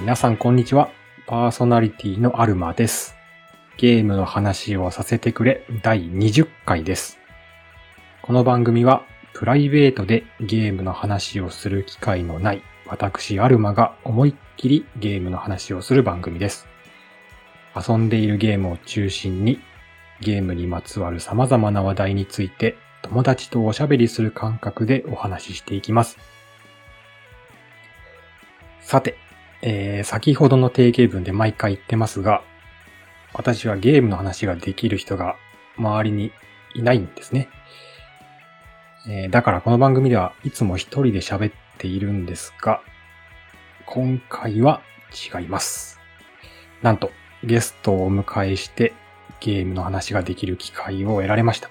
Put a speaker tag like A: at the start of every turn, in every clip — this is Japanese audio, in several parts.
A: 皆さんこんにちは。パーソナリティのアルマです。ゲームの話をさせてくれ第20回です。この番組はプライベートでゲームの話をする機会のない私アルマが思いっきりゲームの話をする番組です。遊んでいるゲームを中心にゲームにまつわる様々な話題について友達とおしゃべりする感覚でお話ししていきます。さて、えー先ほどの定型文で毎回言ってますが、私はゲームの話ができる人が周りにいないんですね。えーだからこの番組ではいつも一人で喋っているんですが、今回は違います。なんと、ゲストをお迎えしてゲームの話ができる機会を得られました。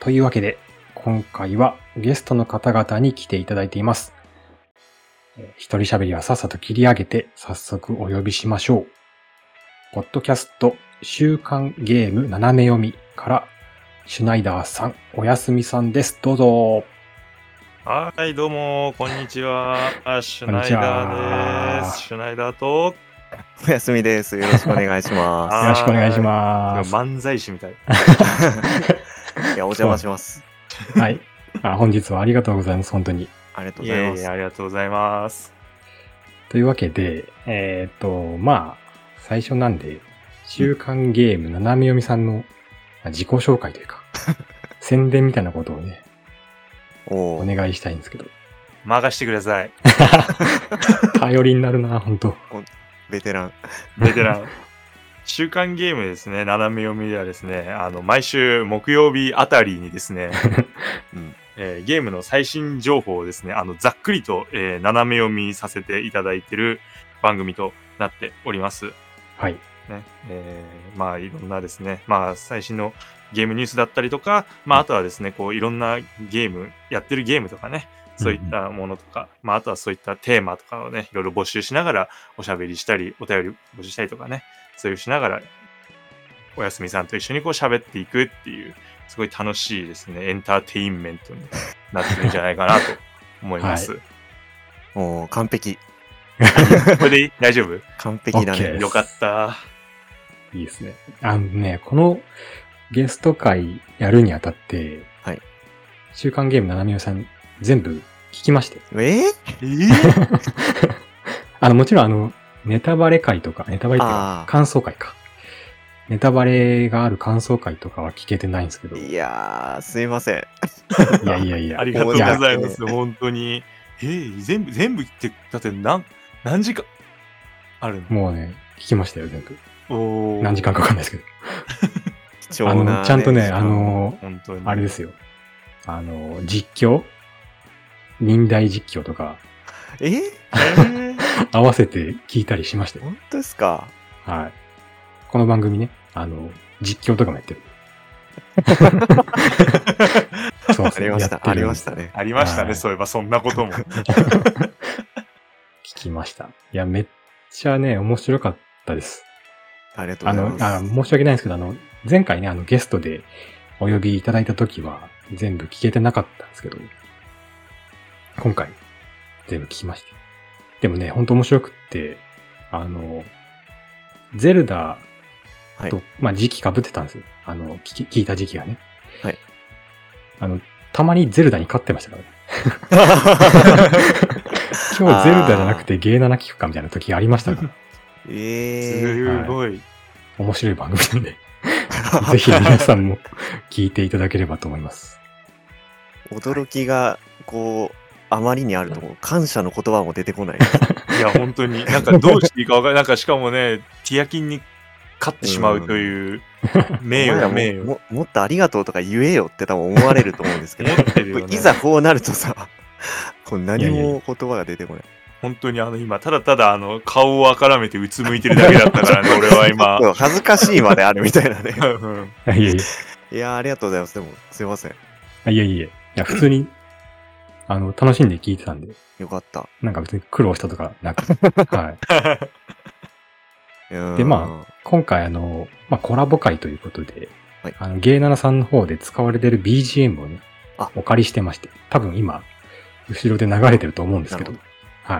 A: というわけで、今回はゲストの方々に来ていただいています。えー一人喋りはさっさと切り上げて、早速お呼びしましょう。ポッドキャスト、週刊ゲーム斜め読みから、シュナイダーさん、おやすみさんです。どうぞ。
B: はい、どうも、こんにちは。あシュ
A: こんに
B: ナ
A: ち
B: イ
A: は
B: ダーです。シュナイダーと、
C: おやすみです。よろしくお願いしま
A: よろしくお願いし
B: なん
A: ま
B: か
A: す。
B: 漫才師みたい。
C: す。いや、お邪魔します。
A: はい。あ本日はありがとうございます。本当に。
C: ありがとう
B: い
C: ござい
B: え
C: ま
B: い
C: す
B: え、。ありがとうございます。
A: というわけで、えっ、と、まあ、最初なんで、週刊ゲーム斜め読みさんのまあ自己紹介というか、宣伝みたいなことをね、
C: お
A: お
C: お、
A: 願いしたいんですけど、
B: 任してください。
A: 頼りになるな、本当
C: ベテラン。
B: ベテラン。 週刊ゲームですね、斜め読みではですね、あの、毎週木曜日あたりにです ね、
C: うん
B: えーゲームの最新情報をですね、あの、ざっくりと、えー斜め読みさせていただいている番組となっております。
A: はい。
B: ね、えーまあいろんなですね、まあ最新のゲームニュースだったりとか、まああとはですね、こういろんなゲーム、やってるゲームとかね、そういったものとか、まああとはそういったテーマとかをね、いろいろ募集しながらおしゃべりしたり、お便り募集したりとかね、そういうしながら、おやすみさんと一緒にこう喋っていくっていう、すごい楽しいですね、エンターテインメントになってるんじゃないかなと思い ます。
C: おお、完璧。
B: これでいい大丈夫
C: 完璧だ
A: OK
C: ね。
B: よかった。
A: いいですね。あのね、このゲスト会やるにあたって、
C: はい
A: 週刊ゲーム斜め読みさん全部聞きまして。
C: えー
B: えー、
A: あの、もちろんあの、ネタバレ会とか、ネタバレっていうか
C: あー
A: 感想会か。ネタバレがある感想会とかは聞けてないんですけど。い
C: いやー、すいません。
A: やいやいや。
B: ありがとうご
A: いや
B: ざいます、本当に。えー全部、全部って、だって何、何時間あるの
A: もうね、聞きましたよ、全部。
B: おー
A: 何時間かわかんないですけ
C: 貴
A: ど。あ
C: 重な、
A: の、ちゃんとね、
C: 時間
A: あの、
B: 本当に。
A: あれですよ。あの、実況忍耐実況とか
C: えー
B: えー。
A: 合わせて聞いたりしましたよ。
C: 本当ですか
A: はい。この番組ね、あの、実況とかもやって る。そう
C: ありました。ありまし。たね。
B: ありました
A: は
B: ね、
A: い
B: そういえば、そんなことも。
A: やってるんです聞きました。いや、めっちゃね、面白かったです。
C: ありがとう
A: あ
C: ござい
A: の
C: ま、す。
A: あ申し訳ないんですけど、あの、前回ね、あの、ゲストでお呼びいただいた時は、全部聞けてなかったんですけど、今回、全部聞きました。でもね、ほんと面白くって、あの、ゼルダ
C: はい
A: と、まあ、時期被ってたんですよ。あの、聞き、聞いた時期がね。
C: はい。
A: あの、たまにゼルダに勝ってましたからね。今日ゼルダじゃなくてゲーナナ聞くかみたいな時がありました から、
C: えー。
B: すごい。
A: 面白い番組なんで。ぜひ皆さんも聞いていただければと思います。
C: 驚きが、こう、あまりにあると、感謝の言葉も出てこない。
B: いや、本当に、なんかどうしていいかわからない。なんか、しかもね、ティアキンに勝ってしまうという、名誉だ、
C: お前
B: 名
C: らも
B: 誉。
C: ももっとありがとうとか言えよって多分思われると思うんですけ ど
B: 思ってるよね
C: いざこうなるとさ こう何
A: いやいやい
C: も言葉が出てこない
B: 本当にあの今、ただただあの顔をあからめてうつむいてるだけだったからね、俺は今。
C: そう恥ずかしいまであるみたいなね
B: うん
A: いやいやい
C: いやーありがとうございますでもすいません
A: や、いやいやいや、普通に、あの、楽しんで聞いてたんで、
C: よかった
A: なんか別に苦労したとかな く。はい。でま
C: あ
A: 今回あの、まあ、コラボ会ということで、
C: はい
A: あの、ゲイナナさんの方で使われてる BGM をね
C: あ、
A: お借りしてまして、多分今、後ろで流れてると思うんですけど、
C: なる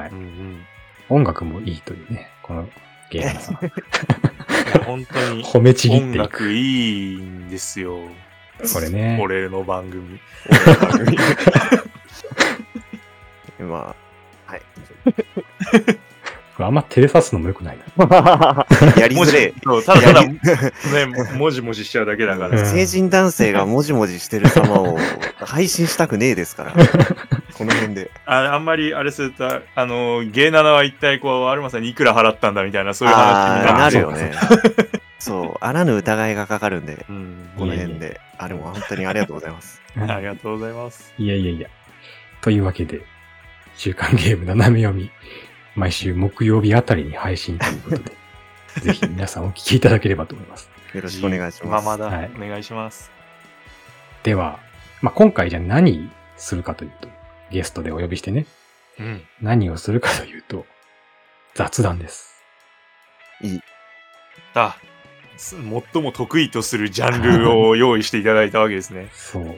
A: はい。
B: うんうん
A: 音楽もいいというね、このゲーム さん。
B: いや本当に
A: 褒めちぎっ
B: 音
A: ていく。
B: 楽いいんですよ。
A: これね。
B: 俺の番組。
C: まあ、はい。
A: これあんま照れさすのも良くないな。
C: やりづれ
B: 文字そうただただ、ね
C: え。、
B: もじもじしちゃうだけだか
A: うん
B: ら。
C: 成人男性がもじもじしてる様を配信したくねえで すから、この辺で。
B: ああんまり、あれすると、あの、ゲイナナは一体、こう、アルマさんにいくら払ったんだみたいな、そういう話に
C: あー
B: な
C: な
B: る
C: るよね。そう、あらぬ疑いがかかるんで、
B: うん
C: この辺で。あ、でも本当にありがとうございます。
B: ありがとうございます。
A: いやいやいや。というわけで、週刊ゲーム斜め読み、毎週木曜日あたりに配信ということで、ぜひ皆さんお聞きいただければと思います。
C: よろしくお願いします。
B: まあまだ、
A: はい
B: お願いします。
A: では、まあ、今回じゃあ何するかというと、ゲストでお呼びしてね、
B: うん。
A: 何をするかというと、雑談です。。
B: だ、す最も得意とするジャンルを用意していただいたわけですね
A: そう。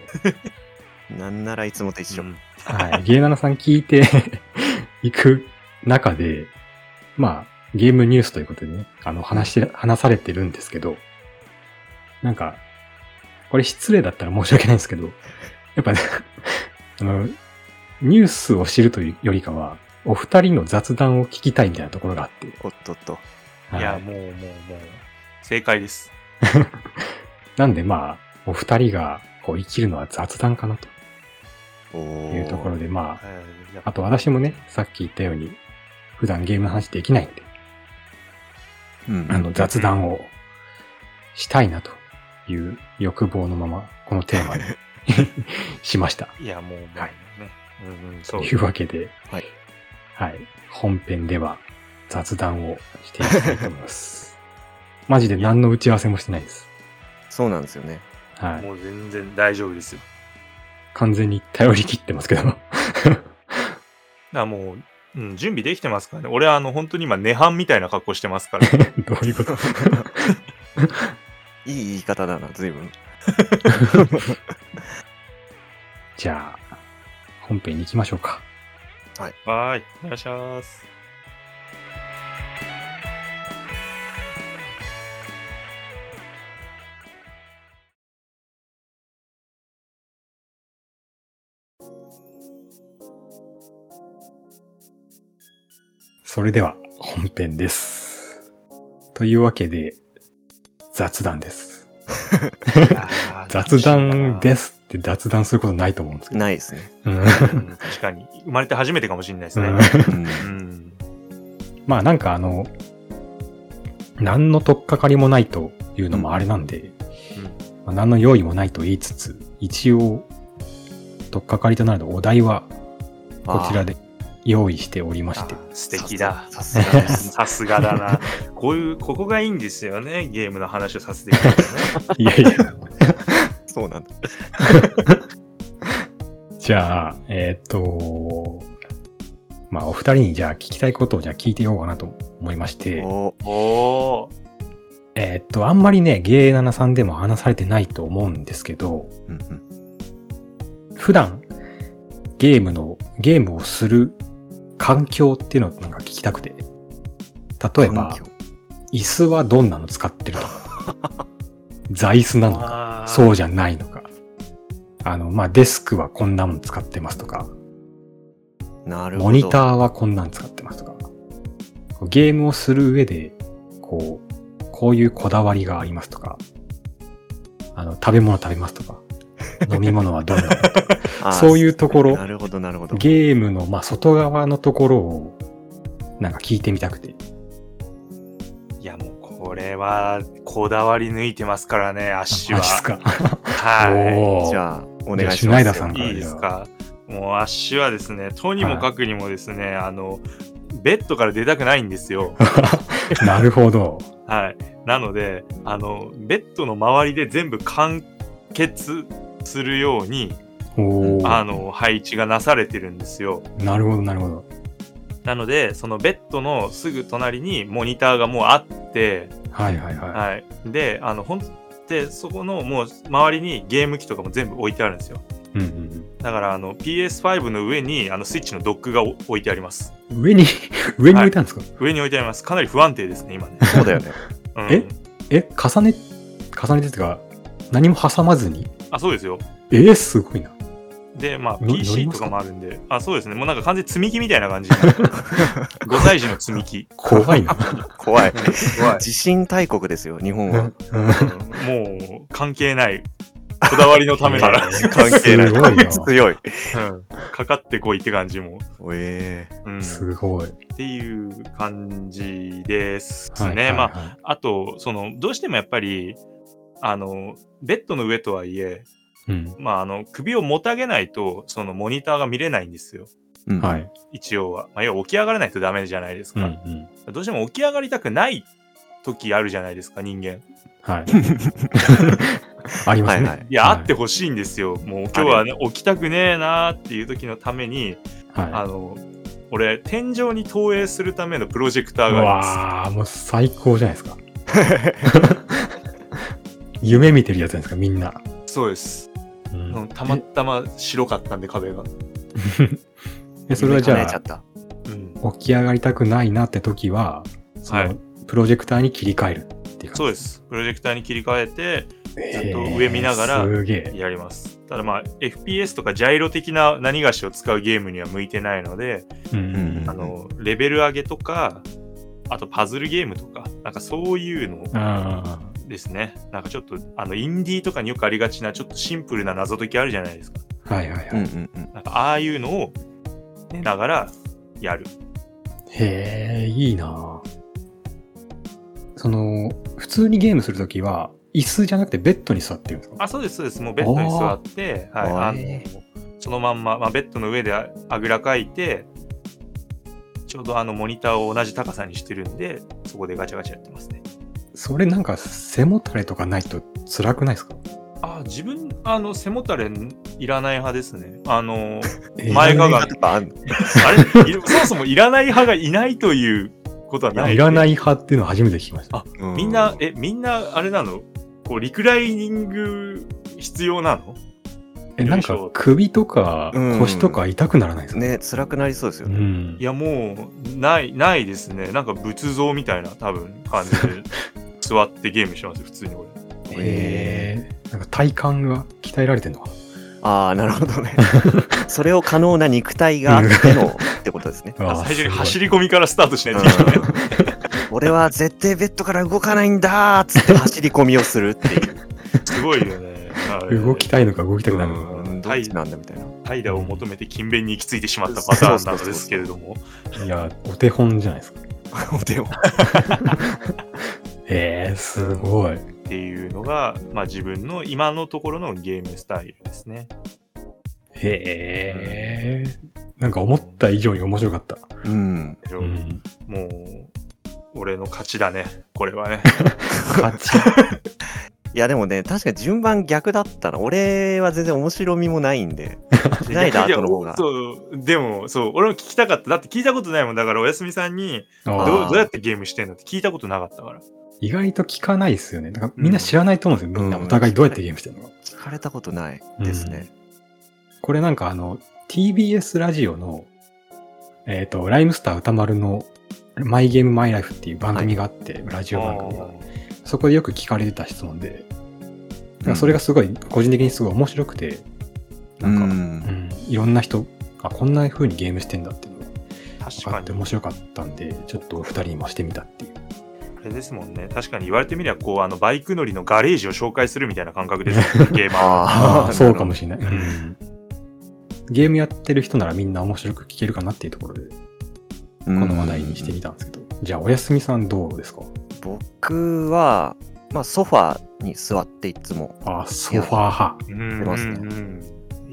C: なんならいつもと一緒。
B: うん
A: はい。ゲイナナさん聞いて いく中で、まあ、ゲームニュースということでね、あの、話して、話されてるんですけど、なんか、これ失礼だったら申し訳ないんですけど、やっぱね、 あの、ニュースを知るというよりかは、お二人の雑談を聞きたいみたいなところがあって。
C: おっとっと。
A: はい
B: や、もう、もう、もう、正解です。
A: なんでまあ、お二人がこう生きるのは雑談かなと
C: おー
A: いうところで、まあ、
B: はいや
A: あ
B: っぱ
A: と私もね、さっき言ったように、普段ゲームの話できないんで、
C: うん
A: あの雑談をしたいなという欲望のまま、このテーマにしました。
B: いや、もう、もう
A: はい
B: ね。うんうん、そ
A: と
B: う。
A: いうわけで、
C: はい。
A: はい。本編では雑談をしていきたいと思います。マジで何の打ち合わせもしてないです。
C: そうなんですよね。
A: はい。
B: もう全然大丈夫ですよ。
A: 完全に頼り切ってますけど。
B: だからもう、うん、準備できてますからね。俺はあの、本当に今、涅槃みたいな格好してま すから。
A: どういうこと
C: いい言い方だな、随分。
A: じゃあ、本編に行きましょうか。
B: はーい、お願いします。。
A: それでは本編です。というわけで、雑談です。雑談ですすって雑談することないと思うんですけど。
C: ないですね。
A: うん
B: うん確かに。生まれて初めてかもしれないですね。
C: うん
B: うん。
A: まあなんかあの、何の取っかかりもないというのもあれなんで、
B: うん
A: まあ何の用意もないと言いつつ、一応、取っかかりとなるお題はこちらで用意しておりまして、
B: 素敵だ。
C: さすがです。
B: さすがだな。こういう、ここがいいんですよね。ゲームの話をさせてくれる ね。
A: いやいや、
C: そうなんだ。
A: じゃあ、えーっと、まあお二人にじゃあ聞きたいことをじゃあ聞いてようかなと思いまして、
C: お
B: おー。
A: えーっと、あんまりね、ゲイナナさんでも話されてないと思うんですけど、
C: うんうん
A: 普段ゲームの、ゲームをする環境っていうのをなんか聞きたくて。例えば
C: 環、境
A: 椅子はどんなの使ってるとか、座椅子なのか、
B: あー
A: そうじゃないのか。あの、まあ、デスクはこんなもの使ってますとか、
C: なるほど。
A: モニターはこんなん使ってますとか。こうゲームをする上で、こう、こういうこだわりがありますとか、あの、食べ物食べますとか、飲み物はどうなのとか、
C: あー
A: そういうところ
C: なるほど、なるほど。
A: ゲームの、まあ、外側のところを、なんか聞いてみたくて。
B: いや、もうこれは、こだわり抜いてますからね、アッシュ
A: マ
B: は。
A: ジっすか。
B: は
A: おー
C: じゃあ、お願いしますよ。
A: シュナイダーさん
B: い。いいですか。もうアッシュはですね、とにもかくにもですね、あの、ベッドから出たくないんで すよ。
A: なるほど。
B: はい。なので、あの、ベッドの周りで全部完結するように、
A: おー
B: あの、配置がなされてるんですよ。
A: なるほど、なるほど。
B: なので、そのベッドのすぐ隣にモニターがもうあって、
A: はいはいは
B: はい。で、あの、ほんで、そこのもう周りにゲーム機とかも全部置いてあるんですよ。
A: い。うんうんうん
B: だからあの PS5 の上にあのスイッチのドックがお置いてあります。
A: 上に、 上に置いたんですか、
B: 上に置いてあります。かなり不安定ですね、今ね。
C: そうだよね。
B: うん
A: ええ、重ね、重ねてってか、何も挟まずに
B: あ、そうですよ。
A: えー、すごいな。
B: で、まあ、
A: の乗り
B: PC
A: ます
B: と
A: か
B: かもあるんで、あ、そうですね。もうなんか完全に積み木みたい な感じ。5歳児の積み木。
A: 怖いな。
C: 怖い。
B: 怖い。
C: 地震大国ですよ、日本
A: う
C: は
A: ん。
B: もう関係ない。こだわりのため なら、
C: 関係ない。
A: すごいな
C: 強い。
B: うんかかってこいって感じも。
C: ええ
B: うん、っ
A: すごい。
B: ていう感じですね。
A: はいはいはい
B: まあ、あと、その、どうしてもやっぱり、あの、ベッドの上とはいえ、
A: うん。
B: まあ、あの、首をもたげないと、そのモニターが見れないんですよ。
C: うん
A: は。い。
B: 一応は。まあ、要は起き上がらないとダメじゃないです
A: う
B: か。
A: んうん。
B: どうしても起き上がりたくない時あるじゃないですか、人間。
A: はい。 ありま
C: は
A: す
C: い
A: ね。
C: はい
B: いや、
A: はい
B: あってほしいんですよ。もう今日はね、起きたくねえなーっていう時のために、あ
A: は
B: の、俺、天井に投影するためのプロジェクタ
A: い。
B: ー
A: う
B: がありま
A: わー、もう最高じゃないですか。 夢見てるやつなんですか、みんな。
B: す。そうです。
A: う
B: うん
A: ん、
B: たまたま白かったんで、壁が。
A: えそれはじ
C: 叶え
A: ゃ
C: ちゃっ
A: あ、
C: た。
B: うん。
A: 起き上がりたくないなって時は、そ
B: は
A: の
B: い。
A: プロジェクターに切り替えるっていう
B: そ
A: 感
B: うで
A: じ。
B: す。プロジェクターに切り替えて、
A: え
B: ち
A: ー
B: ゃんと上見ながら
A: すげえ。
B: やります。ただまあ、FPS とかジャイロ的な何がしを使うゲームには向いてないので、
A: うんうん
B: あの、レベル上げとか、あとパズルゲームとか、なんかそういうのを
A: うん。あ
B: ですね。なんかちょっと、あの、インディーとかによくありがちな、ちょっとシンプルな謎解きあるじゃないですか。
A: ーはいはい
C: う
A: は
C: んう
A: い。
C: んうん。
B: なんか、ああいうのを寝ながらやる。
A: へえ、いいなその、普通にゲームするときは、椅子じゃなくてベッドに座ってるんですか
B: あ、そうです、そうです。もうベッドに座って、はい、
C: あ
B: あの
C: ー、
B: そのまんま、まあ、ベッドの上でああぐらかいて、ちょうどあの、モニターを同じ高さにしてるんで、そこでガチャガチャやってますね。
A: それなんか背もたれとかないと辛くないですか
B: あ、自分、あの、背もたれいらない派ですね。あの、
A: え
B: 前
A: ー
B: か
C: 映
B: が
C: 画とかあんの
B: あれ、いそもそもいらない派がいないということはいな
A: や
B: い。
A: いらない派っていうのは初めて聞きました。
C: う
B: みんな、え、みんな、あれなのこう、リクライニング必要なの
A: え、なんか首とか
C: うん
A: 腰とか痛くならないですか、
C: ね、辛くなりそうですよ
A: うん
C: ね。
B: いや、もう、ない、ないですね。なんか仏像みたいな、多分、感じ で、座ってゲームしてますよ、普通に俺。
A: へえ。なんか体幹が鍛えられてるのか
C: ああ、なるほど ね。それを可能な肉体があってのってことです ね。
A: なあー
B: 最初に走
A: す
B: り込みからスタートしないといけない。
C: 俺は絶対ベッドから動かないんだーっつって走り込みをするっていう。
B: すごいよね。あ
A: ごい
B: れ
A: 動きたいのか動きたくないのか。
B: うん
C: うんどっちなんだみたいな。
B: 怠惰を求めて勤勉に行き着いてしまったパターンなのですけれども。
A: いや、お手本じゃないですか。
C: でも
A: へえ、すごい。
B: っていうのが、まあ自分の今のところのゲームスタイルですね。
A: へえ。なんか思った以上に面白かった。
C: うん。
A: うん。
B: もう、俺の勝ちだね。これはね。
A: 勝ち。
C: いやでもね、確かに順番逆だったな。俺は全然面白みも ないんで。シュナイダーとの方が。
B: そう、でも、そう、俺も聞きたかった。だって聞いたことないもん。だから、おやすみさんに
A: あ
B: ど
A: ー
B: う、どうやってゲームしてんのって聞いたことなかったから。
A: 意外と聞かないですよね。だからみんな知らないと思うんですよ。
C: うん
A: みんなお互いどうやってゲームしてるのか。
C: 聞かれたことないですね。
A: これなんかあの、TBS ラジオの、えっ、と、ライムスター歌丸のマイゲームマイライフっていう番組があって、ラジオ番組
B: あ
A: が。
B: ー
A: そこでよく聞かれてた質問で、だからそれがすごい、個人的にすごい面白くて、
C: う
A: なんか、
C: ん
A: うん、いろんな人、あ、こんな風にゲームしてんだっていうのが
B: 確
A: 分か
B: か
A: って
B: に。
A: 面白かったんで、ちょっとお二人にもしてみたっていう。
B: あれですもんね。確かに言われてみれば、こう、あの、バイク乗りのガレージを紹介するみたいな感 覚ですよね、ゲーマ
A: あ
B: ーは。
C: あ
A: あ、
C: あ、
A: そうかも
C: し
A: しれない。
B: るほど
A: うんゲームやってる人ならみんな面白く聞けるかなっていうところで、
C: れ
A: この話題にしてみたんですけど。じゃあ、おやすみさんどうですか
C: 僕は、まあ、ソファーに座っていつも
A: あ、ソファー派。
B: うんうん
C: ますね
B: うん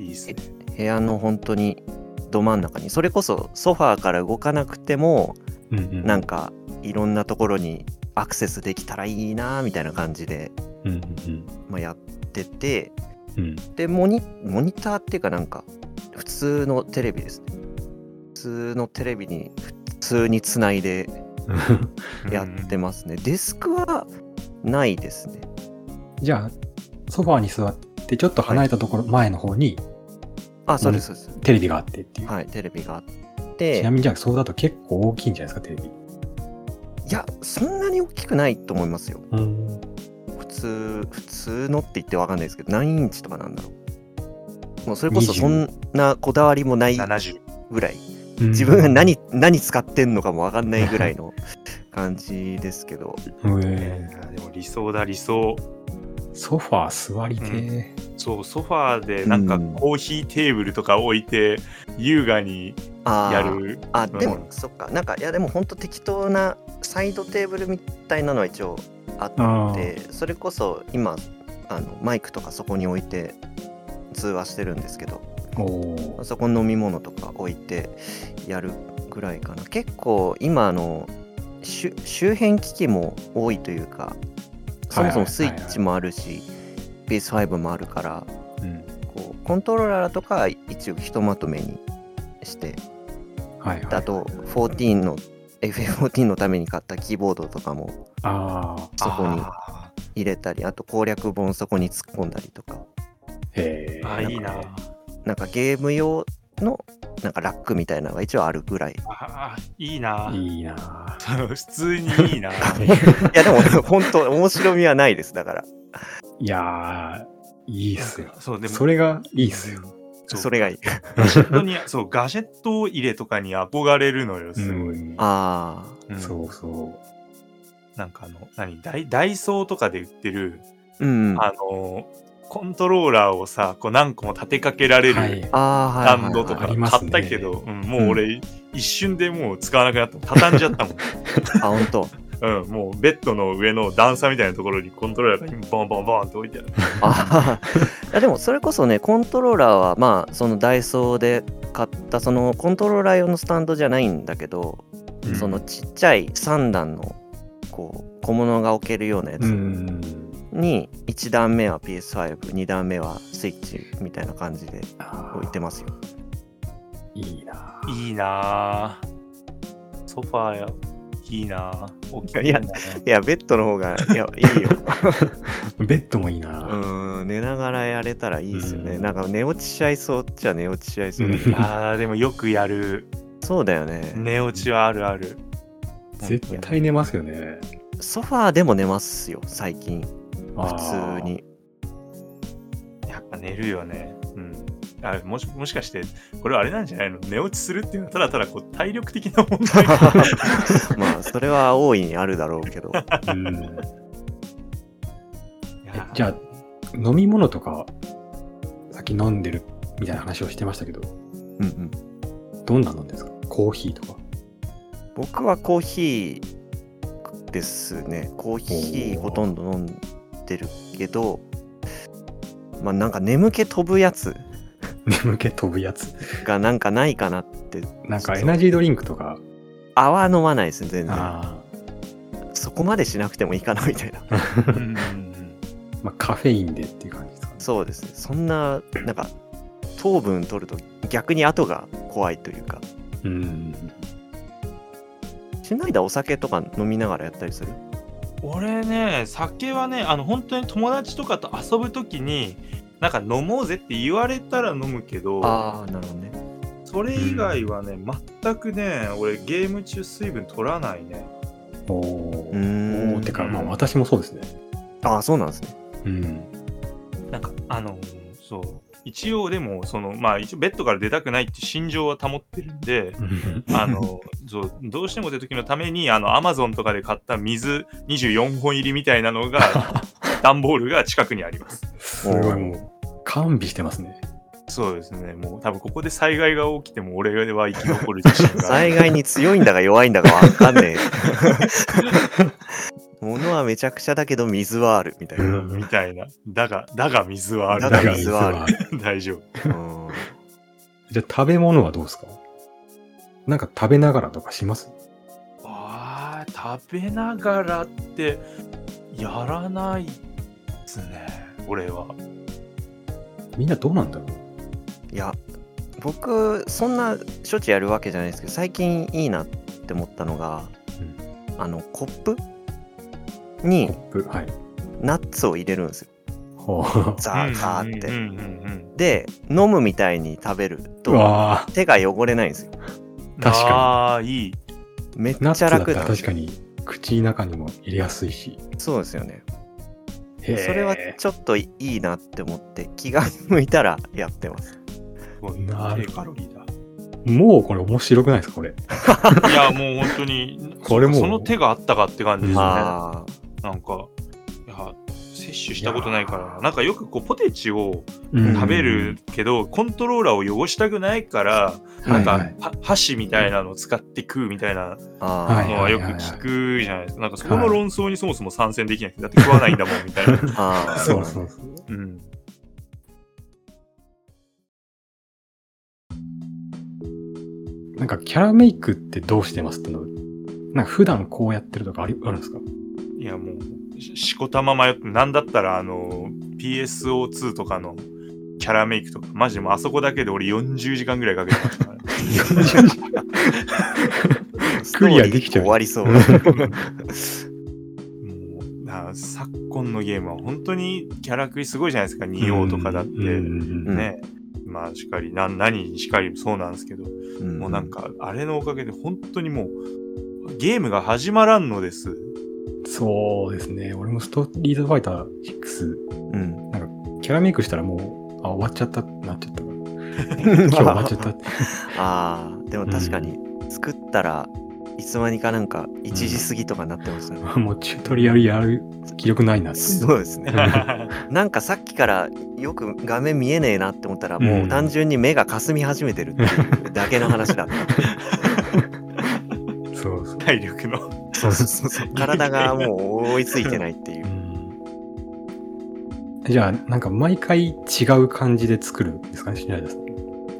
B: いいですね。
C: 部屋の本当にど真ん中にそれこそソファーから動かなくても
A: うんうん。
C: なんかいろんなところにアクセスできたらいいなみたいな感じで、
A: うんうん
C: まあ、やってて
A: うん。 うん。
C: でモニモニターっていうかなんか普通のテレビですね普通のテレビに普通につないでやって
B: も。
C: ますね、デスクはないですね
A: じゃあ、ソファーに座って、ちょっと離れたところ、前の方に、
C: あ、そうです、そうです。
A: テレビがあってっていう。
C: はい、テレビがあっ
A: ちな
C: て、
A: みにじゃあ、そうだと結構大きいんじゃないですか、テレビ。
C: いや、そんなに大きくないと思いますよ。
A: うん。
C: 普通、普通のって言ってわかんないですけど、何インチとかなんだろう。もうそれこそそんなこだわりもない
B: 70
C: ぐらい。自分が何、何使ってんのかもわかんないぐらいの感じですけど、
A: うん、
B: ね
A: え
B: あでも理想だ理想
A: ーソファー座りてー、
B: そうソファーでなんか
C: うん
B: コーヒーテーブルとか置いて、優雅に
C: あー
B: やる
C: あでも、
B: うん
C: そっかなんかいやでも本当適当なサイドテーブルみたいなのは一応あ
A: あ
C: っ
A: あ
C: てそれこそ今あのマイクとかそこに置いて通話してるんですけど
A: おー
C: そこに飲み物とか置いてやるぐらいかな結構今あの周周辺機器も多いというかそもそもスイッチもあるし PS5 もあるから
A: うん。
C: こうコントローラーとかは一応ひとまとめにして
A: はいはい。
C: あと14の FF14 のために買ったキーボードとかも
A: ああ、
C: そこに
B: あ
C: 入れたりあと攻略本そこに突っ込んだりとか
A: え
B: ーあーいいな
C: なんかゲーム用のなんかラックみたいなのが一応あるぐらいい
B: あーいいない
A: いな
B: 普通にいいな
C: やでも本当面白みはないですだから
A: いやー、いいっすよ。
B: そうでも
A: それがいいっすよ。
B: そ
C: そうれがいい
B: ガジェットにそうガジェット入れとかに憧れるのよすごい、
A: うん
C: あ
B: うん
A: そうそう。
B: なんかあの何ダイダイソーとかで売ってる、
C: ーうんあ
B: あのコントローラーをさこう何個も立てかけられ
A: は
B: る
A: い。
C: あーはい
B: ハ
C: はいはい
B: ンドと
A: あ
B: か
A: ります
B: 買っ
A: ね
B: たけど、うんもう俺一瞬でもう使わなくなった畳んじゃったもん
C: あ本当
B: うん、もうベッドの上の段差みたいなところにコントローラーがボンボンボンって置いてある。
C: あーいやでもそれこそねコントローラーはまあそのダイソーで買ったそのコントローラー用のスタンドじゃないんだけど、
B: うん
C: そのちっちゃい3段のこう小物が置けるようなやつ
A: うん。
C: に1段目は PS52 段目はスイッチみたいな感じで
A: あー
C: 置いてますよ
A: いいない
B: いなぁ。ソファーや、いいなぁ。大きい
C: いや
B: んだね
C: いやベッドの方がいやいいよ
A: ベッドもいいうな
C: ーん寝ながらやれたらいいですよね
A: うん
C: なんか寝落ちしちゃいそうっちゃ寝落ちしちゃいそうだけ
A: う
C: ど
A: ん
B: あーでもよくやる。
C: そうだよね
B: 寝落ちはあるある。
A: 絶対寝ますよね。
C: ソファーでも寝ますよ最近
A: あー
C: 普通。 に
B: やっぱ寝るよね。うん。あもしもしかして、これはあれなんじゃないの寝落ちするっていうのはただただこう体力的な問 題
C: まあそれは大いにあるだろうけど
A: うん
B: い
A: え
B: や
A: じゃあ、飲み物とか、さっき飲んでるみたいな話をしてましたけど、
C: うん、うん、
A: どんなのですかコーヒーとか。
C: 僕はコーヒーですねコーヒー
A: おー
C: ほとんど飲んでるけどまあなんか眠気飛ぶやつ
A: 眠気飛ぶやつ。
C: がなんかないかなって
A: なんかエナジードリンクとか。
C: 泡は飲まないですね全然
A: あ
C: そこまでしなくてもいいかなみたいな
B: うんうんうん
A: あ。まあ、カフェインでっていう感じですかね。
C: そうですねそんななんか糖分取ると逆に後が怖いというか
A: うん。
C: しないだお酒とか飲みながらやったりする
B: 俺ね、酒はね、あの本当に友達とかと遊ぶときに、なんか飲もうぜって言われたら飲むけど、
C: ああなるほどね
B: それ以外はね、全くね、俺ゲーム中水分取らないね。
A: おお
C: うー。ん
A: おお。てか、まあ、私もそうですね。
C: ああそうなんですね
A: うん。
B: なんか、あのそう。一応でも、その、まあ一応ベッドから出たくないって心情は保ってるんで、あ のそうどうしても出る時のために、あの、アマゾンとかで買った水24本入りみたいな のが、段ボールが近くにあります。
A: すごいもう、完備してますね。
B: そうですね。もう多分ここで災害が起きても俺は生き残る自信があ
C: 災
B: る。
C: 害に強いんだか弱いんだかわか んねえ。物はめちゃくちゃだけど水はあるみたいな。
A: うん
B: みたいな。だが、だが水はある。
C: だが水はある
A: だが
B: 大丈夫。
C: うん
A: じゃあ、食べ物はどうですかなんか食べながらとかします
B: あー食べながらってやらないですね俺は
A: みんなどうなんだろ
C: いや、僕、そんなしょっちゅうやるわけじゃないですけど、最近いいなって思ったのが、
A: うん
C: あの、コップ
A: うコ
C: に
A: ップ。はい。
C: ナッツを入れるんですよ。
A: あほう。
C: ザーザーって。
B: うんうんうん
C: で飲むみたいに食べる
A: う
C: と
A: わ
C: 手が汚れないんですよ
B: うん。
A: 確かに
B: ああ、いい。
C: めっち
A: ーナッツ
C: ゃ
A: だった
C: 楽
A: ら
C: なんで
A: 確
C: す
A: か
C: よ
A: に、口の中にも入れやすいし。
C: そうですよね
A: へー
C: それはちょっといいなって思って気が向いたらやってます
B: すごい
A: なる
B: 低カロリーだ。
A: もうこれ面白くないですかこれ。
B: いや、もう本当に、
A: これもう
B: その手があったかって感じですね。な
C: あー
B: んか、いや、摂取したことないから、なんかよくこうポテチを
A: うん
B: 食べる。けど、コントローラーを汚したくないから、
A: はい
B: な
A: は
B: んか
A: い。
B: は箸みたいなのを使って食うみたいな
C: あー、
A: はい
B: のはよく聞くじゃないですか。なんかそこの論争にそもそも参戦できない。だって食わないんだもんみたいな。
C: あー
A: そうそうそう。
B: うん。
A: なんかキャラメイクってどうしてますってのなんか普段こうやってるとかありあるんですか
B: いやもう、ししこたま迷って、なんだったらあの、PSO2 とかのキャラメイクとか、マジでもうあそこだけで俺40時間ぐらいかけてましたから。
A: クリアできちゃう
C: ストーリー終わ りそう
B: もうだから昨今のゲームは本当にキャラクリすごいじゃないですか、仁王とかだって。
A: うん
B: ね。まあ、しかり、な何にしかりそうなんですけど、もうなんか、あれのおかげで、本当にもう、ゲームが始まらん のです。
A: そうですね。俺もストリートファイター6、
C: うん
A: キャラメイクしたらもう、あ、終わっちゃったってなっち ゃったから。 今日終わっちゃったって。
C: あーでも確かに作ったらいつまにかなんか1時過ぎとかなってますね、
A: もうチュートリアルやる気力ないなって。
C: すごいですね
B: あ
C: なんかさっきからよく画面見えねえなって思ったらもう単純に目がかすみ始めてるっていうだけの話だった
A: そうそう。
B: 体力の。
C: そうそうそうそう体がもう追いついてないっていうう。
A: んじゃあ、なんか毎回違う感じで作るんですかね、シナリオさん。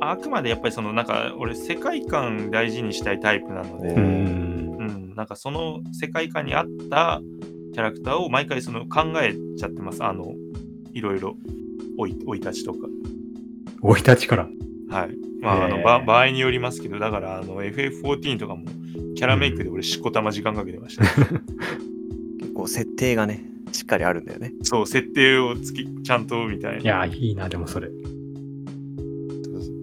B: あくまでやっぱりその、なんか、俺、世界観大事にしたいタイプなので、
C: う
A: うんん。
B: うん、なんかその世界観に合ったキャラクターを毎回その考えちゃってます。あの、いろいろ、おい生い立ちとか。
A: 生い立ちから。
B: はい。まあ、あの
A: へー
B: ば場合によりますけど、だから、あの、FF14 とかも、キャラメイクで俺、しこたま時間かけてました。
C: 結構設定がね、しっかりあるんだよね。
B: そう、設定をつき、ちゃんと、みたい
A: い
B: な。
A: やー、いいな、でもそれ。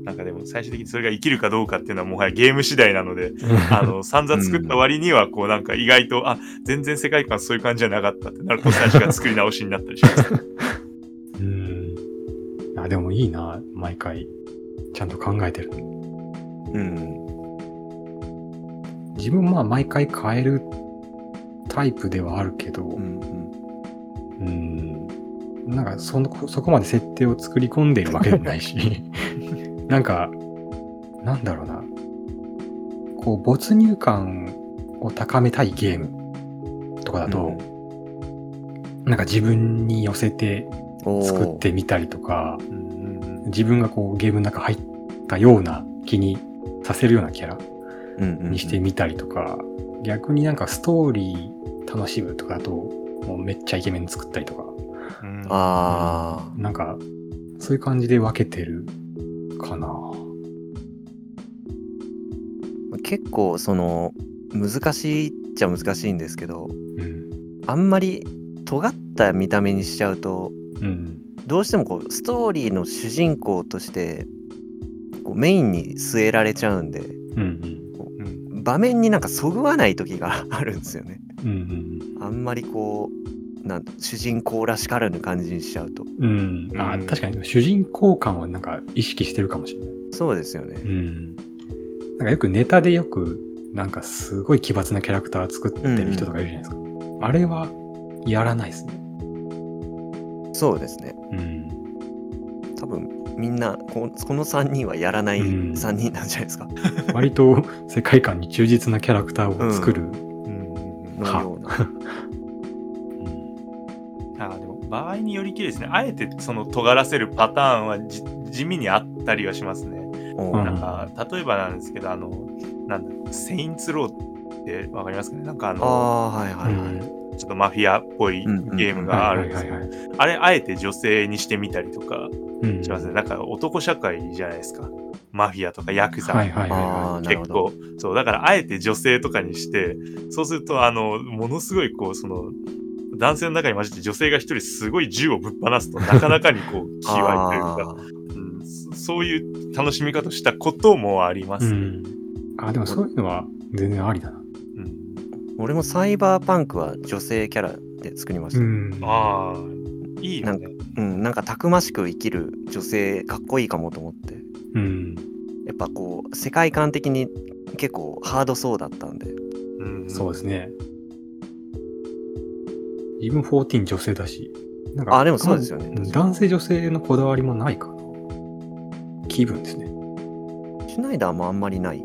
B: なんかでも、最終的にそれが生きるかどうかっていうのは、もはやゲーム次第なの で、あの、散々作った割には、こう、なんか意外と、あ、全然世界観そういう感じじゃなかったってなると、最初が作り直しになったりします。
A: うん。あ、でもいいな、毎回。ちゃんと考えてる。
C: うん。
A: 自分まあ毎回変えるタイプではあるけど、
C: う
A: うん
C: うん
A: ん、なんかそのそこまで設定を作り込んでいるわけでもない し、なんか、なんだろうな、こう没入感を高めたいゲームとかだと、なんか自分に寄せて
C: おー
A: 作ってみたりとか、
B: うんうんうん
A: 自分がこうゲームの中入ったような気にさせるようなキャラ
C: うんうん
A: にしてみたりとか、逆になんかストーリー楽しむとかだと、もうめっちゃイケメン作ったりとか、
B: うん
C: あ
A: なんか、そういう感じで分けてるかな。
C: あ、結構その、難しいっちゃ難しいんですけど、
A: うん。
C: あんまり尖った見た目にしちゃうと、
A: うん。
C: どうしてもこう、ストーリーの主人公として、こうメインに据えられちゃうんで、
A: うんうん。
B: うん
C: 場面になんかそぐわない時があるんですよね。
A: うん
C: あんまりこう、なん主人公らしからぬ感じにしちゃうと。
A: うん。うん。あ
B: うん
A: 確かに主人公感はなんか意識してるかもしれない。
C: そうですよね。
A: うん。なんかよくネタでよく、なんかすごい奇抜なキャラクター作ってる人とかいるじゃないですか。あれはやらないですね。
C: そうですね。
A: うん。
C: 多分みんなここの3人はやらない
A: うん
C: 3人なんじゃないですか。
A: 割と世界観に忠実なキャラクターを作る。
B: うんうん
C: のような。
A: うん
B: あーでも場合によりきりですね、あえてその尖らせるパターンはじ地味にあったりはしますね。
C: お
A: うん
C: う
B: なんか例えばなんですけど、あの、なんだ、セインツローってわかりますかねなんかあ
C: あ
B: の、
C: あはいはいはい。
B: ちょっとマフィアっぽい
C: うんうん
B: ゲームがあ
A: は
B: るん
A: い
B: です
A: はい
B: け
A: は
B: ど
A: いはい。
B: あれ、あえて女性にしてみたりとか
A: うん
B: しますね。なんか男社会じゃないですか。マフィアとかヤクザ。
A: はいはいはいは
C: ああなるほ
B: 結
C: ど。
B: 構そうだからあえて女性とかにしてそうするとあのものすごいこうその男性の中に混じって女性が一人すごい銃をぶっ放 すとなかなかにこう、気合いというか、
C: あー
B: うんそそういう楽しみ方したこともありま
A: う
B: すね。
A: ん。あ、でもそういうのは全然ありだな。
B: うん
C: 俺もサイバーパンクは女性キャラで作りま
A: う
C: した、うん
A: ん。
B: ああ、いいよね。
C: なんかたくましく生きる女性かっこいいかもと思って
A: うん。
C: やっぱこう世界観的に結構ハードそうだったんで
B: うん
A: そうですね。自分14女性だし。なん
C: あでもそうですよね
A: ん男性女性のこだわりもないかな。気分ですね。
C: シュナイダーもあんまりない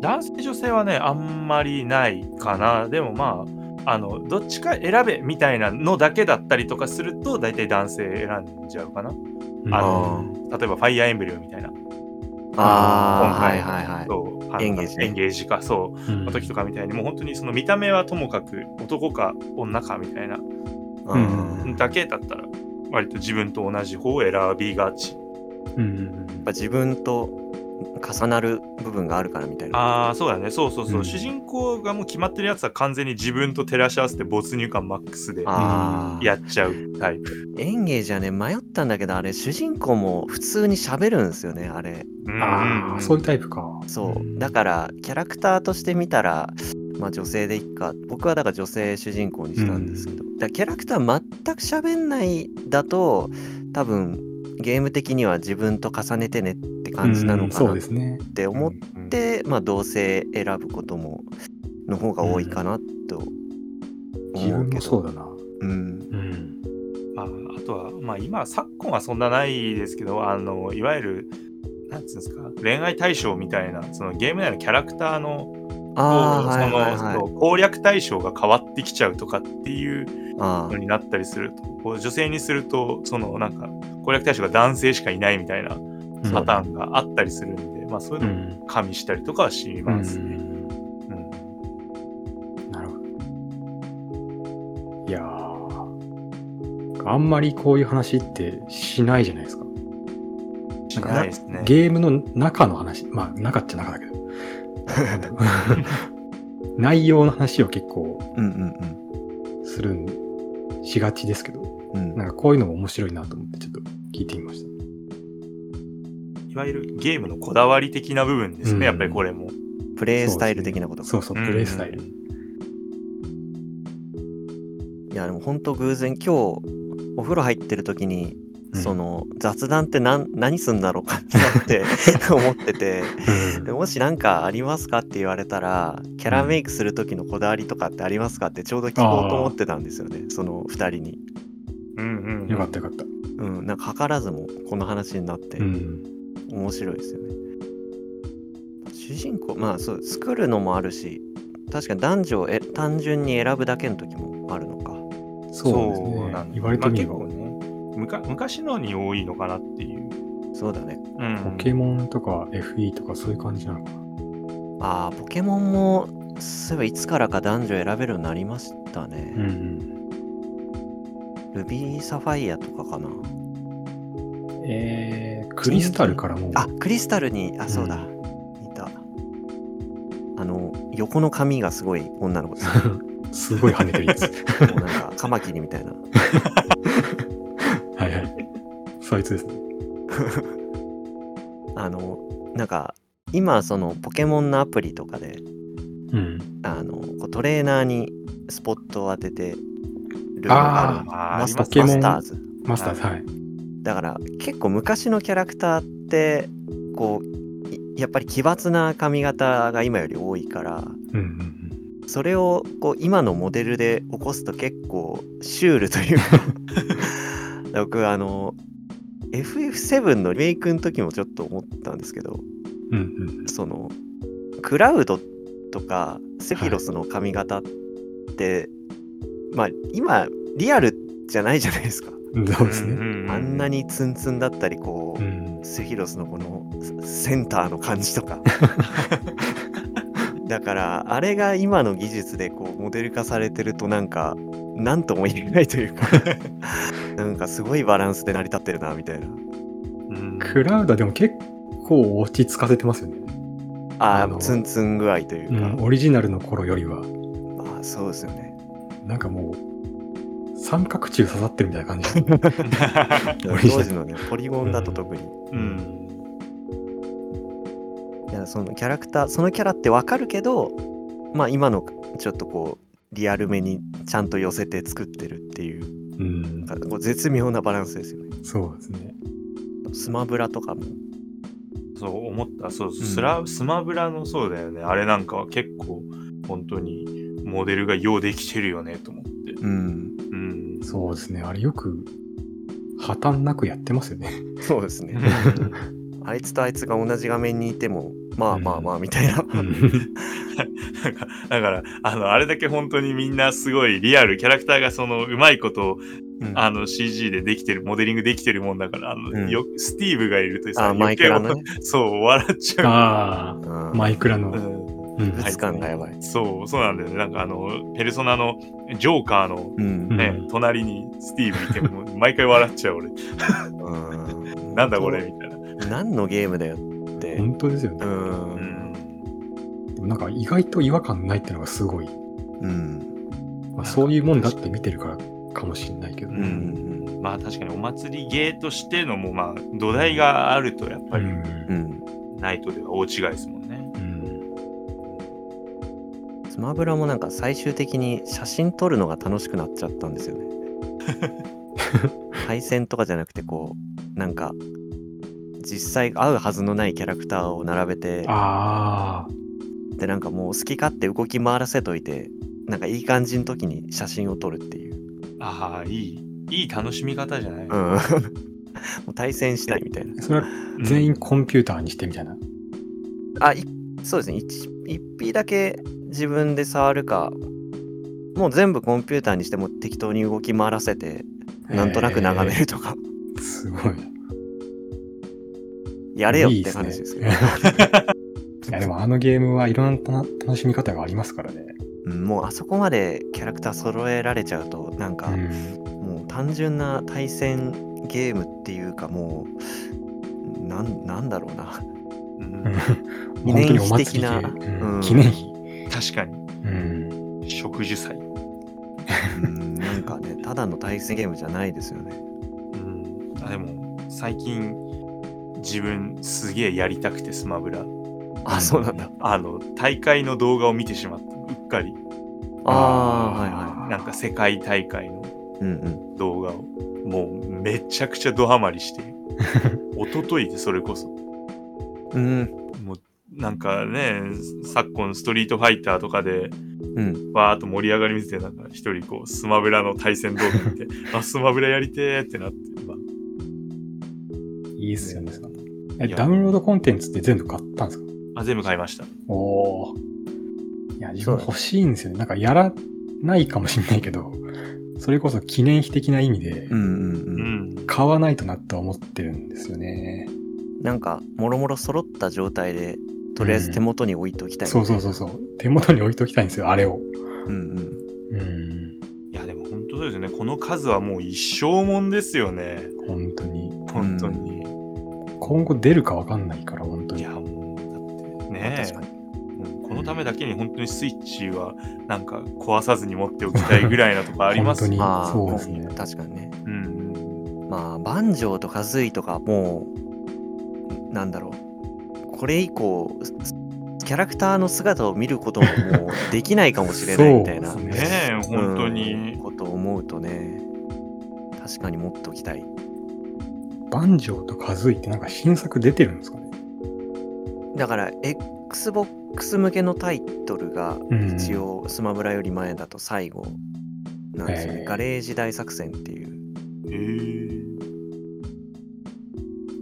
B: 男性女性はねあんまりないかなでもまああのどっちか選べみたいなのだけだったりとかすると大体男性選んじゃうかな例
A: うん
B: あ
C: の
B: えば「ファイアーエンブレム」みたいな
C: あ
B: 今
C: あはい
B: 回
C: はいはい
B: そうあの
C: エンゲージね
B: エンゲージかそう
A: うん
B: の時とかみたいにもう本当にその見た目はともかく男か女かみたい
A: う
B: な
A: ん
C: うん
B: だけだったら割と自分と同じ方を選びがち
A: うんうん
C: やっぱ自分と重なる部分があるからみたいな。
B: ああそうだねそうそうそう、
A: うん
B: 主人公がもう決まってるやつは完全に自分と照らし合わせて没入感マックスで
C: あー
B: やっちゃうタイプ、
C: エンゲージはね迷ったんだけどあれ主人公も普通に喋るんですよねあれ
B: うん
A: ああ、そういうタイプか。
C: そうだからキャラクターとして見たらまあ女性でいっか僕はだから女性主人公にしたんですけど、だからキャラクター全く喋んないだと多分ゲーム的には自分と重ねてねって感じなの
A: うん
C: か
A: そ
C: な
A: う
C: っ
A: ですね。
C: て思っ
B: うん
C: て、まあ同性選ぶこともの方が多いかなと
A: 自
C: 思
A: 分
C: うけ
A: も
C: ど
A: そうだな。
C: うん
A: うん。
B: まあ、あとは、まあ、今昨今はそんなないですけどあのいわゆるなんつうんですか恋愛対象みたいなそのゲーム内のキャラクターの
C: ああ
B: そ
C: はい
B: の
C: はい
B: そ
C: は
B: の
C: い
B: 攻略対象が変わってきちゃうとかっていう
C: あ
B: のになったりするとこう女性にするとそのなんか攻略対象が男性しかいないみたいなパターンがあったりするんで、まあ、そういう
A: う
B: のを
A: ん。
B: 加味したりとかはしますね。う
A: う
B: ん
A: んなるほど。いやー。あんまりこういう話ってしないじゃないですか。
B: しないですね。
A: ゲームの中の話、まあ、中っちゃ中だ けど。内容の話を結構
C: あうんうん
A: するん、しがちですけど、
C: うんうん
A: なんかこういうのも面白いなと思ってちょっと聞いてみました。
B: いわゆるゲームのこだわり的な部分ですね、
A: うん
B: やっぱりこれも。
C: プレイスタイル的なことか
A: そうそう、プレイスタイル。
C: いやでも本当偶然今日お風呂入ってる時に、
A: うん
C: そ、の雑談って何何すんだろうかって思って て
A: うん
C: でもし何かありますかって言われたらキャラメイクする時のこだわりとかってありますかってちょうど聞こうと思ってたんですよねその2人に、
B: うんうん
A: よかったよかった。
C: うん、なんか図らずもこの話になって
A: うん。
C: 面白いですよね主人公まあそう作るのもあるし確かに男女をえ単純に選ぶだけの時もあるのか
A: そうです
B: なん
A: ね。
B: だ
A: 言われてみれば、
B: まあ結構ねむか昔のに多いのかなっていう。
C: そうだね
B: うん
A: ポケモンとか FE とかそういう感じなのかな。
C: ああ、ポケモンも、そういえばいつからか男女選べるようになりました
A: う
C: ね。
A: ん
C: ルビーサファイアとかかな。
A: うん。えー、クリスタルからもう、
C: あ、クリスタルに、あ、そうだ。
A: う
C: いた。あの、横の髪がすごい女の子です。
A: すごい跳ねてるやつ。
C: もうなんか、カマキリみたいな。
A: はいはい。そいつですね。
C: あの、なんか、今、その、ポケモンのアプリとかで、
A: うん。
C: あの、こうトレーナーにスポットを当ててるのがあ
A: あ
C: る。
B: あーあ
C: マ
B: りま
C: スマ
B: す
C: ス
A: ポケモン
C: ターズ。
A: マスターズ、はい。
C: だから結構昔のキャラクターってこういやっぱり奇抜な髪型が今より多いから
A: うんうん
C: それをこう今のモデルで起こすと結構シュール というか僕あの FF7 のリメイクの時もちょっと思ったんですけど
A: うん。うんうん。
C: そのクラウドとかセフィロスの髪型って、まあ今リアルじゃないじゃないですか、
A: そうです
B: う
A: ね。
B: うう
C: あんなにツンツンだったりこう、
A: うん。
C: セフィロスのこのセセンターの感じとかだからあれが今の技術でこうモデル化されてるとなんか何とも言えないというかなんかすごいバランスで成り立ってるなみたいな
B: うん
A: クラウドでも結構落ち着かせてますよね。
C: あ
A: あの、
C: あツンツン具合といううんか、
A: オリジナルの頃よりは、
C: ああそうですよね
A: なんかもう、三角柱刺さってるみたいな感じ。
C: 当時のね、ポリゴンだと特に。
B: うん。
C: いやそのキャラクター、そのキャラってわかるけど、まあ今のちょっとこう、リアルめにちゃんと寄せて作ってるっていう、
A: うん
C: なんかこう絶妙なバランスですよね。
A: そうですね。
C: スマブラとかも。
B: そう思ったそうスラ、スマブラのそうだよねあれなんかは結構本当にモデルがようできてるよねと思って
C: うん。
B: うん
A: そうですね。あれよく、破綻なくやってますよね。
C: そうですね。あいつとあいつが同じ画面にいても、まあまあまあみたいな。
B: なんか だからあのあれだけ本当にみんなすごいリアルキャラクターがそのうまいことを
C: うん
B: あの CG でできてるモデリングできてるもんだからあの、
C: うん
B: よスティーブがいるとさ
C: あ、マイクラのね。
B: そう笑っちゃ
A: あ
C: うん
A: あ、マイクラ
B: う、う
A: の。
B: ん
A: うん
C: 物感がやばい。
B: そうそうなんだよねなんかあのペルソナのジョーカーの
C: うん
A: うん
B: ね、隣にスティーブいても 毎回笑っちゃう俺。
C: うん
B: なんだこれみたいな。
C: 何のゲームだよって。
A: 本当ですよね
C: う。ん。
B: うん
A: なんか意外と違和感ないってのがすごい。
C: うん。
A: まあ、そういうもんだって見てるからかもしんないけど。
B: う
A: うん
C: ん
B: まあ確かにお祭りゲーとしてのもうまあ土台があるとやっぱり
A: ん
C: うん。
B: ナイトでは大違いですもんね。
A: うん
C: スマブラもなんか最終的に写真撮るのが楽しくなっちゃったんですよね。対戦とかじゃなくてこう、なんか、実際会うはずのないキャラクターを並べて、
A: ああ、
C: でなんかもう好き勝手動き回らせといて、なんかいい感じの時に写真を撮るっていう。
B: ああ、いい。いい楽しみ方じゃない、
C: うん。 もう対戦したいみたいな。
A: それは
B: うん
A: 全員コンピューターにしてみたいな。
C: あいそうですね 1, 匹だけ自分で触るかもう全部コンピューターにしても適当に動き回らせてなんとなく眺めるとか、
A: えー。すごい。
C: やれよっ
A: いいで
C: て
A: すね
C: 話ですけど
A: いやでもあのゲームはいろんな楽しみ方がありますからね。
C: うんもうあそこまでキャラクター揃えられちゃうとなんか、
A: うん
C: もう単純な対戦ゲームっていうかもうなんなんだろうな
B: うん
A: うん 本
C: 記
A: 当
C: 念
A: にお
C: 碑
A: 祭
C: 的
A: り系
C: な、
A: う
C: うんん
A: 記念碑。
B: 確かに。
A: うん。
B: 植樹祭。
C: うんなん かねただの対戦ゲームじゃないですよね
B: うん、あでも最近自分すげえやりたくてスマブラ。
C: あそうなんだ
B: あの大会の動画を見てしまった。うっかり。
C: ああーはいは
B: なんか世界大会の
C: いうんうん
B: 動画をもうめちゃくちゃドハマりして 一昨日でそれこそ
C: うん
B: もうなんかね昨今ストリートファイターとかで
C: うん
B: わーっと盛り上がり見せてなんか一人こうスマブラの対戦動画見 てあスマブラやりてーってなって、まあ
A: いいっすよね。そのえ
B: いや
A: ダウンロードコンテンツって全部買ったんですか
B: あ全部買いました
A: おお。いや、自分欲しいんですよね。なんかやらないかもしんないけど、それこそ記念碑的な意味で
C: う、んうんうん
B: うん
A: 買わないとなとは思ってるんですよね。
C: なんかもろもろ揃った状態でとりあえず手元に置いときたい、
A: そうそうそうそう。手元に置いときたいんですよ、あれを。
C: うんうん
A: うん。
B: いやでも本当そうですねこの数はもう一生もんですよね
A: 本当に。
B: 本当に、
A: 今後出るかわかんないから、本当
B: い
A: に
B: や。もうだってね
C: 確かに
B: うんこのためだけに本当にスイッチはなんか壊さずに持っておきたいぐらいなとかあります
A: 本当に
C: ああ
A: そうですね
C: 確かにね
B: うん、
C: まあ万丈とか随とかもうなんだろうこれ以降すキャラクターの姿を見ることももうできないかもしれないみたいな
A: そううんで
B: ね
A: す
B: え本当
C: うん
B: に、
C: ことを思うとね確かに持っときたい
A: バンジョーとカズイってなんか新作出てるんですかね
C: だから XBOX 向けのタイトルが
A: うん
C: 一応スマブラより前だと最後なんですよね、
A: へー
C: ガレージ大作戦っていう、
B: へえ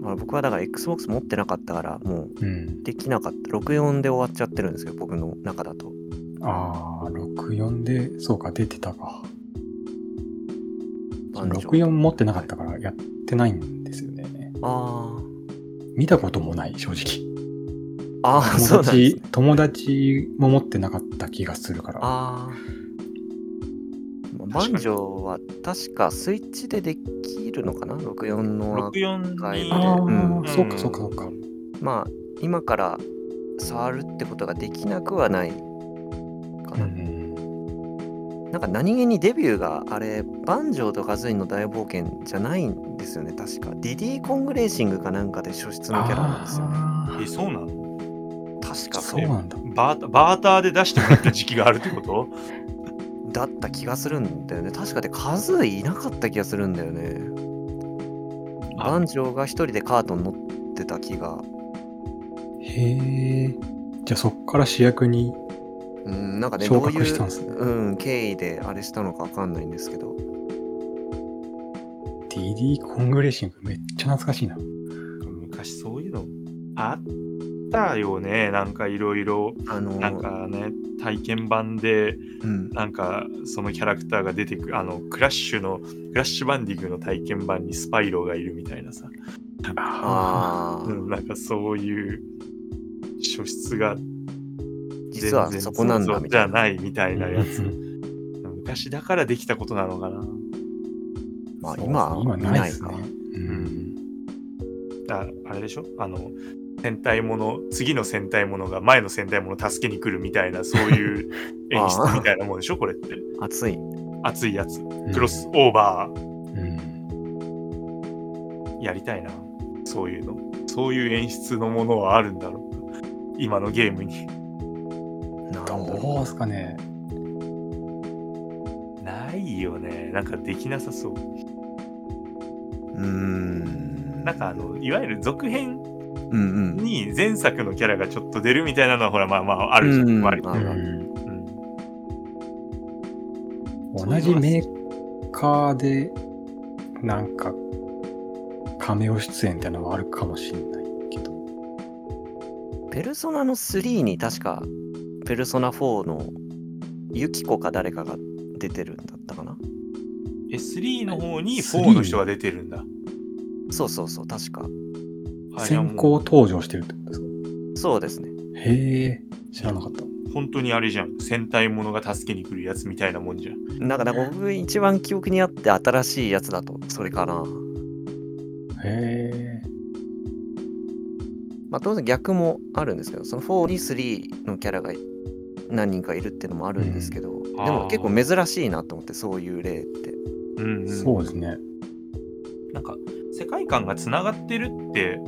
C: まあ、僕はだから XBOX 持ってなかったからも
A: う
C: う
A: ん。
C: できなかった64で終わっちゃってるんですよ僕の中だと
A: ああ、64で、そうか、出てたか。
C: あの
A: 64持ってなかったからやってないんですよね。
C: あー
A: 見たこともない、正直。
C: あーそう
A: 友
C: なんです
A: 達
C: ね、
A: 友達も持ってなかった気がするから。
C: ああバンジョーは確かスイッチでできるのかな64の
B: 64に
C: あー
A: ー
C: うん
A: そうか、そうか、そうか。
C: まあ今から触るってことができなくはないか
A: う
C: な、
A: ん。
C: なんか何気にデビューがあれ、バンジョーとガズイの大冒険じゃないんですよね、確か。ディディ・コングレーシングかなんかで初出のキャラなんですよね。
A: あ
B: え、
A: ー
B: そうなの
C: 確か
A: そうなんだ。
B: バータバーターで出してもらった時期があるってこと
C: だった気がするんだよね。確かで数いなかった気がするんだよね。
B: あ
C: バンジョーが一人でカートに乗ってた気が。
A: へえ。じゃあそっから主役に。
C: うん、なんかね、
A: 昇
C: どう
A: 格
C: い
A: したんですね
C: う、うん、経緯であれしたのかわかんないんですけど。
A: ディディ・コングレーシングめっちゃ懐かしいな。
B: 昔そういうのあったよねなんかいろいろ
C: あのー
B: なんかね体験版で
C: うん、
B: なんかそのキャラクターが出てくるあのクラッシュのクラッシュバンディングの体験版にスパイロがいるみたいなさ、
C: あ
B: う
C: あ、
B: ん、なんかそういう書質が
C: 実はそこなんだみ
B: じゃ
C: たいな。
B: ないみたいなや
A: う
B: つ
A: ん
B: 昔だからできたことなのかな
C: まあ今
A: そう今
C: は
A: ないですね
C: 見。
A: うん。
B: ああれでしょあの戦隊もの次の戦隊ものが前の戦隊ものを助けに来るみたいなそういう演出みたいなもんでしょこれって
C: 熱い。
B: 熱いやつクロスオーバ
A: うん。
B: ーやりたいなそういうのそういう演出のものはあるんだろう今のゲームに
C: なんだ
A: どう
C: ろ
A: ですかね。
B: ないよねなんかできなさそう
C: う。うーん。
B: なんかあのいわゆる続編
C: うんうん。
B: に前作のキャラがちょっと出るみたいなのはほらまあまああるじゃん、
C: うん
B: 割と
C: あるある
A: うん
B: うん
A: 同じメーカーで、なんか、カメオ出演ってのはあるかもしれないけど。
C: ペルソナの3に確か、ペルソナ4のユキコか誰かが出てるんだったかな。
B: え3の方に
A: 3
B: 4の人が出てるんだ。
C: そうそうそう、確か。
B: あれはも
A: 先
B: う
A: 行登場してるってことですか
C: そうですね。
A: へえ、知らなかった。
B: 本当にあれじゃん。戦隊ものが助けに来るやつみたいなもんじゃん。
C: なんかだから僕一番記憶にあって新しいやつだと、それかな。
A: へえ。
C: まあ当然逆もあるんですけど、その4に3のキャラが何人かいるっていうのもあるんですけど、で
B: あー
C: も結構珍しいなと思って、そういう例って。
B: うん、う
A: そうですね。
B: ん。なんか世界観がつながってるって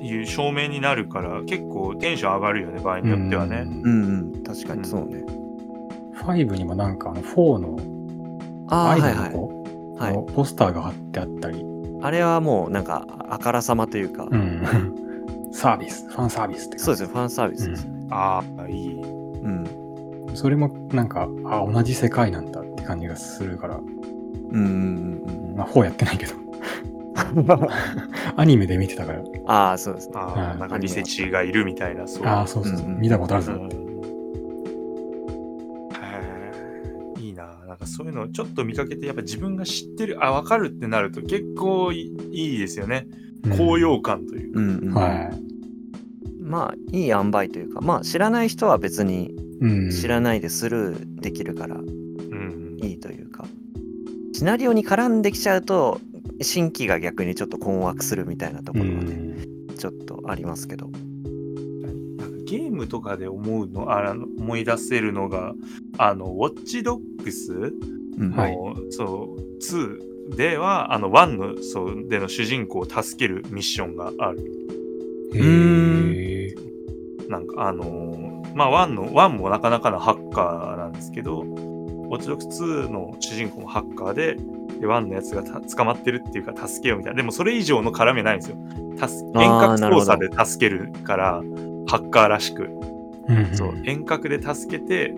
B: いう証明になるから結構テンション上がるよね、場合によってはね。
A: うん
C: うんうん、確か
B: うん
C: にそうね。
A: 5にもなんかあの4の
C: あ
A: ア
C: あ、
A: イド
C: は
A: ル
C: いは
A: の
C: い。
A: 子
C: はい
A: のポスターが貼ってあったり、
C: あれはもうなんかあからさまというか、
A: うん サービス、ファンサービスって感じ
C: そうですね、ファンサービスです。
B: ああ、いい。
C: うん。
A: うんそれもなんか、あ、同じ世界なんだって感じがするから、
C: うんうんうん
A: まあ4やってないけ ど、
C: うん。
A: アニメで見てたから、
C: ああ、そうですね。
B: あ
A: う
B: あ、
A: ん
B: なんかリセチがいるみたいな、そう。
A: ああ、そうそうそう、
C: うん
A: 見たことあるぞ
B: うん
A: って。
B: へーいいななんかそういうのをちょっと見かけてやっぱ自分が知ってるあ分かるってなると結構いいいですよね
A: うん
B: 高揚感というか、
C: うん、うん。
A: はい。
C: まあ、いい塩梅というか、まあ、知らない人は別に
A: うん。
C: 知らないでスルーできるから
B: うん
C: いいというか、シナリオに絡んできちゃうと、新規が逆にちょっと困惑するみたいなとこ
A: う
C: ろはね、
A: ん。
C: ちょっとありますけど。
B: なんかゲームとかで思うのああの思い出せるのがあのウォッチドッグス
C: うん
A: はい
B: の、そう2ではあの1のそうでの主人公を助けるミッションがある
A: へえ。
B: なんかあのーまあ1の1もなかなかのハッカーなんですけどウォッチドッグス2の主人公もハッカーでで1のやつがた捕まってるっていうか助けようみたいなでもそれ以上の絡みはないんですよ助遠
C: あー
B: 隔
C: なる
B: 操
C: ほど
B: 作で助けるからハッカーらしく
A: うん
B: そう遠隔で助けて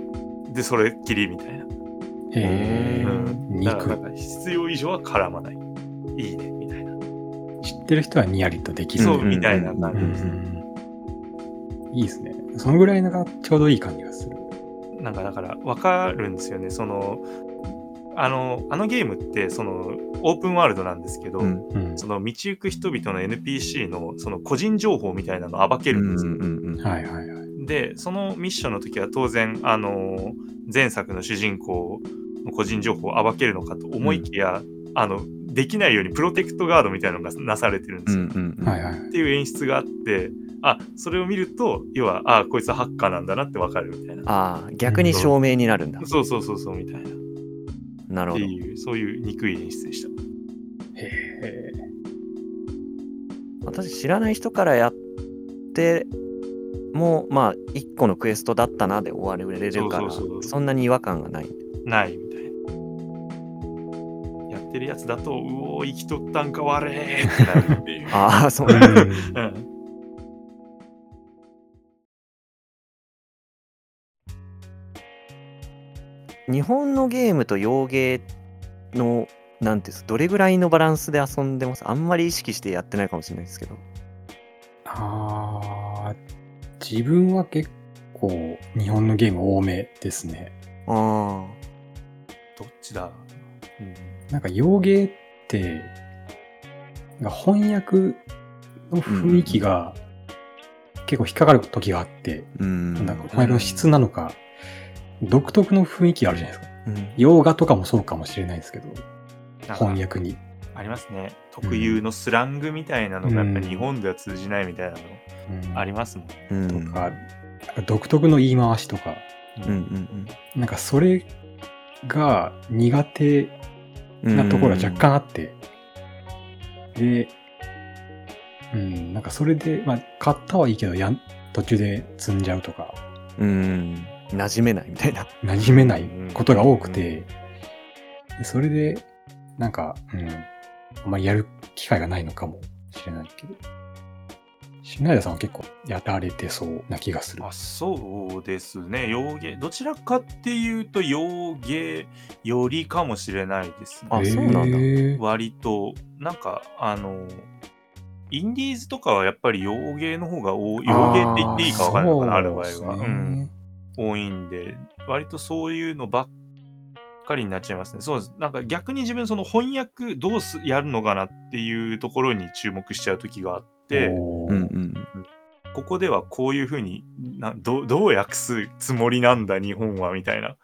B: でそれっきりみたい
A: へ
B: な、
A: え
C: う
B: う。ん、だからな
A: 肉
B: ん。か必要以上は絡まないいいねみたいな、
A: 知ってる人はニヤリとできる。
B: そ
C: ん
B: うみたいな感
A: う
B: じです、
A: んいいですね。そのぐらいのがちょうどいい感じがする。
B: なんかだから分かるんですよねそのあのあのゲームってそのオープンワールドなんですけど、
C: うん
A: うん
B: その道行く人々の NPC のその個人情報みたいなのを暴けるんですよ、
C: うんうんうん
A: はいはいはい。
B: でそのミッションの時は当然あの前作の主人公の個人情報を暴けるのかと思いきや、あのできないようにプロテクトガードみたいなのがなされてるんで
C: う
B: すよ、
C: んうんうん
A: はいはい。
B: っていう演出があってあそれを見ると要はあこいつはハッカーなんだなってわかるみたいな
C: ああ、逆に証明になるんだ。
B: そうそうそうそうみたいな
C: なる
B: っ
C: ほ
B: て
C: ど。
B: いう、そういう憎い演出でした。
A: へー
C: 私知らない人からやってもまあ一個のクエストだったなで終われるから
B: そうそうそう
C: そんなに違和感がない。。
B: ないみたいな。やってるやつだと、うおー、生きとったんか悪いってなるっていう
C: ああそう
A: うん
B: うん
C: 日本のゲームと洋芸のなんていうんですどれぐらいのバランスで遊んでますあんまり意識してやってないかもしれないですけど。
A: あー自分は結構日本のゲーム多めですね。
C: あ
B: どっちだ、うん、
A: なんか洋芸って、なんか翻訳の雰囲気が結構引っかかる時があって、
C: あうん。
A: なんか翻訳の質なのか、独特の雰囲気あるじゃないですか。
C: うん
A: 洋画とかもそうかもしれないですけど、
B: なんか
A: 翻訳に。
B: ありますね。特有のスラングみたいなのが、やっぱ日本では通じないみたいなの
A: うん
B: ありますもん。
C: うん
A: とか、なんか独特の言い回しとか、
C: うんうん
A: なんかそれが苦手
C: うん。
A: なところが若干あって、で、うん、なんかそれで、まあ、買ったはいいけど、やん、途中で積んじゃうとか、
C: うん。馴染めないみたいな。
A: 馴染めないことが多くて、でそれで、なんか、うん、あんまりやる機会がないのかもしれないけど、シュナイダーさんは結構やられてそうな気がする。
B: あそうですね、洋芸、どちらかっていうと洋芸よりかもしれないですね。
C: あそうなんだ
A: へー
B: 割と、なんか、あの、インディーズとかはやっぱり洋芸の方が多い、洋芸って言っていいか分からないのかな、ある場合
A: そう
B: は、
A: ですね
B: うん多いんで、割とそういうのばっかりになっちゃいますね。そうです。なんか逆に自分、その翻訳どうすやるのかなっていうところに注目しちゃう時があって、
A: おー
C: うんうん。
B: ここではこういうふうになどどう訳すつもりなんだ日本はみたいな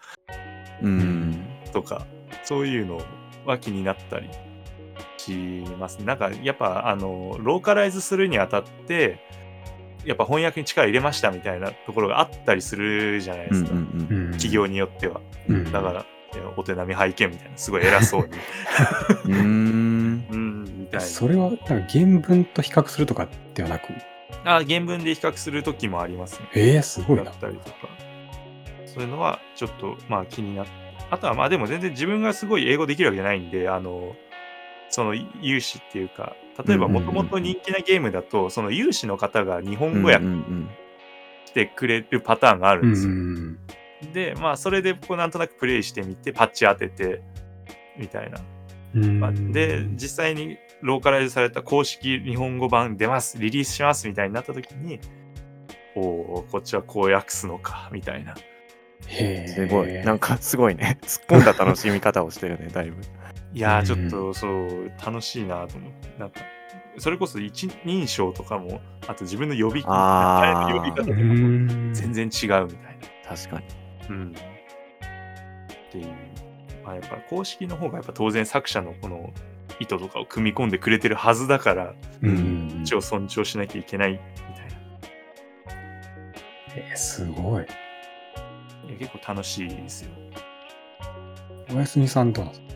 C: うん。
B: とかそういうのは気になったりしますなんかやっぱあのローカライズするにあたってやっぱ翻訳に力入れましたみたいなところがあったりするじゃないで
C: うん
B: す
C: うん
B: か、
C: うん
A: うん
B: 企業によっては、
A: うん
B: だからえお手並み拝見みたいなすごい偉そうに
C: うーん。
B: うんみたい
A: それはなんか原文と比較するとかではなく、
B: なあ原文で比較する時もありますね
A: ええすごい
B: だ
A: な
B: っ。たりとか、そういうのはちょっとまあ気になって、あとはまあでも全然自分がすごい英語できるわけじゃないんで、あの、その有志っていうか、例えば
C: うん
B: も
C: うんうん
B: ともと人気なゲームだと、その有志の方が日
C: う
B: 本
C: ん
B: 語
C: うんう
B: 訳
C: ん
B: してくれるパターンがある
A: うんん
B: ですよ。で、まあそれでこうなんとなくプレイしてみて、パッチ当てて、みたいな。
A: うんうん
B: まあで、実際にローカライズされた公式日本語版出ます、リリースしますみたいになった時に、おお、こっちはこう訳すのか、みたいな。
A: へえ。
C: すごい。なんかすごいね。突っ込んだ楽しみ方をしてるね、だいぶ。
B: いやー、ち
A: うん
B: ょっとそう、楽しいなと思って、なんか、それこそ一人称とかも、あと自分の呼び
C: あ
B: 名
C: ー
B: 呼び方と
A: う
B: かも
A: ん、
B: 全然違うみたい
C: 確かに。
B: な。うん。っていう。まあ、やっぱ公式の方が、やっぱ当然作者のこの意図とかを組み込んでくれてるはずだから、
A: うん
B: 一応尊重しなきゃいけないみたいな。
A: えーすごい。
B: いや結構楽しいですよ。
A: おやすみさんどうなんですか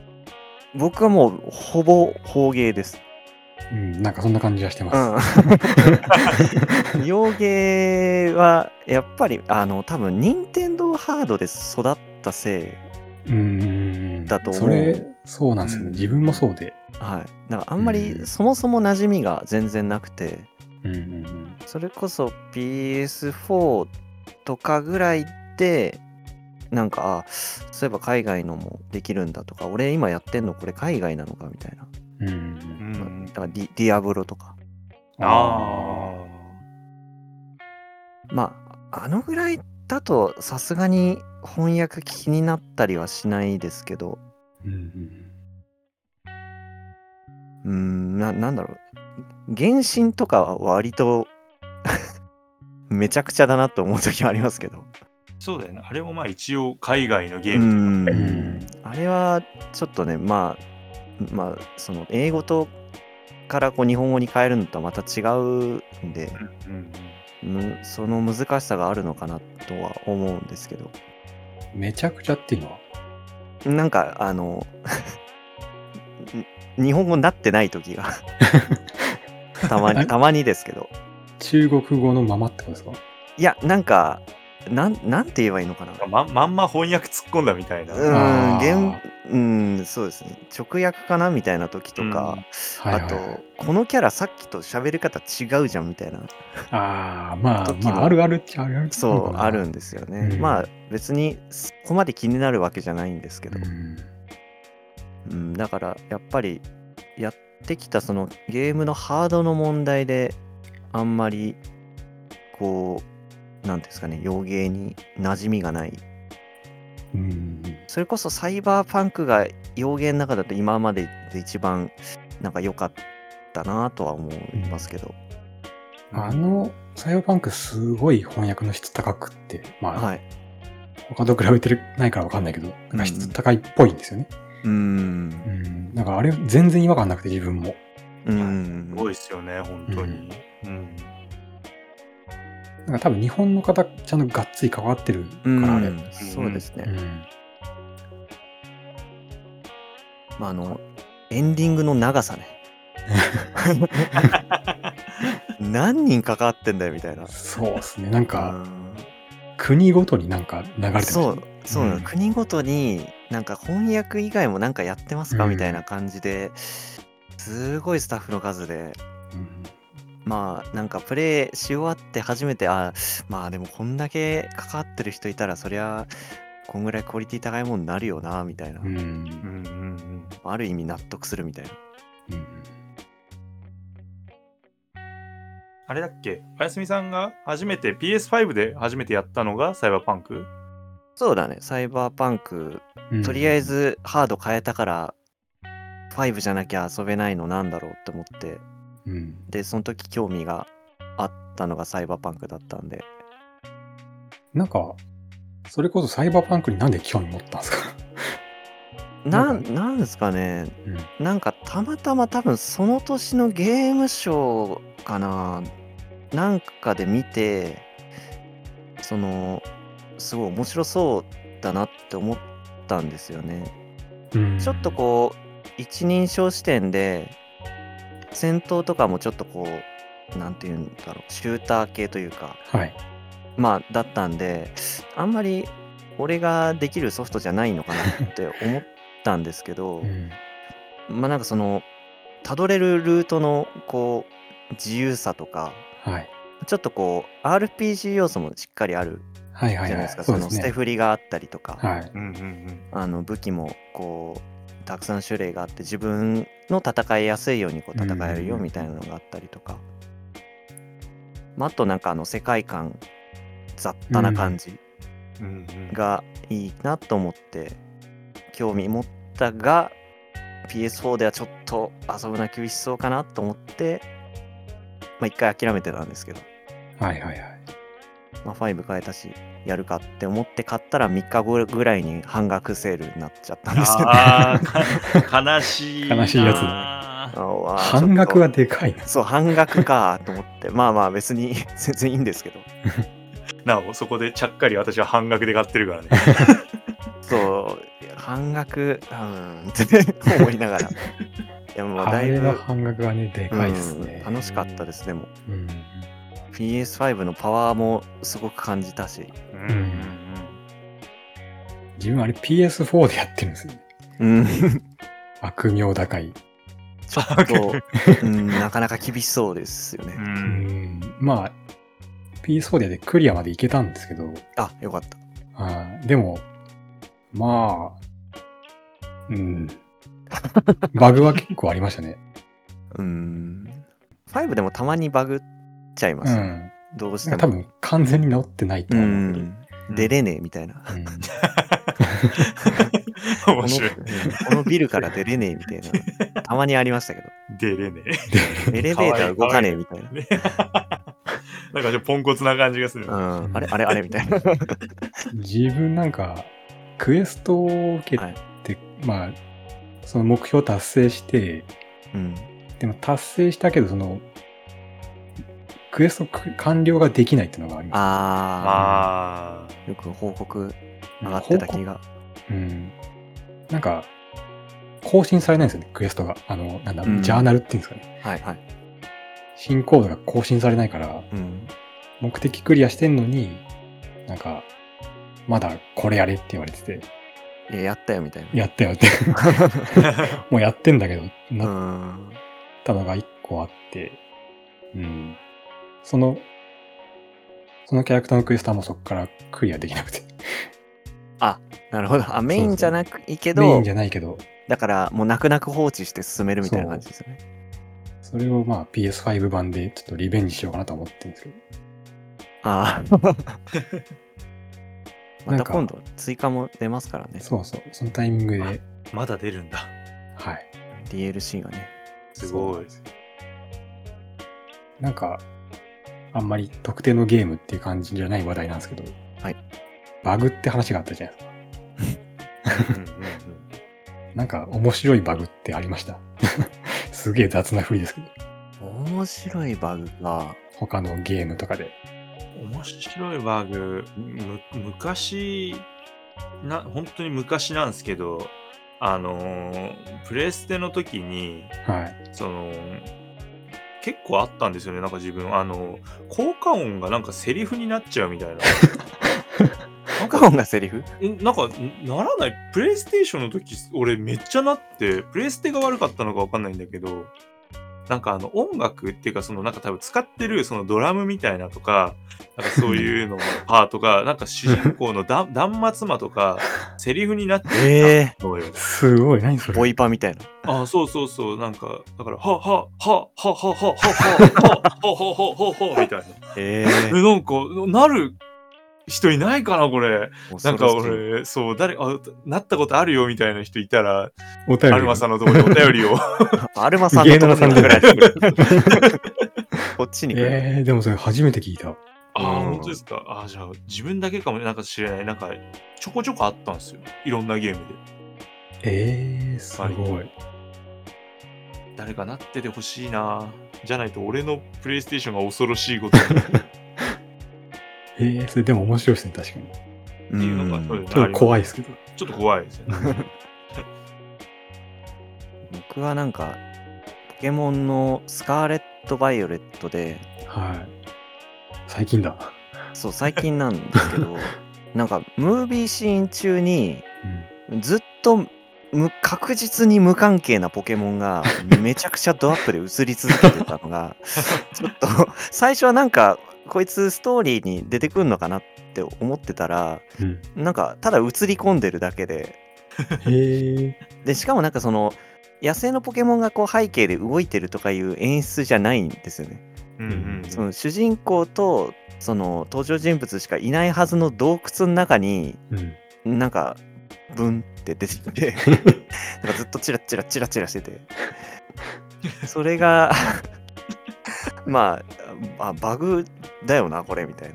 C: 僕はもうほぼ方芸です。
A: うん、なんかそんな感じはしてます。
C: うん。洋芸はやっぱりあの多分任天堂ハードで育ったせ
A: うん。うん
C: だと思う
A: それ、そうなんですよ
B: う
A: ね。
B: ん
A: 自分もそうで。
C: い、はい、なんかあんま
A: う
C: り
A: ん
C: そもそも馴染みが全然なくて
A: うんうん
C: それこそ PS4 とかぐらいでなんかあそういえば海外のもできるんだとか俺今やってんのこれ海外なのかみたいな、
A: うん。う
B: うんん
C: だ。からディディアブロとか
B: あ
C: まああのぐらいだとさすがに翻訳気になったりはしないですけど
A: うんうん
C: うーんななんだろう原神とかは割と めちゃくちゃだなと思う時はありますけど
B: あ。そうだよね。あれもまあ一応海外の
C: う
B: ゲ
C: ー
B: ーム。
C: んあれはちょっとねまあまあその英語とからこう日本語に変えるのとはまた違うんで
B: うんうん
C: むその難しさがあるのかなとは思うんですけど
A: めちゃくちゃっていうのは、
C: なんかあの ん日本語になってな い時がたまにたまにですけど
A: 中国語のままってことですか
C: いやなんかなんなんて言えばいいのかな
B: ままんま翻訳突っ込んだみたいな。
C: う
B: は
C: ん
A: あー
C: 現うんそうですね直訳かなみたいな時とか、
A: はいはい。
C: あとこのキャラさっきと喋り方違うじゃんみたいな
A: ああ、まあ、
C: 時
A: ま
C: も
A: あ、あるあるっちゃあるあるな
C: そ
A: の
C: う
A: かな
C: ある。んですよね、
A: うん
C: まあ別にそこまで気になるわけじゃないんですけ
A: う
C: ど、
A: ん。
C: うん、だからやっぱりやってきたそのゲームのハードの問題であんまりこうなんていうんですかね洋芸に馴染みがない
A: うん。
C: それこそサイバーパンクが洋芸の中だと今までで一番なんか良かったなとは思いますけど、
A: あの、サイバーパンクすごい翻訳の質高くって、まあ、
C: はい
A: 他と比べてないからわかんないけど、なんか質高いっぽいんですよね。
C: うーん
A: うん。なんかあれ全然違和感なくて自分も。
C: うー
B: いす
C: ん
B: ごいですよね、本当に。うん
A: なんか多分日本の方、ちゃんとがっつり関わってるか
C: う
A: らあれ。
C: んそうですね、
A: うん。
C: まああのエンディングの長 さね何人関わってんだよみたいな
A: そうですね。なんか、
C: うん
A: 国ごとになんか流れてましたね
C: そうそうなの、
A: うん
C: 国ごとになんか翻訳以外もなんかやってますか、
A: うん
C: みたいな感じですごいスタッフの数で
A: うん
C: まあなんかプレイし終わって初めてあまあでもこんだけ関わってる人いたらそりゃこんぐらいクオリティ高いもんになるよなみたいな、
A: うん。
B: うんうんうん
C: ある意味納得するみたいな
A: うん
B: あれだっけあやすみさんが初めて PS5 で初めてやったのがサイバーパンク
C: そうだねサイバーパンク
A: うん
C: とりあえ、ずハード変えたから5じゃなきゃ遊べないのなんだろうって思って
A: うん、
C: でその時興味があったのがサイバーパンクだったんで
A: なんか、それこそサイバーパンクになんで興味持ったんですか
C: な
A: なん
C: んなんですかね
A: うん。
C: なんかたまたま多分その年のゲームショーかななんかで見てそのすごい面白そうだなって思ったんですよね
A: うん
C: ちょっとこう一人称視点で戦闘とかもちょっとこうなんていうんだろうシューター系というか
A: はい。
C: まあだったんであんまり俺ができるソフトじゃないのかなって思ったんですけど
A: うん。
C: まあなんかそのたどれるルートのこう自由さとか
A: はい。
C: ちょっとこう RPG 要素もしっかりある
A: はい
C: じ
A: は
C: ゃ
A: い
C: ない
A: は
C: で
A: い。
C: すか、
A: そう
C: そ
A: で
C: の
A: す
C: 捨て
A: ね。
C: 振りがあったりとか、
A: はい。
B: うんうん
C: あの武器もこうたくさん種類があって自分の戦いやすいようにこう戦えるよみたいなのがあったりとか、まあ、あとなんかあの世界観雑多な感じ
B: うんうんうん
C: がいいなと思って興味持ったが PS4 ではちょっと遊ぶな厳しそうかなと思ってまあ一回諦めてたんですけど、
A: はいはいはい。
C: まあ、5変えたしやるかって思って買ったら3日後ぐらいに半額セールになっちゃったんですけど
B: あーか悲しいな。
A: 悲しいやつ
C: あわ あ
A: 半額は
C: ちょっ
A: でかいな
C: と。そう半額かと思ってまあまあ別に 全然いいんですけど
B: なお、そこでちゃっかり私は半額で買ってるからね。
C: そういや半額うーんって思いなが らいやもう
A: あ
C: だい
A: れ
C: ぶ
A: の半額はね、でかいですね。
C: うん楽しかったですでも
A: うん。
C: PS5 のパワーもすごく感じたし
B: うん
A: ん自分あれ PS4 でやってるんですよね。
C: うん
A: 悪名高い。
C: ちょっと、うん、なかなか厳しそうですよね、
B: うんう
A: うんん。まあ、PS4 でやってクリアまでいけたんですけど、
C: あよかった
A: あーでも、まあ、 うん。バグは結構ありましたね。
C: うん5でもたまにバグっちゃいま
A: う
C: す、
A: ん。
C: どうし
A: なんか
C: て
A: 多
C: も
A: 分完全に治ってないと
C: う
A: 思うんで。
C: ん出れねえみたいな
A: うん
B: 面白い
C: こ。のこのビルから出れねえみたいなたまにありましたけど
B: 出れ ね
C: エレベーター動かねえみたいな。
B: え。なんかちょっとポンコツな感じがする。
C: うん、あれあれあれみたいな。
A: 自分なんか、クエストを受けて、
C: はい
A: まあ、その目標達成して、
C: うん、
A: でも達成したけど、その、クエストく完了ができないっていうのがありま
C: あ
B: ああ。
C: ーよく報告
A: す。
C: 上がってた気が。
A: うん。なんか、更新されないんですよね、クエストが。あの、なんだ、
C: うん
A: ジャーナルっていうんですかね。
C: はいはい。
A: 新コードが更新されないから、
B: うん。
A: 目的クリアしてんのに、なんか、まだこれやれって言われてて、
C: いややったよみたいな。
A: やったよって、 もうやってんだけど、
C: う
A: なっ
C: ん。
A: たのが一個あって、うん。その、そのキャラクターのクエストはもうそこからクリアできなくて、
C: なるほど。あ、メインじゃなくいいけ
A: メイン
C: ど
A: じ、ゃないけど、
C: だからもう泣く泣く放置して進めるみたいな感じですよね。
A: それをまあ PS5 版でちょっとリベンジしようかなと思ってるんですけど、
C: あ あ。また今度追加も出ますからね。
A: そうそう、そのタイミングで、
B: あ
A: はい。
B: まだ出るんだ。
C: DLC がね。
B: すごい。
A: なんか、あんまり特定のゲームっていう感じじゃない話題なんですけど、
C: はい。
A: バグって話があったじゃないですか。
B: うんうんうん
A: なんか面白いバグってありました。 すげえ雑な振りですけど、
C: 面白いバグが。
A: 他のゲームとかで。
B: 面白いバグむ昔な本当に昔なんですけどあのープレイステの時に
A: はい。
B: その結構あったんですよねなんか自分あの効果音がなんかセリフになっちゃうみたい な
C: 効果音がセリフ
B: えなんかならないプレイステーションの時俺めっちゃなってプレイステが悪かったのかわかんないんだけどなんかあの音楽っていうかそのなんか多分使ってるそのドラムみたいなとかなんかそういうののパートが なんか主人公のだ 断末魔とかセリフになって
C: ええ
B: たのよ。
A: すごい、何そ
C: ボ
A: れ。
C: イパみたいな。
B: あそうそうそうなんかだから「ははははははははははははは」みたいな。
C: え
B: えなんかなる人いないかなこれ。
C: え
B: なんか。俺、そう、誰、あ、なったことあるよみたいな人いたら、
A: お便
B: ア
A: り。
B: ルマさんのところにお便 りを。
C: アルマさんのところに送られてくる。 こっちに来る。
A: えー、でもそれ初めて聞いた。
B: ああ、
C: うん
B: 本当ですか。あーじゃあ、自分だけかも、なんか知れない。なんか、ちょこちょこあったんですよ。いろんなゲームで。
A: えー、すごい。
B: 誰かなっててほしいな。じゃないと、俺のプレイステーションが恐ろしいことになる
A: えー、それでも面白いですね、確かに。
C: う
B: っていうの が、
C: ん
A: ちょっと怖いですけど。
B: ちょっと怖いですよね。
C: 僕はなんか、ポケモンのスカーレット・バイオレットで、
A: はい。最近だ。
C: そう、最近なんですけ ど、なんか、ムービーシーン中に、
A: うん。
C: ずっとむ確実に無関係なポケモンがめちゃくちゃドアップで映り続けてたの がちょっと最初はなんかこいつストーリーに出てくんのかなって思ってたら
A: うん、
C: なんかただ映り込んでるだけで
A: え
C: でしかもなんかその野生のポケモンがこう背景で動いてるとかいう演出じゃないんですよね。
B: うんうん
C: その主人公とその登場人物しかいないはずの洞窟の中に
A: ー、うん。
C: なんか、ブンって出てき て、なんかずっとチラッチラッチラッチラしてて、それが、 まあ、あ、バグだよな、これ、みたいな。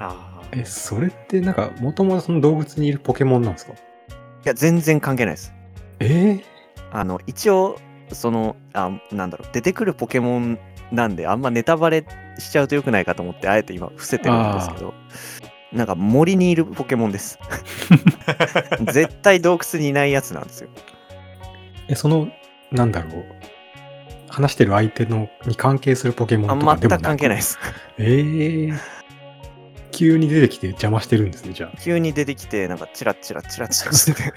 B: あー
A: え、それってなんか、もともとその動物にいるポケモンなんですか
C: いや、全然関係ないです。
A: え
C: あの、一応、その、あ、なんだろう、出てくるポケモンなんで、あんまネタバレしちゃうと良くないかと思って、あえて今、伏せてるんですけど、なんか森にいるポケモ ンです。絶対洞窟にいないやつなんですよ。
A: ー、え、その、なんだろう。話してる相手のに関係するポケモ
C: あ
A: ンとかでも
C: 全
A: な
C: く
A: く
C: 関係ないです。
A: ええ急に出てきて邪魔してるんですね、じゃあ。
C: 急に出てきてなんかチラッチラッチラッチラ してて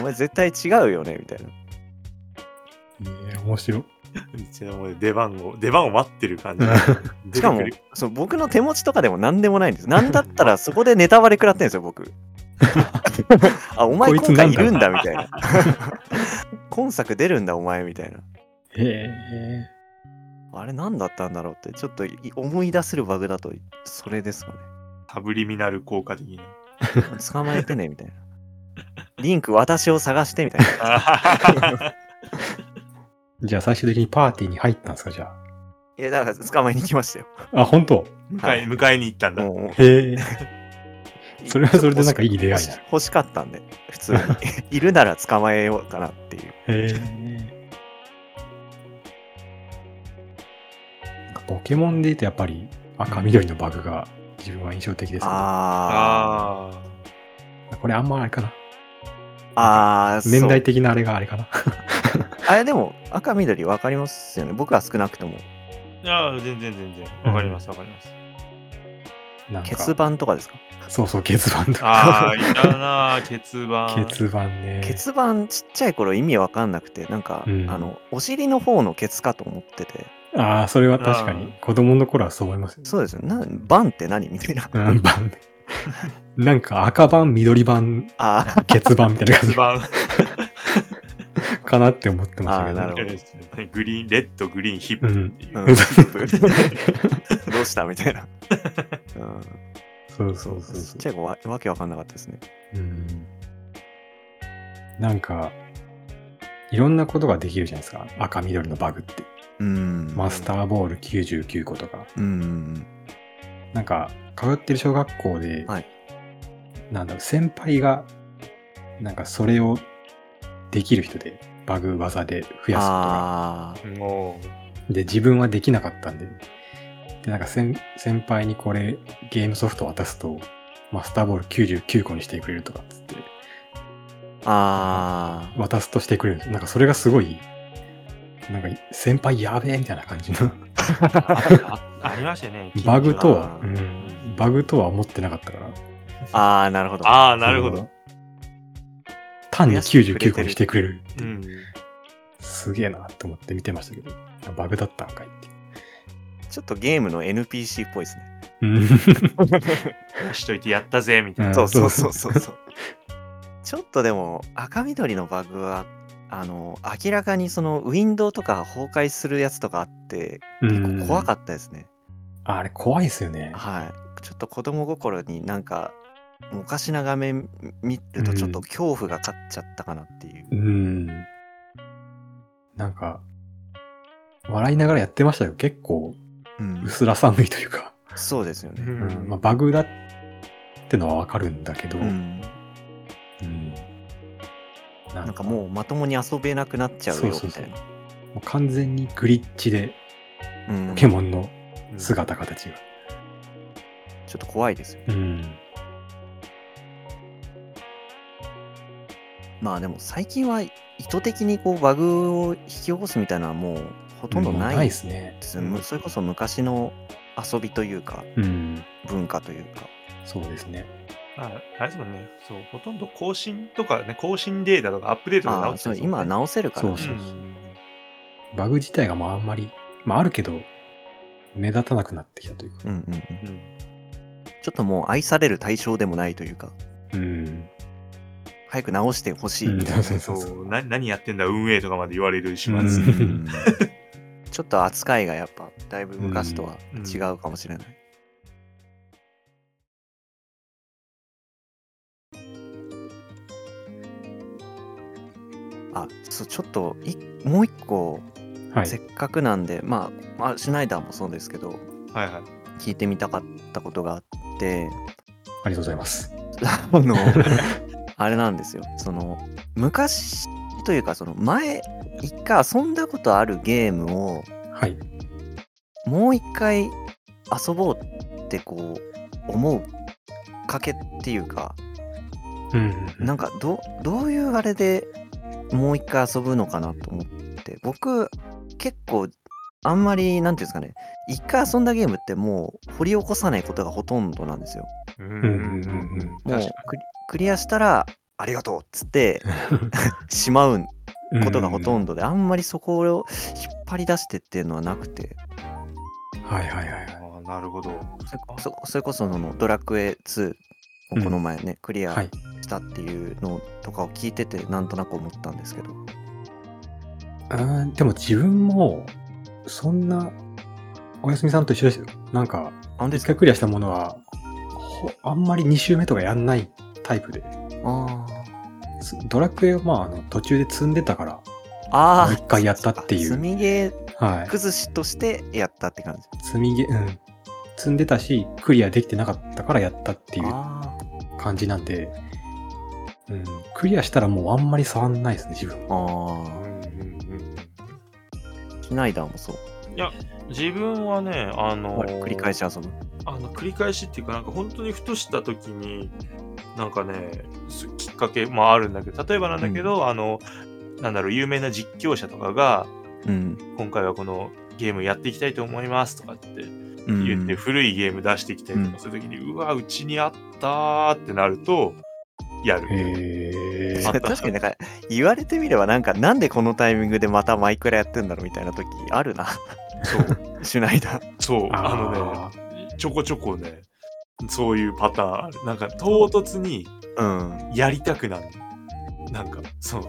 C: お前絶対違うよねみたいな
A: ええ面白い。
B: うちのもう出番を、出番を待ってる感じ。
C: しかも
B: 出てくる
C: そう僕の手持ちとかでも何でもないんです何だったらそこでネタバレ食らってんですよ 僕あお前
A: こいつ
C: 今
A: なん
C: 回
A: だ
C: いるんだみたいな今作出るんだお前みたいな
A: ええ
C: あれ何だったんだろうってちょっとい思い出せるバグだとそれですかね
B: サブリミナル効果 的な。
C: 捕まえてねみたいなリンク私を探してみたいな
A: じゃあ最終的にパーティーに入ったんですか、じゃ
C: いやだから捕まえに来ましたよ
A: あ。あ、本当
B: 迎え迎えに行ったんだ。
C: もう
A: へえそれはそれでなんかいい出会いだ
C: 欲し欲しかったんで、普 通に。いるなら捕まえようかなっていう。
A: へえなんかポケモンで言うとやっぱり赤緑のバグが自分は印象的ですけど。
B: あ
C: あ
B: あ。
A: これあんまあれかな。
C: ああ、
A: 年代的なあれがあれかな。
C: そうあれでも赤緑分かりますよね。僕は少なくとも。
B: いやー、全然全然。わかります、わかります。
A: なん
C: 結
A: か、
C: 板とかですか
A: そうそう、欠番と
B: あ
A: か。
B: あ、いたなー、結番。
A: 欠番ね。
C: 結板ちっちゃい頃意味わかんなくて、なんか、
A: うん
C: あの、お尻の方のケツかと思ってて、
A: ああ、それは確かに。子供の頃はそう思いますよね。
C: そうですよね。なバンって何みたいな。
A: うん、番ね。 なんか赤番、緑番、
C: あ
A: 欠番みたいな感
B: 結
A: じ
B: 番。
A: かなって思ってましたけ
C: あー
A: ど。
C: なるほど
B: グリーン、レッド、グリーン、ヒップっていう。
C: あ、う、
B: うんん
C: ヒップどうしたみたいな。うん、
A: そうそうそう
C: ちっ
A: そ
C: ちゃい子わわけわかんなかったですね。
A: う。うん。なんか、いろんなことができるじゃないですか。赤緑のバグって。
C: うん。
A: マスターボール99個とか。
C: うん。
A: なんか、通ってる小学校で、
C: はい
A: なんだろう、先輩が、なんかそれをできる人で、バグ技で増やすとか。
C: ああ。
B: お
A: で、自分はできなかったんで。で、なんか先先輩にこれ、ゲームソフト渡すと、マスターボール99個にしてくれるとかっつって、
C: ああ。
A: 渡すとしてくれるんです。なんかそれがすごい、なんか先輩やべえみたいな感じの。
B: ーああありましたね。
A: バグとは
C: あ、
A: う
C: ー
A: ん、バグとは思ってなかったから。
C: ああ、なるほど。
B: ああ、なるほ
A: そ
B: ど
A: の。。単に99個にしてくれる。
B: うん。
A: すげえなと思って見てましたけど、バグだったんかいって。
C: ちょっとゲームの NPC っぽいですね。
A: うん
B: しといてやったぜ、みたいな。
A: ん
C: そうそうそ うそうそう。 ちょっとでも赤緑のバグはあの明らかにそのウィンドウとか崩壊するやつとかあって結構怖か
A: っ
C: ったですね。
A: た。あれ怖いですよね。
C: はい。ちょっと子供心になんかおかしな画面見るとちょっと恐怖が勝っちゃったかなっていう。
A: うん。なんか、笑いながらやってましたよ。結構、
C: うん
A: う、すら寒いというか、
C: そうですよ
B: う
C: ね。
A: うんんまあ、バグだってのはわかるんだけど、
C: うん。
A: うんな
C: なんかもうまともに遊べなくなっちゃうよみたいな。
A: もう完全にグリッチで、
C: うん
A: ポケ
C: ちょ
A: モンの姿形が。
C: っと怖いですよ。
A: うん。
C: まあでも最近は意図的にこうバグを引き起こすみたいなのはもうほとんどない
A: で
C: です
A: すね。
C: よ
B: うん
C: むそれこそ昔の遊びというか
A: うん。
C: 文化というか。
A: そうですね。
B: まあ、あれですもんね。そう、ほとんど更新とかね、更新データとかアップデートが
C: あ
B: 直
C: あ
B: って
C: そ
B: る
C: う今は直せるからね。
A: そうそうそ
B: ん
A: バグ自体がまああんまり、まああるけど、目立たなくなってきたというか。
C: うんうんうん、ち
B: うん
C: ょっともう愛される対象でもないというか
A: うん。
C: 早く直してほしい
A: うん
C: みたいな。
A: そう
B: そ
A: そうそう
B: うな何やってんだ運営とかまで言われる始末、
A: うん
C: ちょっと扱いがやっぱだいぶ昔とは違うかもしれない。あそうちょっといもう一個
A: は
C: せ
A: い。
C: っかくなんで、まあ、まあシュナイダーもそうですけど
B: はいはい
C: 聞いてみたかったことがあって
A: ありがとうございます。
C: あ のあれなんですよその昔というかその前一回遊んだことあるゲームを
A: はい。
C: もう一回遊ぼうってこう思うきっかけっていうか
A: うんうん。
C: なんかどどういうあれでもう一回遊ぶのかなと思って僕結構あんまりなんていうんですかね一回遊んだゲームってもう掘り起こさないことがほとんどなんですよ
B: うんうん
A: うんうんうんうん。
C: もう
B: 確か
C: クリクリアしたらありがとうっつってしまうことがほと
A: ど。
C: んどであんまりそこを引っ張り出してっていうのはなくて
A: はいはいはい
B: あ。ーなるほど
C: そそそれこそそのドラクエ2をこの前ね、クリア
A: はい。
C: したっていうのとかを聞いててなんとなく思ったんですけど
A: うんでも自分も、そんな、おやすみさんと一緒ですよ。なんか、
C: あんで
A: 一
C: すか
A: 回クリアしたものは、ほあんまり2周目とかやんないタイプで。
C: あー
A: すドラクエはまあ、あの、途中で積んでたから、
C: あ
A: も
C: ー
A: う一回やったっていう
C: 積みゲー
A: はい。
C: 崩しとしてやったって感じ
A: 積みゲ、うん。積んでたし、クリアできてなかったからやったっていう
C: あ
A: 感じなんで、うん。クリアしたらもうあんまり触んないですね、自分
C: ー
A: は。
B: うん
C: あ
B: うん
C: ーシュナイダーもそう
B: うん自分はねあのー
C: 繰り返し遊ぶ
B: あの繰り返しっていうかなんか本当にふとした時になんかねすきっかけもあるんだけど、例えばなんだけど、あの、なんだろう、有名な実況者とかが、
C: うん。
B: 今回はこのゲームやっていきたいと思いますとかって
C: うん
B: 言って、古いゲーム出していきたいとかするときに、うわ、うちにあったーってなると、やる。
A: へー
B: あった
C: 確かになんか言われてみればなんかなんでこのタイミングでまたマイクラやってんだろうみたいな時あ るな
B: そう、
C: シュナイダー
B: そう、
A: あー
B: あのね、ちょこちょこね、そういうパターンある。なんか唐突に
C: うん
B: やりたくなる。なんか、そう、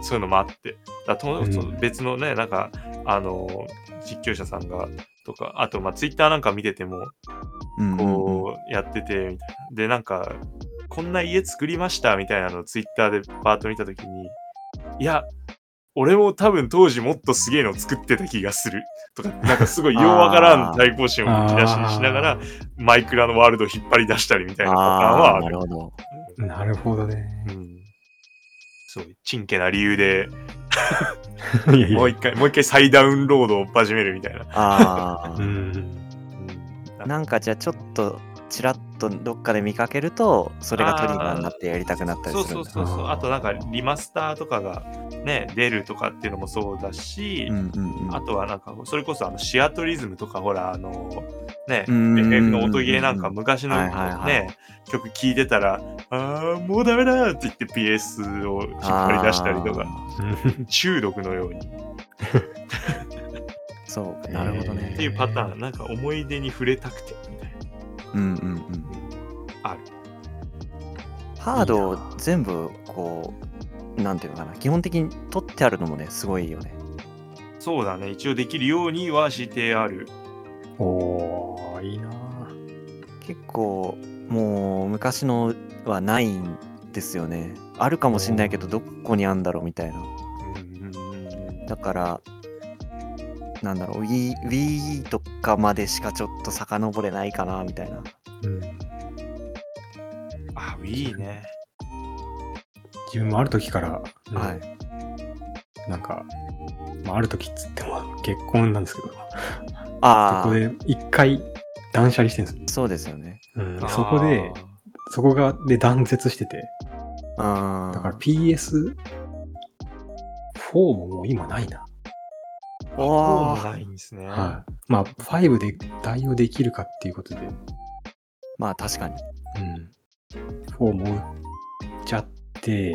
B: そういうのもあって。だと
A: うん
B: その別のね、なんか、あの、実況者さんが、とか、あと、まあ、ツイッターなんか見てても、
C: うんうん
B: こうやっててみたいな、でなんかこんな家作りましたみたいなのをツイッターでパート見た時にいや俺も多分当時もっとすげえの作ってた気がするとかなんかすごいようわからん対抗心を引き出しにしながらマイクラのワールドを引っ張り出したりみたいなパターンは
C: ああ
B: あ
C: な
B: る
C: る。ほど
A: なるほど ね。
B: うんそうちんけな理由で
A: いやい
B: もう一回もう一回再ダウンロードを始めるみたいな。
C: あ
A: う
C: あ
A: ん。
B: うん
C: なんかじゃあちょっとちらっとどっかで見かけるとそれがトリガーになってやりたくなったりする
B: そ
C: ん
B: う
C: だ
B: そうそうそうあとなんかリマスターとかがね出るとかっていうのもそうだし、
C: うんうんうん
B: あとはなんかそれこそあのシアトリズムとかほらあのね
C: うん
B: FF の音ゲーなんか昔の
C: はいはいはい
B: ね曲聴いてたら「ああもうダメだ!」って言って PS を引っ張り出したりとか
C: あ
B: 中毒のようにっ
C: ーそうかなるほどね
A: へ
B: て
A: ー
B: いうパターンなんか思い出に触れたくてみたいな
C: うんうんうん
B: ある
C: ハードを全部こうなんていうのかな基本的に取ってあるのもねすごいよね
B: そうだね一応できるようにはしてある
A: おー、いいな
C: 結構もう昔のはないんですよねあるかもしんないけどどこにあんだろうみたいな
B: うんうんうんうん
C: だからなんだろう Wii, Wii とかまでしかちょっと遡れないかなみたいな
A: うん。
B: あ Wii ね
A: 自分もある時から、うん
C: はい
A: なんか、まあ、ある時っつっても結婚なんですけど、そ
C: あ
A: こ
C: あ
A: で一回断捨離してるんです
C: そうですよね
A: よ。うん
B: あー
A: そこで、そこが、で断絶してて、
C: あ
A: だ
C: あ
A: から PS4 ももう今ないな。
B: そうも
C: お
B: ないんですね。
A: はい。まあ、5で対応できるかっていうことで、
C: まあ確かに
A: うん。4も売っちゃって、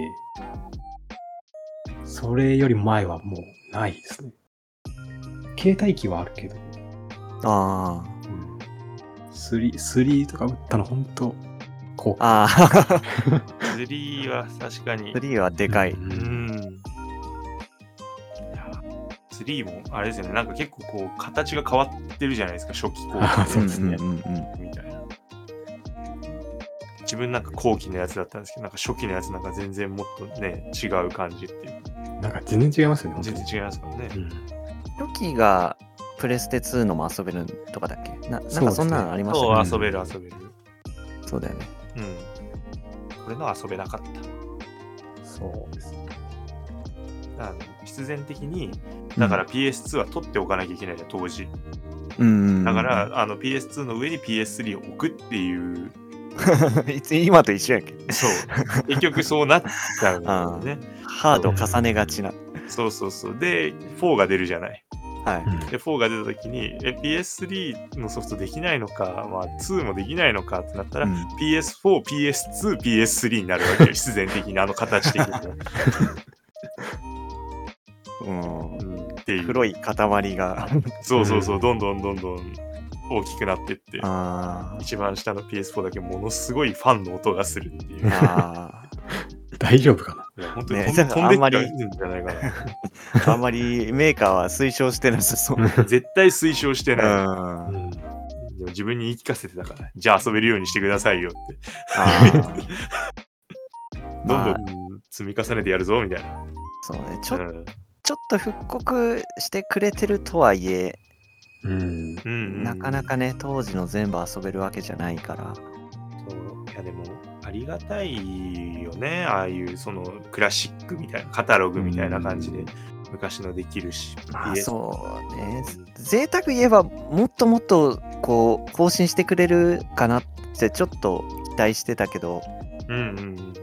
A: それより前はもうないですね。携帯機はあるけど、
C: あ
A: うん。3、3とか打ったの本当こ
C: あ
A: う。
C: ああ
B: 3は確かに。
C: 3はでかい、
A: う
B: うんん。いや3もあれですよね、なんか結構こう形が変わってるじゃないですか、初期後
A: あ
B: 期
A: そうですね
C: んうんうん
B: みたいな。自分なんか後期のやつだったんですけど、なんか初期のやつなんか全然もっとね、違う感じっていう。
A: なんか全然違いますよね、本当
B: 全
A: に。
B: 然違いますからね。
C: ロキがプレステ2のも遊べるとかだっけななんかそんなのありました
B: そう、
C: よね。
B: 遊べる遊べる。
C: そうだよね。
B: うん。俺のは遊べなかった。
A: うん。そうです。
B: だから必然的に、だから PS2 は取っておかなきゃいけないじゃん、当時。
C: うん、
B: だから、あの PS2 の上に PS3 を置くっていう、
C: うん、 いつ今と一緒やんけ。
B: そう、 結局そうなっちゃうんだよね。
C: ハード重ねがちな。
B: そうそうそう。で、4が出るじゃない。
C: はい。
B: で、4が出た時に、え、PS3 のソフトできないのか、まあ、2もできないのかってなったら、
C: うん
B: PS4、PS2、PS3 になるわ けよ、必然的に、あの形的には。
C: うん
B: うん、っていう。
C: 黒い塊が。
B: そうそうそう、どんどんどんどん大きくなってって、
C: あー
B: 一番下の PS4 だけものすごいファンの音がするっていう。
C: あ
A: 大丈夫か ない
B: や本当に
C: ね
B: 飛んで
C: だから
B: 飛んでっちゃうんじ
C: あんまり
B: ゃないかな。
C: ーあんまりメーカーは推奨してなさそう。
B: 絶対推奨して
C: うん、
B: ない。
C: あ
A: ん。
B: でも自分に言い聞かせてたから、じゃあ遊べるようにしてくださいよって。
C: ー
B: どん
C: ま
B: ど
C: あ
B: ん積み重ねてやるぞみたいな。
C: そうねちょ
B: うん
C: ちょっと復刻してくれてるとはいえ、
A: うん。
B: うん、
C: なかなかね、当時の全部遊べるわけじゃないから。
B: そう。いやでも、ありがたいよね。ああいうそのクラシックみたいな、カタログみたいな感じで、昔のできるし。
C: まあ
B: PS
C: そうね贅沢言えばもっともっとこう更新してくれるかなってちょっと期待してたけど
B: うんうん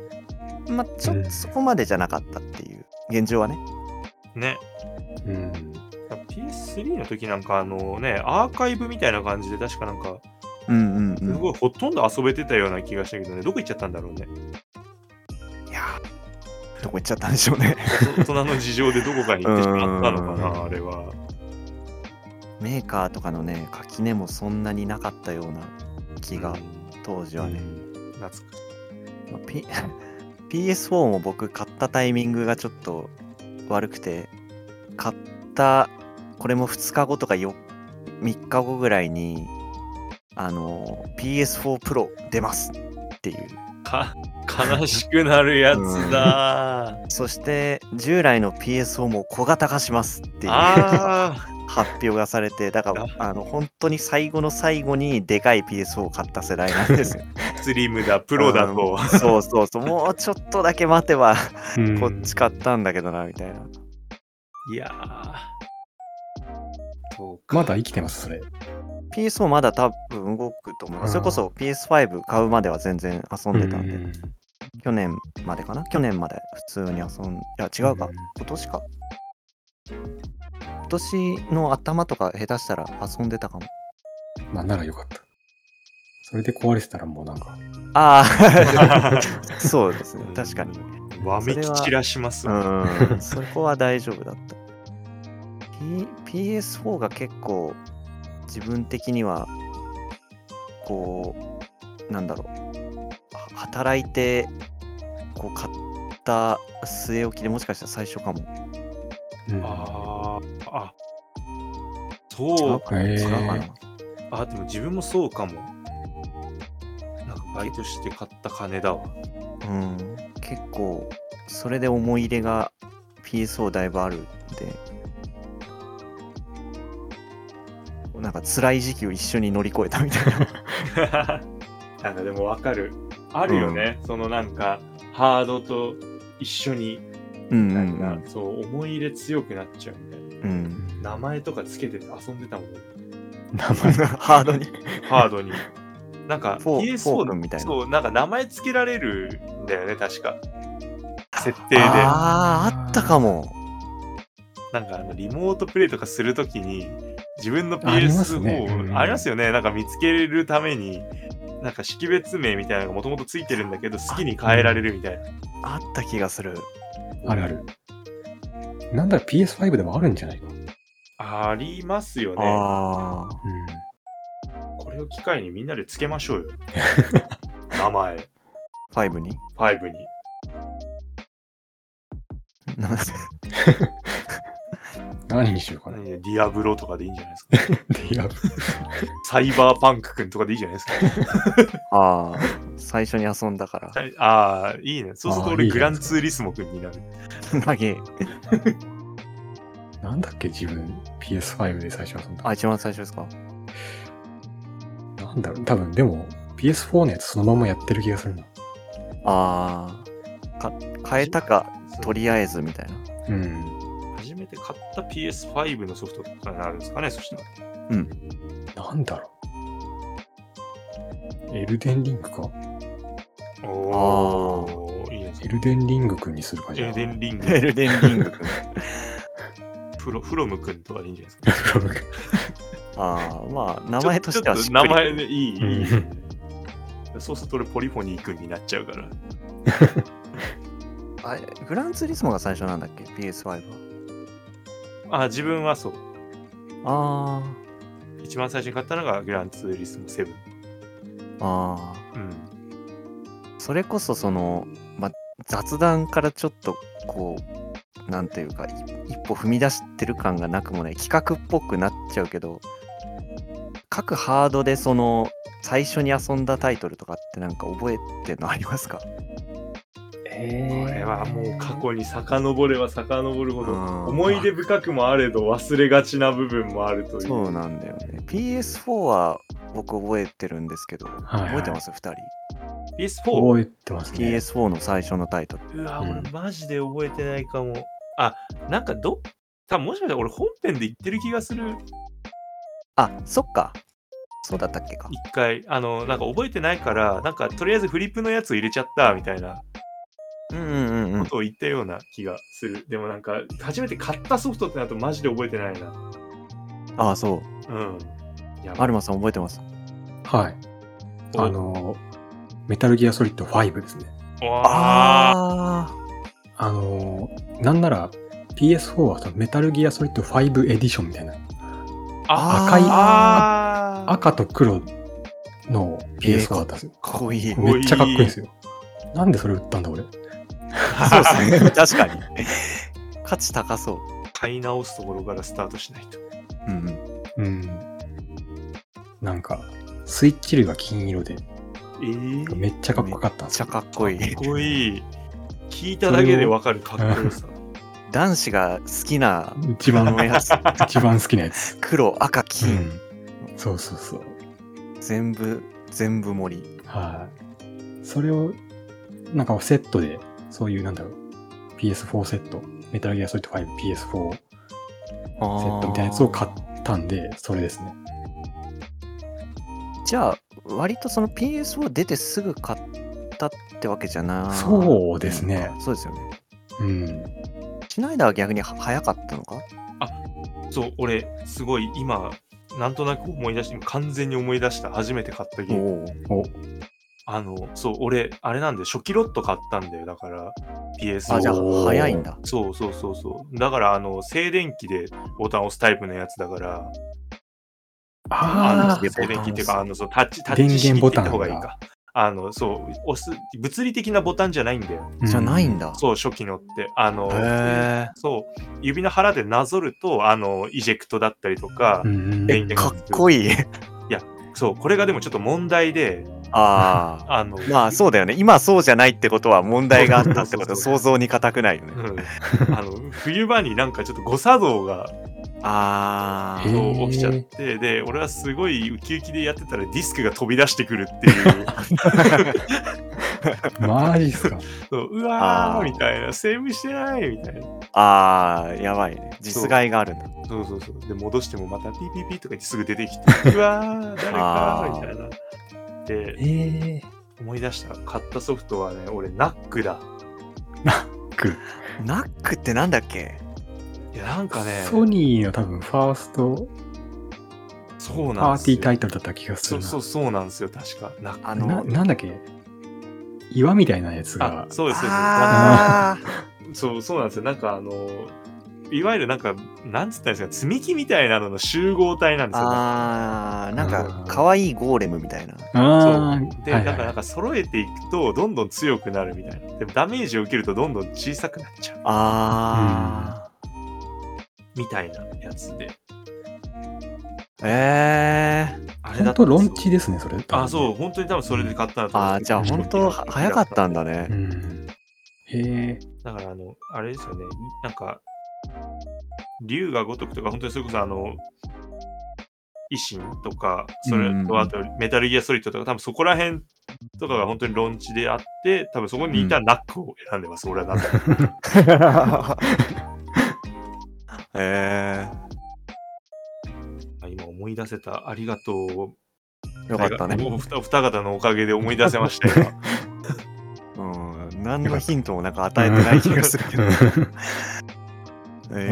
B: うん。
C: まあ、ちょっ
A: うん
C: とそこまでじゃなかったっていう、現状はね。
B: ね。
A: うん。
B: PS3 の時なんかあのね、アーカイブみたいな感じで確かなんか、
C: うんうん
B: す
C: うん。
B: ごいほとんど遊べてたような気がしたけどね、どこ行っちゃったんだろうね。
C: いやーどこ行っちゃったんでしょうね。
B: 大人の事情でどこかに行ってしまったのか
C: う
B: な、
C: ん
B: あれは。
C: メーカーとかのね、垣根もそんなになかったような気が、当時はね。
B: 懐かしい。
C: まあ P- PS4 も僕買ったタイミングがちょっと悪くて買ったこれも2日後とかよ3日後ぐらいにあの PS4 Pro 出ますっていう
B: か悲しくなるやつだ。
C: そして従来の PS4 も小型化しますっていう 発
B: ああ、
C: 表がされてだからあの本当に最後の最後にでかい PS4 を買った世代なんですよ
B: スリムだ、プロだと。
C: うんそうそうそうもうちょっとだけ待てば
A: うん
C: こっち。買ったんだけどなみたいない
B: やーそうか
A: まだ生きてます、それ。
C: PS4 まだ多分動くと思う。
A: うん
C: それこそ PS5 買うまでは全然遊んでたんで、
A: うん
C: 去年までかな去年まで普通に遊んいや違うか、今年か。今年の頭とか下手したら遊んでたかも。
A: まあ、ならよかった。それで壊れてたらもうなんか、
C: ああ、そうですね、確かに。
B: わめき散らします
C: う
B: もん。
C: ーん、そこは大丈夫だった。P、PS4 が結構自分的にはこうなんだろうは働いてこう買った据え置きでもしかしたら最初かも。
A: うん
B: あーあ、
C: 違
B: そうう
C: かな
A: へー
C: 違うかな。
B: あ、でも自分もそうかも。なんかバイトして買った金だわ。
C: うん、結構それで思い入れが PSO だいぶあるんでなんか辛い時期を一緒に乗り越えたみたいな。
B: なんかでもわかる。あるよね、そのなんか、ハードと一緒に、
C: うんう
B: なん
C: うんん
B: か、そう、思い入れ強くなっちゃうみたいな。
C: うん、
B: 名前とかつけてて遊んでたもん。
A: 名前。
C: ハードに。
B: ハードに。なんか、
C: フォー
B: PS4
C: フォー君みたいな
B: そう、なんか名前つけられるんだよね、確か。設定で。なんか
C: ああ、あったかも。
B: あのリモートプレイとかするときに、自分の
A: あります
B: PS4
A: ねうん
B: をありますよね、なんか見つけるために、なんか識別名みたいなのがもともとついてるんだけど、好きに変えられるみたいな。
C: あった気がする。
A: あるある。なんだら PS5 でもあるんじゃないか。
B: ありますよね。
C: ああ。
B: これを機会にみんなでつけましょ うよ。名前、
C: ファイブに。
B: 5に。
C: なんか
A: 何にしようかな。
B: 何ディアブロとかでいいんじゃないですか。
A: いや
B: サイバーパンクくんとかでいいじゃないですか。
C: ああ、最初に遊んだから。
B: はい ああ、いいね。そうする
A: あ
B: と
A: ーい
B: 俺、
A: いね
B: グランツーリスモ君になる。
C: 投げ。
A: なんだっけ、自分 PS5 で最初遊んだ。
C: あ、一番最初ですか。
A: なんだろう、多分でも PS4 のやつそのままやってる気がするな。
C: ああ。か変えたか、とりあえずみたいな。
A: うん。
B: 初めて買った PS5 のソフトとかになるんですかね、そしたら。
A: なんだろう。エルデンリングか。
B: おー、いいです
A: エ
B: ね。
A: ルデンリングくんにするかじ
B: エ
A: ゃあ。
B: ルデンリン グ、
C: エルデンリング。
B: プロフロム君とかでいいんじゃないですか。
C: ああ、まあ、名前としては
B: ちょ
C: し
B: っ
C: っ
B: と
C: く
B: 名前
C: り。
B: ね、いい、
A: うん
B: いい。そうすると俺、ポリフォニー君になっちゃうから。
C: あれグランツーリスモが最初なんだっけ ?PS5 は。
B: あ、自分はそう。
C: あ
B: 一番最初に買ったのがグランツーリスモ7。
C: あ。ああ。
B: うん。
C: それこそその、まあ、雑談からちょっとこうなんていうかい一歩踏み出してる感がなくもない企画っぽくなっちゃうけど各ハードでその最初に遊んだタイトルとかってなんか覚えてるのありますか
A: え
B: これはもう過去に遡れば遡るほど、
C: うん
B: 思い出深くもあれど忘れがちな部分もあるという。
C: そうなんだよね PS4 は僕覚えてるんですけど
A: いはい
C: 覚えてます2人
B: PS4?
A: 覚えてますね。
C: PS4 の最初のタイトル
B: うわ、
A: うん
B: 俺マジで覚えてないかも。あ、なんかど、多分もしかしたら俺本編で言ってる気がする。
C: あそっかそうだったっけか
B: 一回、あの、なんか覚えてないから、なんかとりあえずフリップのやつを入れちゃったみたいな
C: うんうんうん
B: ことを言ったような気がする。でもなんか、初めて買ったソフトってなるとマジで覚えてないな。
C: ああそう
B: うん。いや
C: アルマさん覚えてます
A: はい。あ、の、メタルギアソリッド5ですね。
B: あ
C: あ
A: あの、なんなら PS4 はさメタルギアソリッド5エディションみたいな。
B: あ
A: 赤い
B: あー
A: 赤と黒の PS4 だったんですよ。
C: ーかっこいい
B: こいい
A: めっちゃかっこいいんですよ。なんでそれ売ったんだ俺。
C: そうですね確かに価値高そう
B: 買い直すところからスタートしないと。
C: うんうん
A: うん。なんか、スイッチ類が金色で、
B: えー
A: めっちゃかっこよかったん
C: めっ
A: です
C: ちゃ
A: よ。
C: かっこいい
B: かっこいい。聞いただけでわかるかっこよさ。
C: 男子が好きな
A: 一番、
C: のやつ
A: 一番好きなや つ。
C: 黒赤
A: う
C: 金、
A: ん。そうそうそう。
C: 全部全部盛り
A: はい。それを、なんかセットで、そういう、なんだろう、PS4 セット、メタルギアソリッド 5PS4 セ
C: セ
A: ットみたいなやつを買ったんで、それですね。
C: じゃあ割とその PS4 出てすぐ買ったってわけじゃない
A: そうですね
C: のかそうですよね
A: うん。
C: シュナイダーは逆には早かったのか
B: そう、俺、すごい今、なんとなく思い出して、今完全に思い出した、初めて買ったゲーム。
C: お
A: お、
B: あの、そう、俺、あれなんで、初期ロット買ったんだよ、だから、PS
C: あじゃあ
B: を。
A: おー
C: 早いんだ
B: そうそうそうそう。だから、あの、静電気でボタン押すタイプのやつだから、
A: あ
B: の
A: ー
C: で
B: 静電気っていう
C: ボ
B: か、
C: タン押す
B: あの、そう、タッチ、タッ
A: 電
B: チ式っ
A: 源
B: て言
A: ボ
B: っ
A: タン
B: た
A: が
B: 方がいいか。あの、そう、押す、物理的なボタンじゃないんだよ。
A: うん
C: じゃないんだ
B: そう、初期のって。あの、
C: へ
B: そう、指の腹でなぞると、あの、イジェクトだったりとか、
A: うん
B: 電
C: え
B: 源
C: か
B: が
C: っこいい
B: そう、これがでもちょっと問題で、
C: ああ
B: あの、
C: まあそうだよね今そうじゃないってことは問題があったってこ
B: そうそ
C: と
B: うそう
C: 想像に難くないよね
B: うんあの冬場になんかちょっと誤作動が
C: あ
A: へ
C: ー
B: そう
A: ー
B: 起きちゃってで俺はすごいウキウキでやってたらディスクが飛び出してくるってい う
A: マジっすか。
B: そううわー
C: あー
B: みたいなセーブしてないみたいな
C: あーやばいね実害があるんだ
B: そうそうそうで戻してもまたピーピーピーとか言ってすぐ出てき てうわー誰
C: あ
B: か
C: ー
B: みたいなで
A: ええ。
B: 思い出した買ったソフトはね俺ナックだ
C: ナックってなんだっけ
B: いやなんかね
A: ソニーの多分、ファースト
B: そうな
A: パ
B: ん
A: ー
B: です
A: ティ
B: よ
A: ータイトルだった気がす
B: そ
A: る
B: う
A: な。
B: そうそうなんですよ確かナック
C: あ
A: な
C: の
A: なんだっけ岩みたいなやつ
B: あ
A: が、
B: そうですそうです
C: あー
B: そう、そうなんですよ。なんかあの、いわゆるなんか、なんつったらいいんですか、積み木みたいなのの集合体なんですよ。
C: あーなん
A: う
C: か
A: ん
C: 可愛いゴーレムみたいな
A: あ
B: そう
A: ー
B: で、
A: はい
B: だからな
A: は
B: んか揃えていくと、どんどん強くなるみたいな。でもダメージを受けると、どんどん小さくなっちゃう
C: あ
B: みたいなやつで。
C: ーえー、
B: あ
A: い。
B: れだ
A: 本
B: った
A: 当
B: んですよ
A: ロンチですね、それ。
B: あ、そう、本当に多分それで買ったんだと思
C: あ
B: う
C: ー
B: んです
C: じ
B: よ
C: ゃあ本当は早かったんだ
A: う
C: ね
A: ん。へえ。
B: だから、あの、あれですよね、なんか、竜が如くとか、本当にそれこそ、あの、維新とか、それ
C: うんうんう
B: と、
C: ん
B: あと、メタルギアソリッドとか、多分そこら辺とかが本当に論地であって、多分そこにいたナックを選んで ます、俺はなんか。
C: え
B: あ今思い出せた、ありがとう。
C: ー、よかったね
B: お二お二方のおかげで思い出せましたよ。
C: うん何のヒントもなんか与えてない気がするけど、えー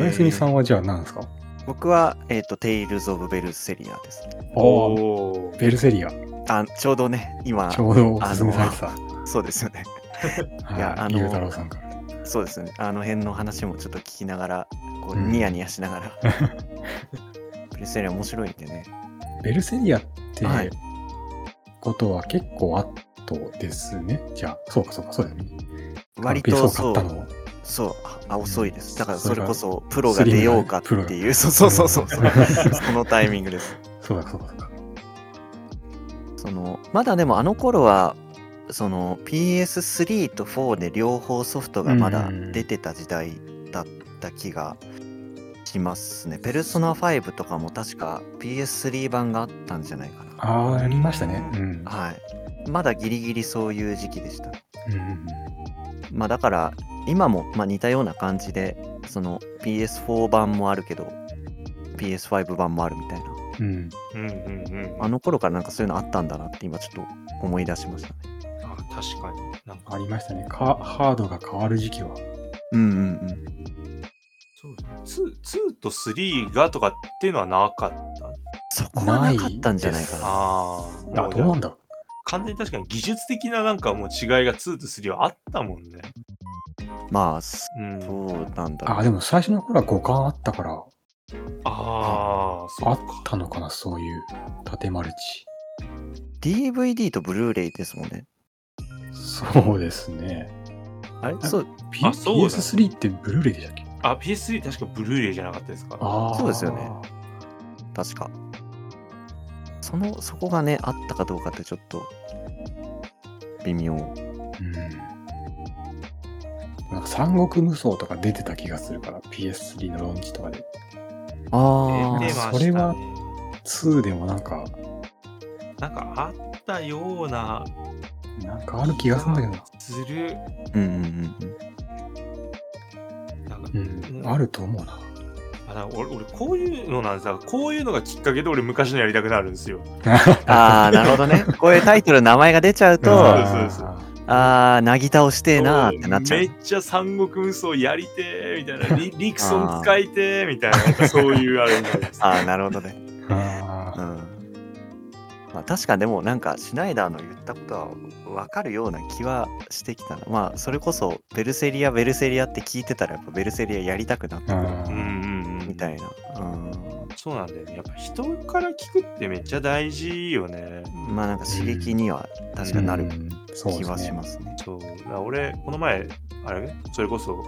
A: おやすみさんはじゃあ何ですか
C: 僕は、えっと「テイルズ・オブ・ベルセリア」ですね
A: おー
B: おー
A: ベルセリア、
C: あちょうどね今
A: ちょうどおすすめされてた。
C: そうですよねいや
A: は
C: あ
A: い。
C: の
A: ゆうたろうさんから。
C: そうですね。あの辺の話もちょっと聞きながら、こう
A: うん
C: ニヤニヤし ながら。プレステリア面白いんでね。
A: ベルセリアって
C: はい
A: ことは結構後ですね。じゃあ、そうかそうか、そうだよね。
C: 割
A: あの PS4
C: と
A: 買
C: そ
A: ったの
C: う、そう、あ遅いです。だからそれこそプロ
A: れが
C: が出ようかって
A: スリムな
C: いう、そうそうそうそう、 そのタイミングです。
A: そうだそうだそうだ。
C: そのまだでもあの頃は、その PS3 と4で両方ソフトがまだ出てた時代だった気がしますね。ペルソナ5とかも確か PS3 版があったんじゃないかな。
A: ああ、ありましたね。うん。
C: はい。まだギリギリそういう時期でした。
A: うんうん
C: まあだから今もまあ似たような感じでその PS4 版もあるけど PS5 版もあるみたいな。
A: うんうん。
B: うんうんうん。
C: あの頃からなんかそういうのあったんだなって今ちょっと思い出しましたね。
B: あ確かに。
A: なんかありましたね。かハードが変わる時期は。
C: うんうん
B: そうですね。2, 2と3がとかっていうのはなかった。
C: そこはなかったんじゃないかな。
B: ああ、
A: あ、どうなんだろ
B: 完全に確かに技術的ななんかもう違いが2と3はあったもんね。
C: まあ、そ
B: うん。
C: うなんだ
A: う。
C: ろう。
A: あ、でも最初の頃は五感あったから、
B: ああ、そ
A: あ
B: う
A: っ
B: か。
A: たのかな、そういう縦マルチ。
C: DVD とブルーレイですもんね。
A: そうですね。
C: あれそう、
A: P-
B: あそうだ
A: PS3 ってブルーレイでしたっけ
B: あ、PS3 確かブルーレイじゃなかったですか。
A: あー
C: そうですよね確か。その、そこがね、あったかどうかってちょっと、微妙。
A: うん。なんか三国無双とか出てた気がするから、PS3 のローンチとかで。
B: 出て
C: あ
B: ま
A: ー
C: あ、
B: したね
A: それは2でもなんか、
B: なんかあったような
A: なんかある気がするんだけどな。
B: する。
C: うんうんうんうん。
B: なんか
A: うん、
B: うん
A: あると思うな。
B: あだから俺俺こういうのなんですよこういうのがきっかけで俺昔のやりたくなるんですよ。
C: ああ、なるほどね。こういうタイトル、名前が出ちゃうと、
B: ん
C: あ
B: そうですそう
C: あー、なぎ倒してえなーってなっちゃ
B: め
C: う。
B: っちゃ三国無双やりてーみたいな リリクソン使いてーみたいななんかそういうあれになるんですよ
C: ああ、なるほどね。
A: あ
C: う
A: ー
C: ん。まあ、確かでも、なんか、シュナイダーの言ったことは分かるような気はしてきたな。まあ、それこそ、ベルセリア、ベルセリアって聞いてたら、やっぱベルセリアやりたくなって
A: う
C: く
B: う
C: る
A: ん
B: んうんうん
C: みたいな。うん。
B: そうなんだよねやっぱ人から聞くってめっちゃ大事よね。
C: まあ、なんか刺激には確かなる
A: うんそう
C: 気
A: で
C: は
A: す
C: し
A: ね。
C: ますね。
B: そうだから俺この前あれそれこそ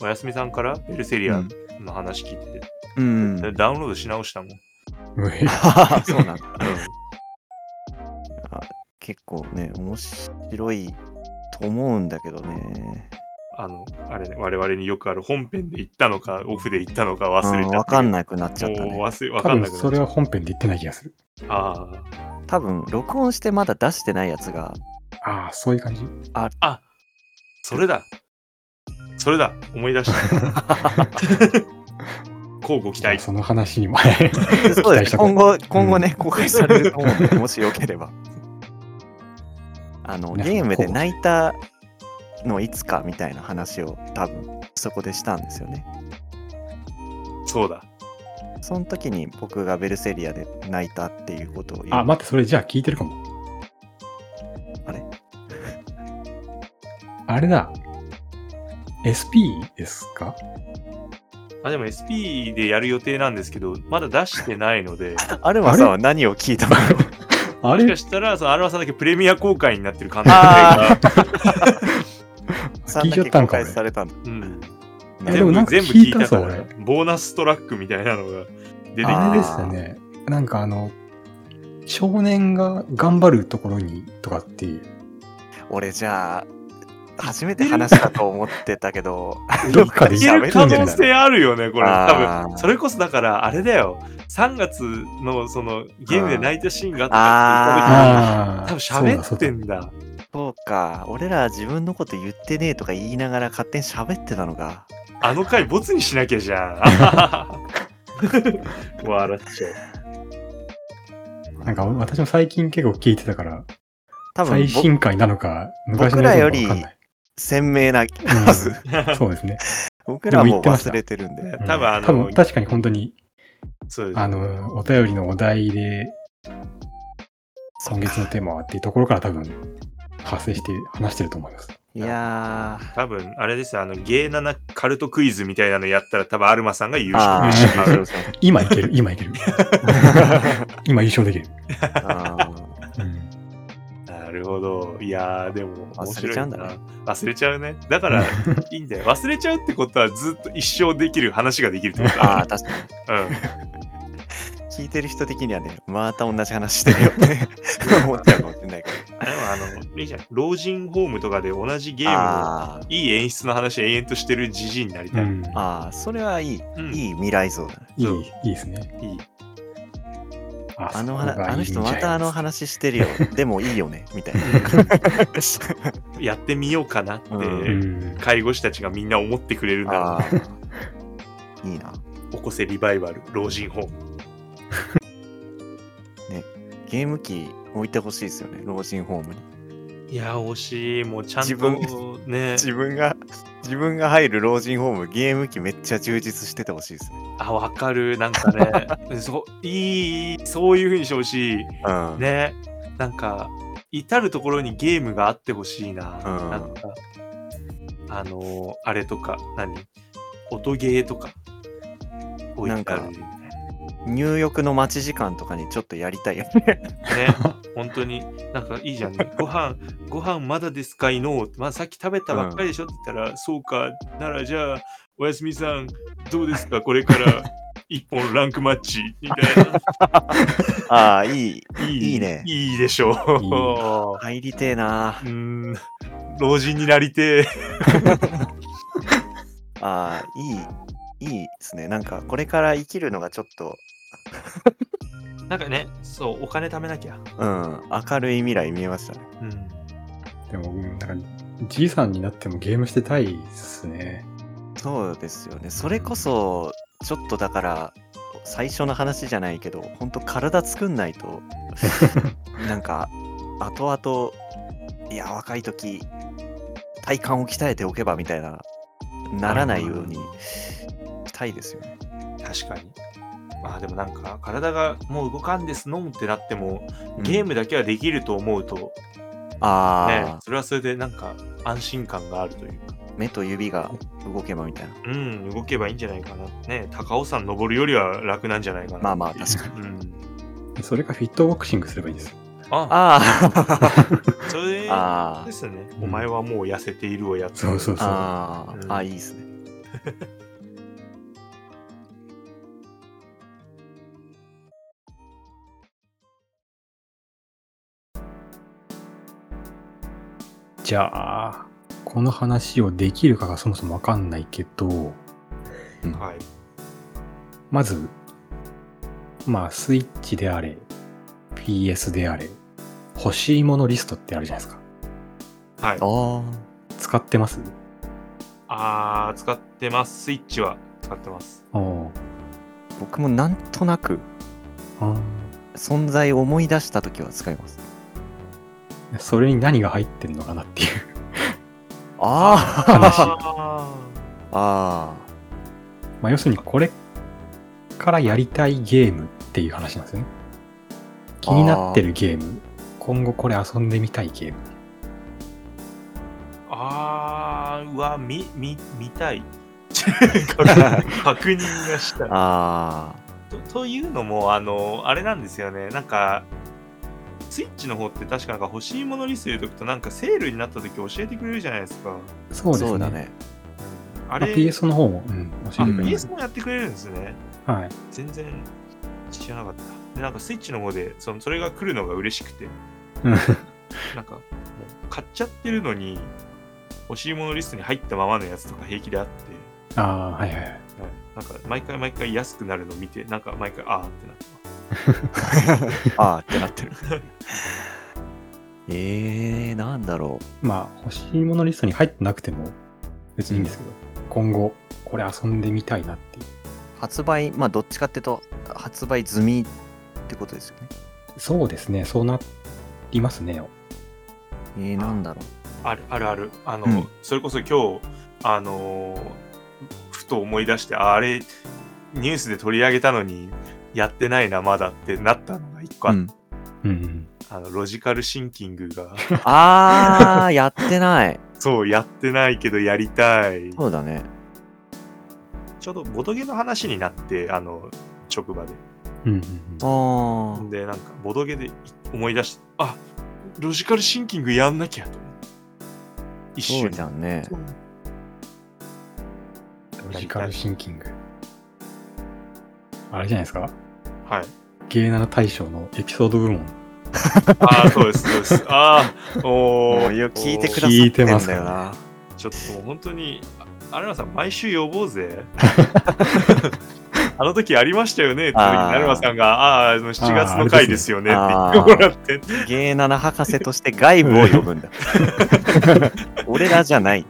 B: おやすみさんからベルセリアの話聞いて、
C: うん。 うん、
B: ダウンロードし直したもん。
A: うん
C: そ うなんだ。あ結構ね、面白いと思うんだけどね。
B: あの、あれね、我々によくある本編で言ったのか、オフで言ったのか忘れちゃった。
C: わかん
B: い。
C: なくなっちゃった
B: もう
C: ね。
B: 忘れ、わ
A: 多
B: かんな
A: 分
B: くなっちゃ
A: それは本編で言ってない気がする。
B: あ
C: 多分、録音してまだ出してないやつが、
A: ああ、そういう感じ。
B: あ。あ、それだ。それだ。思い出 した。 こうご期待。
A: その話にも。 はい
C: そうで
A: 期待し
C: す
A: とこう
C: ね。今後、今後ね、公開されると思うんで、もしよければ。あの、
A: 皆さん
C: ゲームで泣いたのいつかみたいな話を多分、そこでしたんですよね。
B: そうだ。
C: その時に僕がベルセリアで泣いたっていうことを言う。
A: あ、待って、それじゃあ聞いてるかも。
C: あれ
A: あれだ。SP ですか
B: あ、でも SP でやる予定なんですけど、まだ出してないので、
C: アルマさんは何を聞いたの
A: あ
B: もし
A: れ
B: かしたら、そのアルマさんだけプレミア公開になってる可能性
C: あ
B: が。
A: 聞いちゃったんか
C: さんだけ公開されたんだ
B: うん
A: いやで
B: 全
A: もなんか
B: 部全
A: 聞
B: 部聞
A: い
B: い
A: た
B: たか
A: ぞ
B: ら、ボーナストラックみたいなのが出てきて
A: あれでしたね。なんかあの、少年が頑張るところにとかっていう。
C: 俺じゃあ、初めて話したと思ってた けど、
A: どっかで
B: い
A: 言
B: け
A: っ
C: 喋
A: て
B: る
C: る
B: 可
A: んじゃ
B: 能
A: ない
B: 性あるよね、これ。
C: あー
B: 多分それこそだから、あれだよ。3月のそのゲームで泣いたシーンがあったっ
A: ああ。
B: て言った時に多分
A: そ
B: 喋
A: うだそうだ
B: ってんだ。
C: そうか、俺ら自分のこと言ってねえとか言いながら勝手に喋ってたのか。
B: あの回、ボツにしなきゃじ ゃん。笑っちゃ
A: なんか私も最近結構聞いてたから、
C: 多分
A: 最
C: ぼ
A: 新回なのか、昔の
C: 僕ら
A: や
C: よ
A: つ
C: り
A: なのかわかんない。
C: 鮮明なはず。
A: うん
B: う。
A: そうですね。
C: 僕ら
A: でも言
C: も
A: ってました
C: 忘れてるんで。
A: うん
B: 多分あの
A: 多分確かに本当に、
B: そうです
A: あの、お便りのお題で、
C: そ
A: 今
C: うか
A: 月のテーマはっていうところから多分、発生して話してると思います。
C: いやー、
B: 多分あれですよあの、ゲーナナカルトクイズみたいなのやったら、多分アルマさんが優
C: あ
A: ー
B: 勝優勝
C: ーそうそう
A: 今いけ る、今いける。今優勝できる。
C: あー
A: うん
B: なるほど。いやー、でも、面
C: 忘
B: 白
C: れ
B: い
C: ちゃ
B: な
C: うんだね
B: 忘れちゃうね。だから、いいんだよ。忘れちゃうってことは、ずっと一生できる話ができるってこと
C: あ
B: だ。
C: ー、確かに。
B: うん。
C: 聞いてる人的にはね、また同じ話してるよね。思っちゃうかもしれないけど。
B: でも、あの、いいじゃん。老人ホームとかで同じゲームの、
C: あー
B: いい演出の話を延々としてるじじいになり
A: う
B: たい。
A: ん。
C: あー、それはいい。
B: うん
C: いい未来像だね。
A: いい
B: そう、
A: いいですね。
B: いい
A: あ
C: あの
A: そこが
C: 話あ
A: いい
C: の人
A: んじゃ
C: ま
A: ない
C: たあの話してるよ。でもいいよね。みたいな。
B: やってみようかなって、
C: う
A: うん。
B: 介護士たちがみんな思ってくれるなら、
C: あーいいな。
B: 起こせリバイバル、老人ホーム。
C: ゲーム機置いてほしいですよね、老人ホームに。
B: いや、惜しい。もうちゃん
C: 自
B: と
C: 分
B: ね、
C: 自分が、自分が入る老人ホーム、ゲーム機めっちゃ充実しててほしいですね。
B: あ、わかる。なんか ね、そういい、そういうふうにしてほしい。
C: うん。
B: ね、なんか、至るところにゲームがあってほしいな。
C: うん
B: なんか、あのーあれとか、何音ゲーとか、置いてある
C: なん入浴の待ち時間とかにちょっとやり たいよね。
B: ね、本当に、なんかいいじゃん。 ご飯、ご飯まだですかいのまあ、さっき食べたばっかりでしょって言ったら、そうか、ならじゃあ、おやすみさん、どうですかこれ から、一本ランクマッチ、みたいな。
C: ああ、いい。
B: い
C: いいね
B: いいでしょう。
A: いいう
C: 入りてえ な。
B: ーん、老人になりてえ。
C: ああ、いい。いいですね。なんか、これから生きるのがちょっと、
B: なんかね、そう、お金貯めなきゃ。
C: うん、明るい未来見えましたね。
B: うん。
A: でも、うんなんか、じいさんになってもゲームしてたいですね。
C: そうですよね。それこそ、ちょっとだから、最初の話じゃないけど、ほんと体作んない と、なんか、後々、いや、若い時、体幹を鍛えておけばみたいな、ならないようにしたいですよね。
B: 確かに。まあでもなんか、体がもう動かんですのんってなっても、ゲームだけはできると思うと、
C: ああ、
B: ね、それはそれでなんか安心感があるというか、
C: 目と指が動けばみたいな。
B: うん、動けばいいんじゃないかな。ね、高尾山登るよりは楽なんじゃないかな。
C: まあまあ、確かに。
B: うん。
A: それかフィットボクシングすればいいですよ。
B: あ、
C: あ
B: それ
C: あ、 あ
B: ですね。
A: うん
B: お前はもう痩せているをやつ。
A: そうそう
C: あ、あ
B: うん
C: あ、あいいですね。
A: じゃあ、この話をできるかがそもそもわかんないけど、
B: はい。
A: まず、まあ、スイッチであれ、PS であれ、欲しいものリストってあるじゃないですか。
B: はい。
C: あ
A: 使ってます
B: あー、使ってます。スイッチは使ってます。
A: あー
C: あ、僕もなんとなく
A: あ
C: 存在を思い出したときは使います。
A: ー。それに何が入ってるのかなっていう。
C: あ
A: 話
B: あ
C: あ、あ
A: まあ、要するにこれからやりたいゲームっていう話なんですよね。気になってるゲーム、今後これ遊んでみたいゲーム。
B: ーあー、うわ、み、み、見た い。確認がしたい
C: あ、あ
B: とというのもあのあれなんですよねなんかスイッチの方って確かなんか欲しいものリスト入れとくとなんかセールになった時教えてくれるじゃないですか、
A: そう
C: あ、
A: ですね。
C: そうだね。
B: あ
A: まあ
B: れ
A: PS の方も、うん、教え
B: あ
A: てくれま
B: PS
A: す。
B: もやってくれるんですね
A: はい。
B: 全然知らなかったでなんかスイッチの方でそのそれが来るのが嬉しくて
A: うん
B: なんかもう買っちゃってるのに欲しいものリストに入ったままのやつとか平気であって
A: ああ、はいはいはい。
B: なんか毎回毎回安くなるの見てなんか毎回ああってなってます
C: ああってなってる。えー、なんだろ
A: まあ、欲しいものリストに入ってなくても別にいいんですけど、今後これ遊んでみたいなっていう。
C: う。発売、まあ、どっちかっていうと、発売済みってことですよね。
A: そうですね、そうなりますね。
C: えー、なんだろ
B: あるあるあるあの、
C: うん
B: それこそ今日あのーふと思い出してああれニュースで取り上げたのにやってないなまだってなったのが一個
C: う。
B: あ,、
C: うん、
A: うんうん。
B: あのロジカルシンキングが
C: あー、やってない。
B: そうやってないけどやりたい
C: そうだね。
B: ちょうどボドゲの話になってあの職場で
A: うんうんうん、
C: あー、
B: でなんかボドゲでい思い出してあロジカルシンキングやんなきゃと思って一
C: そ
B: 瞬
C: うじゃんね。
A: ロジカルシンキング。あれじゃないですか
B: はい
A: ゲーナの大賞のエピソード部門
B: ああそうですそうですあ あお
C: も
B: お
C: う聞いてくださってん
A: 聞いてま
C: だ
A: す
C: よ
A: か
C: な。
B: ちょっともう本当に、あアルマさん、毎週呼ぼう ぜ。あの時ありましたよねって時に、
C: あー
B: アルマさんが、ああー、あの7月の回ですよねって言
C: あ
B: っ
C: ー
B: ても らって、
C: ゲーナナ博士として外部を呼ぶんだ。 俺らじゃない。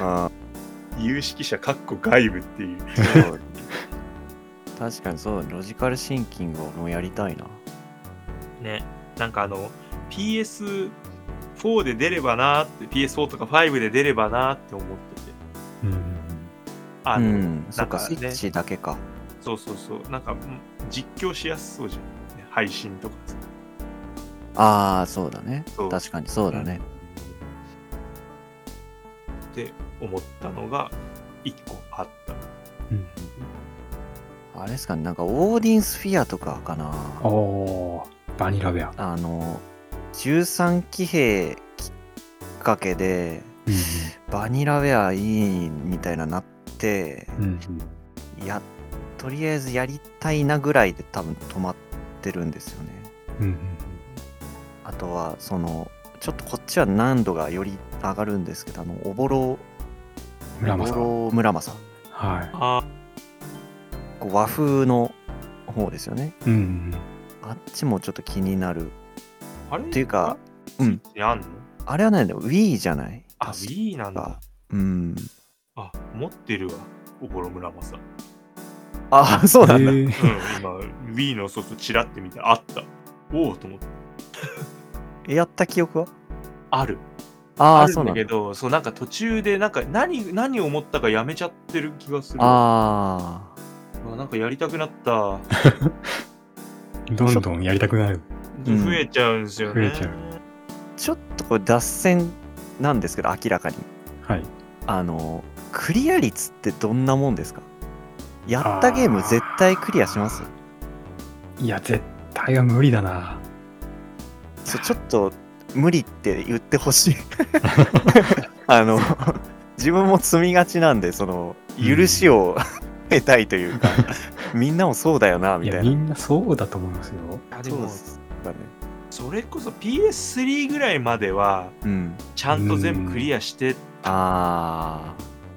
C: あ
B: 有識者、かっこ外部っていう。
C: ーそう確かにそう、ロジカルシンキングを俺もやりたいな。
B: ね、なんかあの、PS4 4で出ればなーって PS4 とか5で出ればなーって思ってて
A: うんうん
B: あ
C: う
B: の、
C: ん、そ
B: な
C: っ
B: んか
C: か、スイ
B: ね
C: ッチだけか。
B: そうそうそうなんかうん実況しやすそうじゃん配信とかさ
C: ああ、そうだね
B: そう。
C: 確かにそうだね。
B: って思ったのが一個あった
A: うんうん。
C: あれですかね、なんか、オーディンスフィアとかかな。
A: おー、バニラベア。
C: あの、13騎兵きっかけで、バニラウェアいいみたいななって、
A: うんうん。
C: いや、とりあえずやりたいなぐらいで多分止まってるんですよね。
A: うんうん
C: あとは、その、ちょっとこっちは難度がより上がるんですけど、あの、おぼろ、
A: うん。村正。
C: おぼろ村正。
A: は
B: あ
C: こう和風の方ですよね。
A: い。うん
C: あっちもちょっと気になる。
B: あれ
C: っていうか、
B: う
C: うんん、
B: あんの
C: あれは何だよ、Wii じゃない
B: あ Wii なんだ
C: かうん。
B: あ持ってるわおぼろ村 正うん
C: あ、そう
A: うん。
C: なんだ。
A: へー
B: 今 Wii の外チラって見たらあったおおと思って
C: やった記憶は
B: ある
C: あ
B: あ
C: あ、
B: る
C: そうんな
B: だ
C: ん
B: け
C: だ。
B: どそうなんか途中でなんか何何を思ったかやめちゃってる気がする
C: あ
B: うわなんかやりたくな った
A: どんどんやりたくなる。
C: うん
B: 増えちゃうんですよね、
A: 増えちゃう
C: あ、ちょっとこれ脱線なんですけど、明らかに。
A: はい。
C: あの、クリア率ってどんなもんですかやったゲーム
A: あー
C: 絶対クリアします
A: いや、絶対は無理だな。
C: そうちょっと無理って言ってほしい。あの、自分も積みがちなんで、その、許しを得たいというか、みんなもそうだよな、
A: い
C: みた
A: や、
C: い
A: み
C: な。
A: んなそうだと思いますよ。
B: あで
C: そう
B: も
C: ですかね。
B: それこそ PS3 ぐらいまでは
C: うん。
B: ちゃんと全部クリアして
C: あ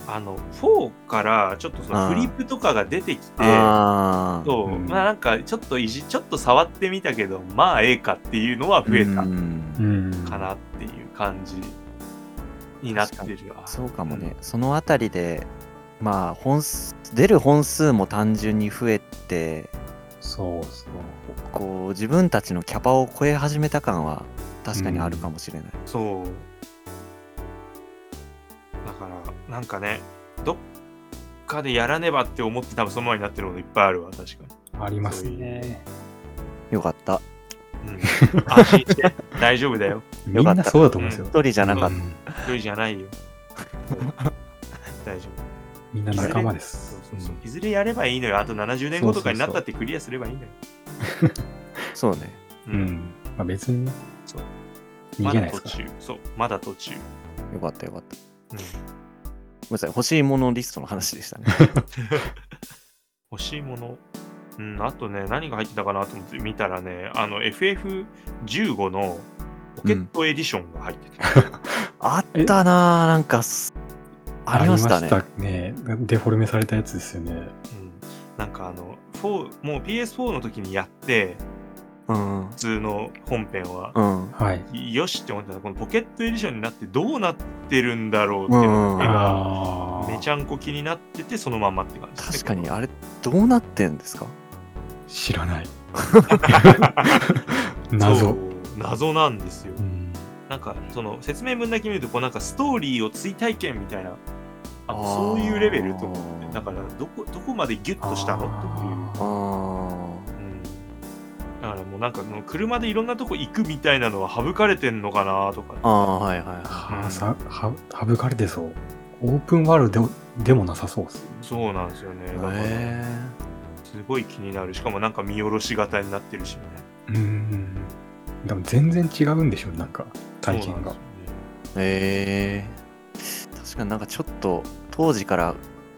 B: あの4からちょっとその
C: あー
B: フリップとかが出てき
C: ー。
B: て
C: あー。
B: そう、
A: うん
B: まあなんかちょっといじちょっと触ってみたけどまあええかっていうのは増えた
C: うん
A: うん。
B: かなっていう感じになってるわ
C: そうかもね、そのあたりで、まあ本数、出る本数も単純に増えて、
A: そうそう。
C: こう自分たちのキャパを超え始めた感は確かにあるかもしれない。
B: そうだからなんかねどっかでやらねばって思って多分そのままになってるものいっぱいあるわ確か
A: ありますね。
C: よかった。
B: に、うん、安心 して大丈夫だよ
A: みんなそうだと思うんですよ
C: 一。人じゃなかっ
A: うん
B: 一人じゃないよ大丈夫
A: みんな仲間です
B: そう。そうそういずれやればいいのよあと70年後とかになったってクリアすればいいんだよ
C: た。そうね。
A: うん。うんまあ別にね
B: そう、
A: 逃
B: ま
A: げ
B: だ
A: ないで
B: 途
A: すから。
B: 中そうまだ途中
C: よかったよかった。
B: うん
C: ごめんなさい。欲しいものリストの話でしたね。
B: 欲しいもの。うん、あとね、何が入ってたかなと思って見たらね、あの、FF15 のポケットエディションが入ってた。
C: あったなぁ、なんかす、ありました
A: あ
C: ね。
A: りましたねデフォルメされたやつですよね。
B: うんなんかあの、4もう PS4 の時にやって、
C: うん
B: 普。通の本編は、
C: うん。
A: はい。
B: よしって思ってたら、このポケットエディションになってどうなってるんだろうっていうのが、
A: ああ。
B: めちゃんこ気になってて、そのまんまって感じ。
C: 確かに、。あれ、どうなってんですか
A: 知らない。
B: 謎
A: 謎。。
B: 謎なんですよ。
A: うん
B: なんかその説明文だけ見るとこうなんかストーリーを追体験みたいなあ
C: あー
B: そういうレベルと思ってだからどこどこまでギュッとしたの
A: あ
C: あー。
B: という、うん、だからもうなんかその車でいろんなとこ行くみたいなのは省かれてんのかなとか
C: ああ、はいはいは
A: はあさは省かれてそう。オープンワールドでもなさそうです。
B: そうなんですよね
C: い。
B: だから
C: へー
B: すごい気になるしかもなんか見下ろし型になってるしね
A: うん。でも全然違うんでしょ、なんか、体
B: そうな
A: 験
B: んで
A: が
B: すよ。
C: へえ確かになんかちょっと当時から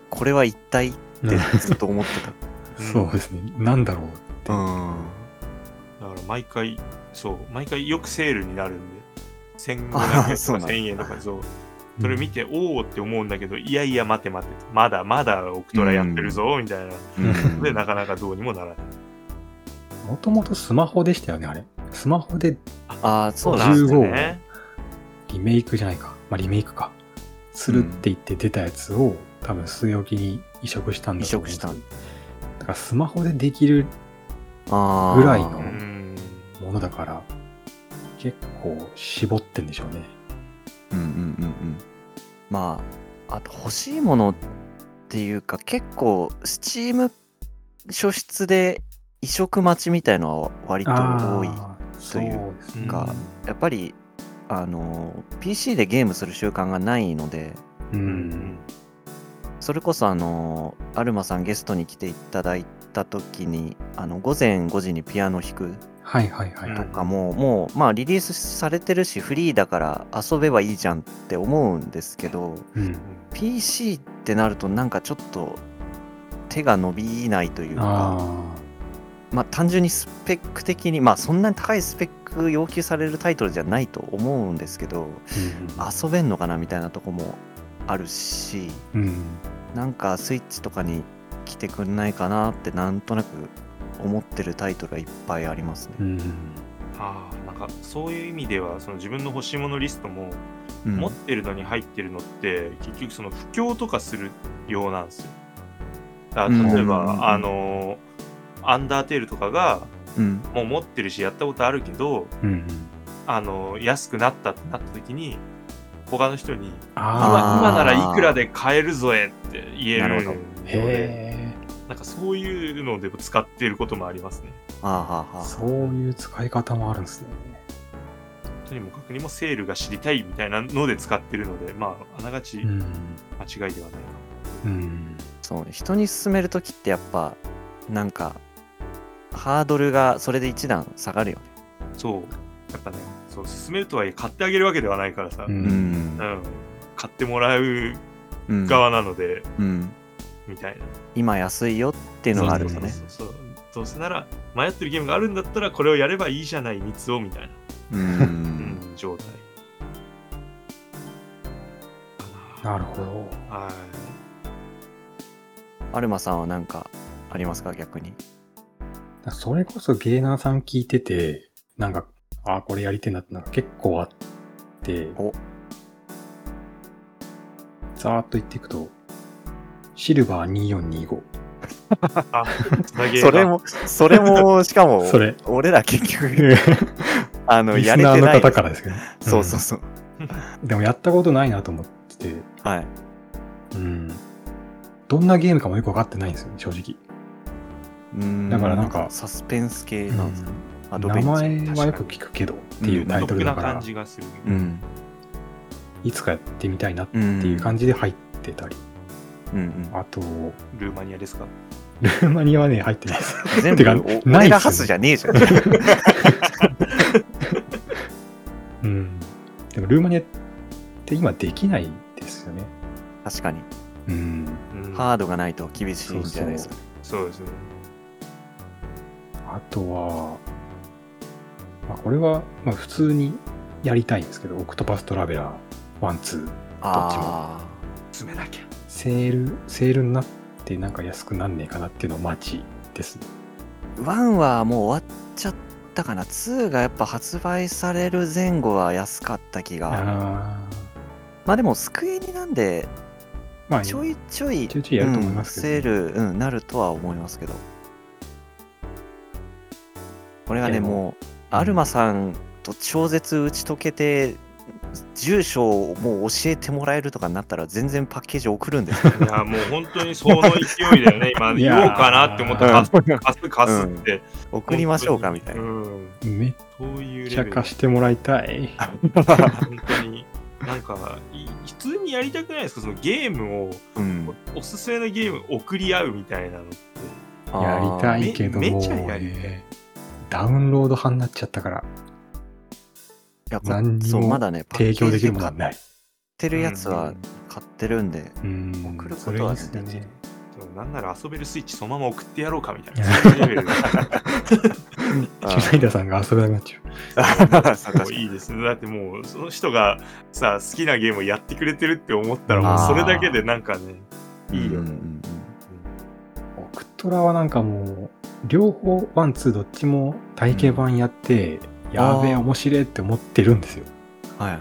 C: これは一体っ
A: うん
C: てずっと思って
B: うん
A: そうですね。なんだろう。
C: たうん
B: だから毎回そう毎回よくセールになるんで1500円とか
C: あーそうなんだ
B: 1000円とかそうそれ見て、おおって思うんだけど、いやいや、待て待て、まだまだオクトラやってるぞ、みたいな。
C: う ん
B: で、なかなかどうにもならない。
A: もともとスマホでしたよね、あれ。スマホで
C: ああそうなん
A: 15
C: だ
B: ですね。
A: リメイクじゃないか。まあ、リメイクか。するって言って出たやつを、多分据え置きに移植したんだ
C: 移
A: と思うんで
C: 植し
A: す
C: たん
A: だからスマホでできる
C: あー
A: ぐらいの
B: うん。
A: ものだから、結構絞ってんでしょうね。
C: うんうんうんうんまああと欲しいものっていうか結構スチーム初出で移植待ちみたいのは割と多い
A: あー
C: という
A: そうですね
C: かやっぱりあの PC でゲームする習慣がないので
A: う。
B: うんん
C: それこそあのアルマさんゲストに来ていただいた時にあの午前5時にピアノ弾く
A: はいはいはい。
B: うん
C: とかも、もうまあリリースされてるしフリーだから遊べばいいじゃんって思うんですけど
A: うん。
C: PC ってなるとなんかちょっと手が伸びないという
A: あ
C: かまあ単純にスペック的にまあそんなに高いスペック要求されるタイトルじゃないと思うんですけど
A: あ。
C: 遊べんのかなみたいなとこもあるし
A: うん。うん。
C: なんかスイッチとかに来てくんないかなってなんとなく思ってるタイトルがいっぱいありますね。
A: うん。
B: あーなんかそういう意味ではその自分の欲しいものリストも
C: うん
B: 持ってるのに入ってるのって結局その布教とかするようなんですよ。だから例えば、
C: うん
B: あのアンダーテールとかが
C: うん
B: もう持ってるしやったことあるけど
A: うん。
B: あの安くなったってなった時に他の人に今
A: あ
B: 今な
C: あー
B: らいくらで買えるぞえって言える
C: なる
B: の
C: ほど
A: あ。
B: で
A: へえ。
B: なんかそういうのでも使ってることもありますね。
C: あーはーはー
A: そういう使い方もあるんですね。
B: とにもかくにもセールが知りたいみたいなので使ってるのでまああながち
A: うん。
B: 間違いではないか
A: うん。
C: そう人に勧める時ってやっぱなんかハードルがそれで一段下がるよね。
B: そうやっぱねそう勧めるとはいえ買ってあげるわけではないからさ、
A: う
B: うん
A: ん
B: 買ってもらう
C: うん
B: 側なので、
C: うん
B: みたいな
C: 今安いよっていうのがあるよね。
B: そうそうそうどうせなら迷ってるゲームがあるんだったらこれをやればいいじゃない三つをみたいな、
C: うん
B: うん状態
A: なるほど。
B: はい
C: アルマさんは何かありますか逆に。
A: それこそゲーナーさん聞いてて、なんか、あ、これやりてえなってのが結構あって
C: お、
A: ざーっと言っていくと、シルバー2425。
B: あつなげが
C: それもそれもしかも
A: それ、
C: 俺ら結局
A: リ
C: あのや
A: ス
C: れ
A: ナ
C: て
A: ーの
C: ない
A: 方からですけどね。
C: そうそう
A: そ
C: そう。
A: うん。でもやったことないなと思ってて、
C: はい。
A: うん。どんなゲームかもよくわかってないんですよね、正直。
C: うん
A: だからなんか
C: サスペンス系なんですかね。アド
A: 名
C: ベンチャー
A: 前はよく聞くけどっていうタイトルだか
B: 独特な感
A: ら、
B: じがする、
C: うん。
A: いつかやってみたいなって
C: うん。
A: いう感じで入ってたり、
C: じ。うんうん
A: あと、
B: ルーマニアですか
A: ルーマニアはね、入ってないです。
C: 全
A: てか
C: 部お
A: ないっすよね
C: 俺らハスじゃねえじゃん。
A: うん。でも、ルーマニアって今できないですよね。
C: 確かに。
A: うん。
B: うん
C: ハードがないと厳しいんじゃないですか。
B: そうですね
A: あとは、まあ、これは、まあ、普通にやりたいんですけど、オクトパストラベラー1、2。
C: あ
B: 詰めなきゃ
A: セール、セールになってなんか安くなんねえかなっていうのを待ちですね。
C: あ。1はもう終わっちゃったかな。2がやっぱ発売される前後は安かった気が。
A: ああ。
C: まあでも、スクエニなんで、
A: まあ、
C: ち
A: ち
C: ょ
A: ょ
C: いちょい、
A: いちょいやると思いますけどね、
C: うん、セール、うん、なるとは思いますけど。これがね、
A: でも
C: もう、アルマさんと超絶打ち解けて、住所をもう教えてもらえるとかになったら、全然パッケージ送るん ですよ。
B: いやもう本当にその勢いだよね今
A: い
B: 言
A: やー
B: おうかなって思ったら貸す貸すって
C: 送りましょうかみたいな。
B: うん
A: めっ
B: そういうレ
A: ち
B: ベ
A: ゃ
B: ル
A: 貸してもらいたい。
B: 本当になんかい普通にやりたくないですかそのゲームを
C: うん、
B: おすすめのゲーム送り合うみたいなのっ
A: や
B: て
A: りた
C: あー
A: いけど
B: め
A: も
B: め
A: う
B: ちゃやりたい
A: ね、ダウンロード派になっちゃったから、
C: いやこ
A: 何に
C: そう
A: も
C: まだね、
A: 提供できるものは
C: パッケ
A: な
C: ージで買
A: い。
C: ってるやつは買ってる んで、
A: うん。
C: 送ることはね
A: それいいですね。
B: でもなんなら遊べるスイッチそのまま送ってやろうかみ たいなそういうレベルが
A: シ ュナイダーさんが遊べなくなっちゃう。
B: もういいですねだってもうその人がさ好きなゲームをやってくれてるって思ったらもうそれだけでなんかねいいよね、
C: うん
A: オクトラはなんかもう、両方、ワン、ツー、どっちも体型版やって、やべえ、
C: あー
A: 面白いって思ってるんですよ。
C: はいはい。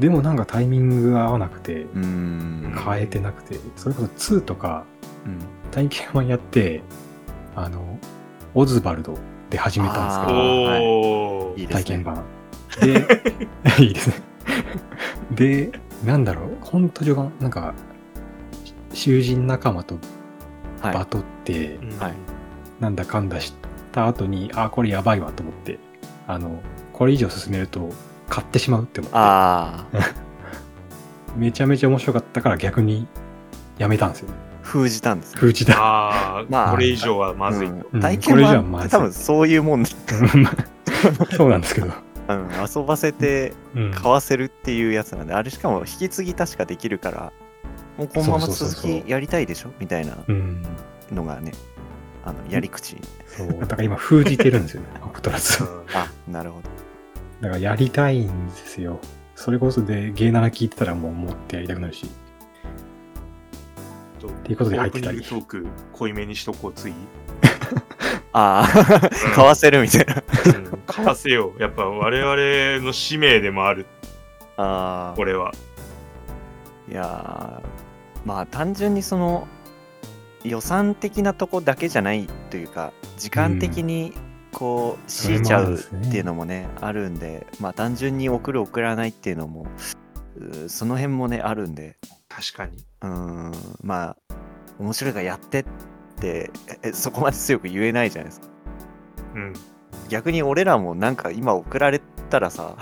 A: でもなんかタイミングが合わなくて、
C: うん
B: か
A: 変えてなくて、それこそ2とか、
C: うん
A: 体型版やって、あの、オズバルドで始めたんです
C: あー
B: おお、
C: いいですね
A: けど、体験版。で、いいですね。で、 なんだろう、ほんと序盤、なんか、囚人仲間と
C: はい。
A: バトって、
B: うん
C: はい
A: なんだかんだした後に、あ、これやばいわと思って、あの、これ以上進めると買ってしまうって思って、
C: あ あ、
A: めちゃめちゃ面白かったから逆にやめたんですよね。
C: 封じたんですね。
A: 封じだ。
B: あー、
C: まあ
B: これ以上はまずい。
A: うん
C: 大剣
A: これじゃま
C: は
A: ずい
C: 多分そういうも んで、
A: そうなんですけど。
C: うん、遊ばせて
A: うん
C: 買わせるっていうやつなんで、あれしかも引き継ぎ確かできるから、もうこのまま
A: そうそう
C: 続
A: そうそう
C: きやりたいでしょみたいな
A: うん。
C: のがね、あのやり口。
A: そう。だから今封じてるんですよね、アクトラス
B: う
A: を。
B: ん
C: あ、なるほど。
A: だからやりたいんですよ。それこそで、ゲーナラ聞いてたらもう持ってやりたくなるし。
B: と
A: ていうことで入ってたり
B: オープニングトーク濃いめにしとこうつい、
C: あ あ、買わせるみたいな。
B: うん買わせようやっぱ我々の使命でもある
C: あ
B: これは
C: あ、いやーまあ単純にその予算的なとこだけじゃないというか、時間的にこう強いちゃうっていうのもね、あるんで、まあ単純に送る送らないっていうのも、うーその辺もね、あるんで、
B: 確かに
C: うーん、まあ、面白いからやってって、ええそこまで強く言えないじゃないですか。
B: うん
C: 逆に俺らもなんか今送られたらさ、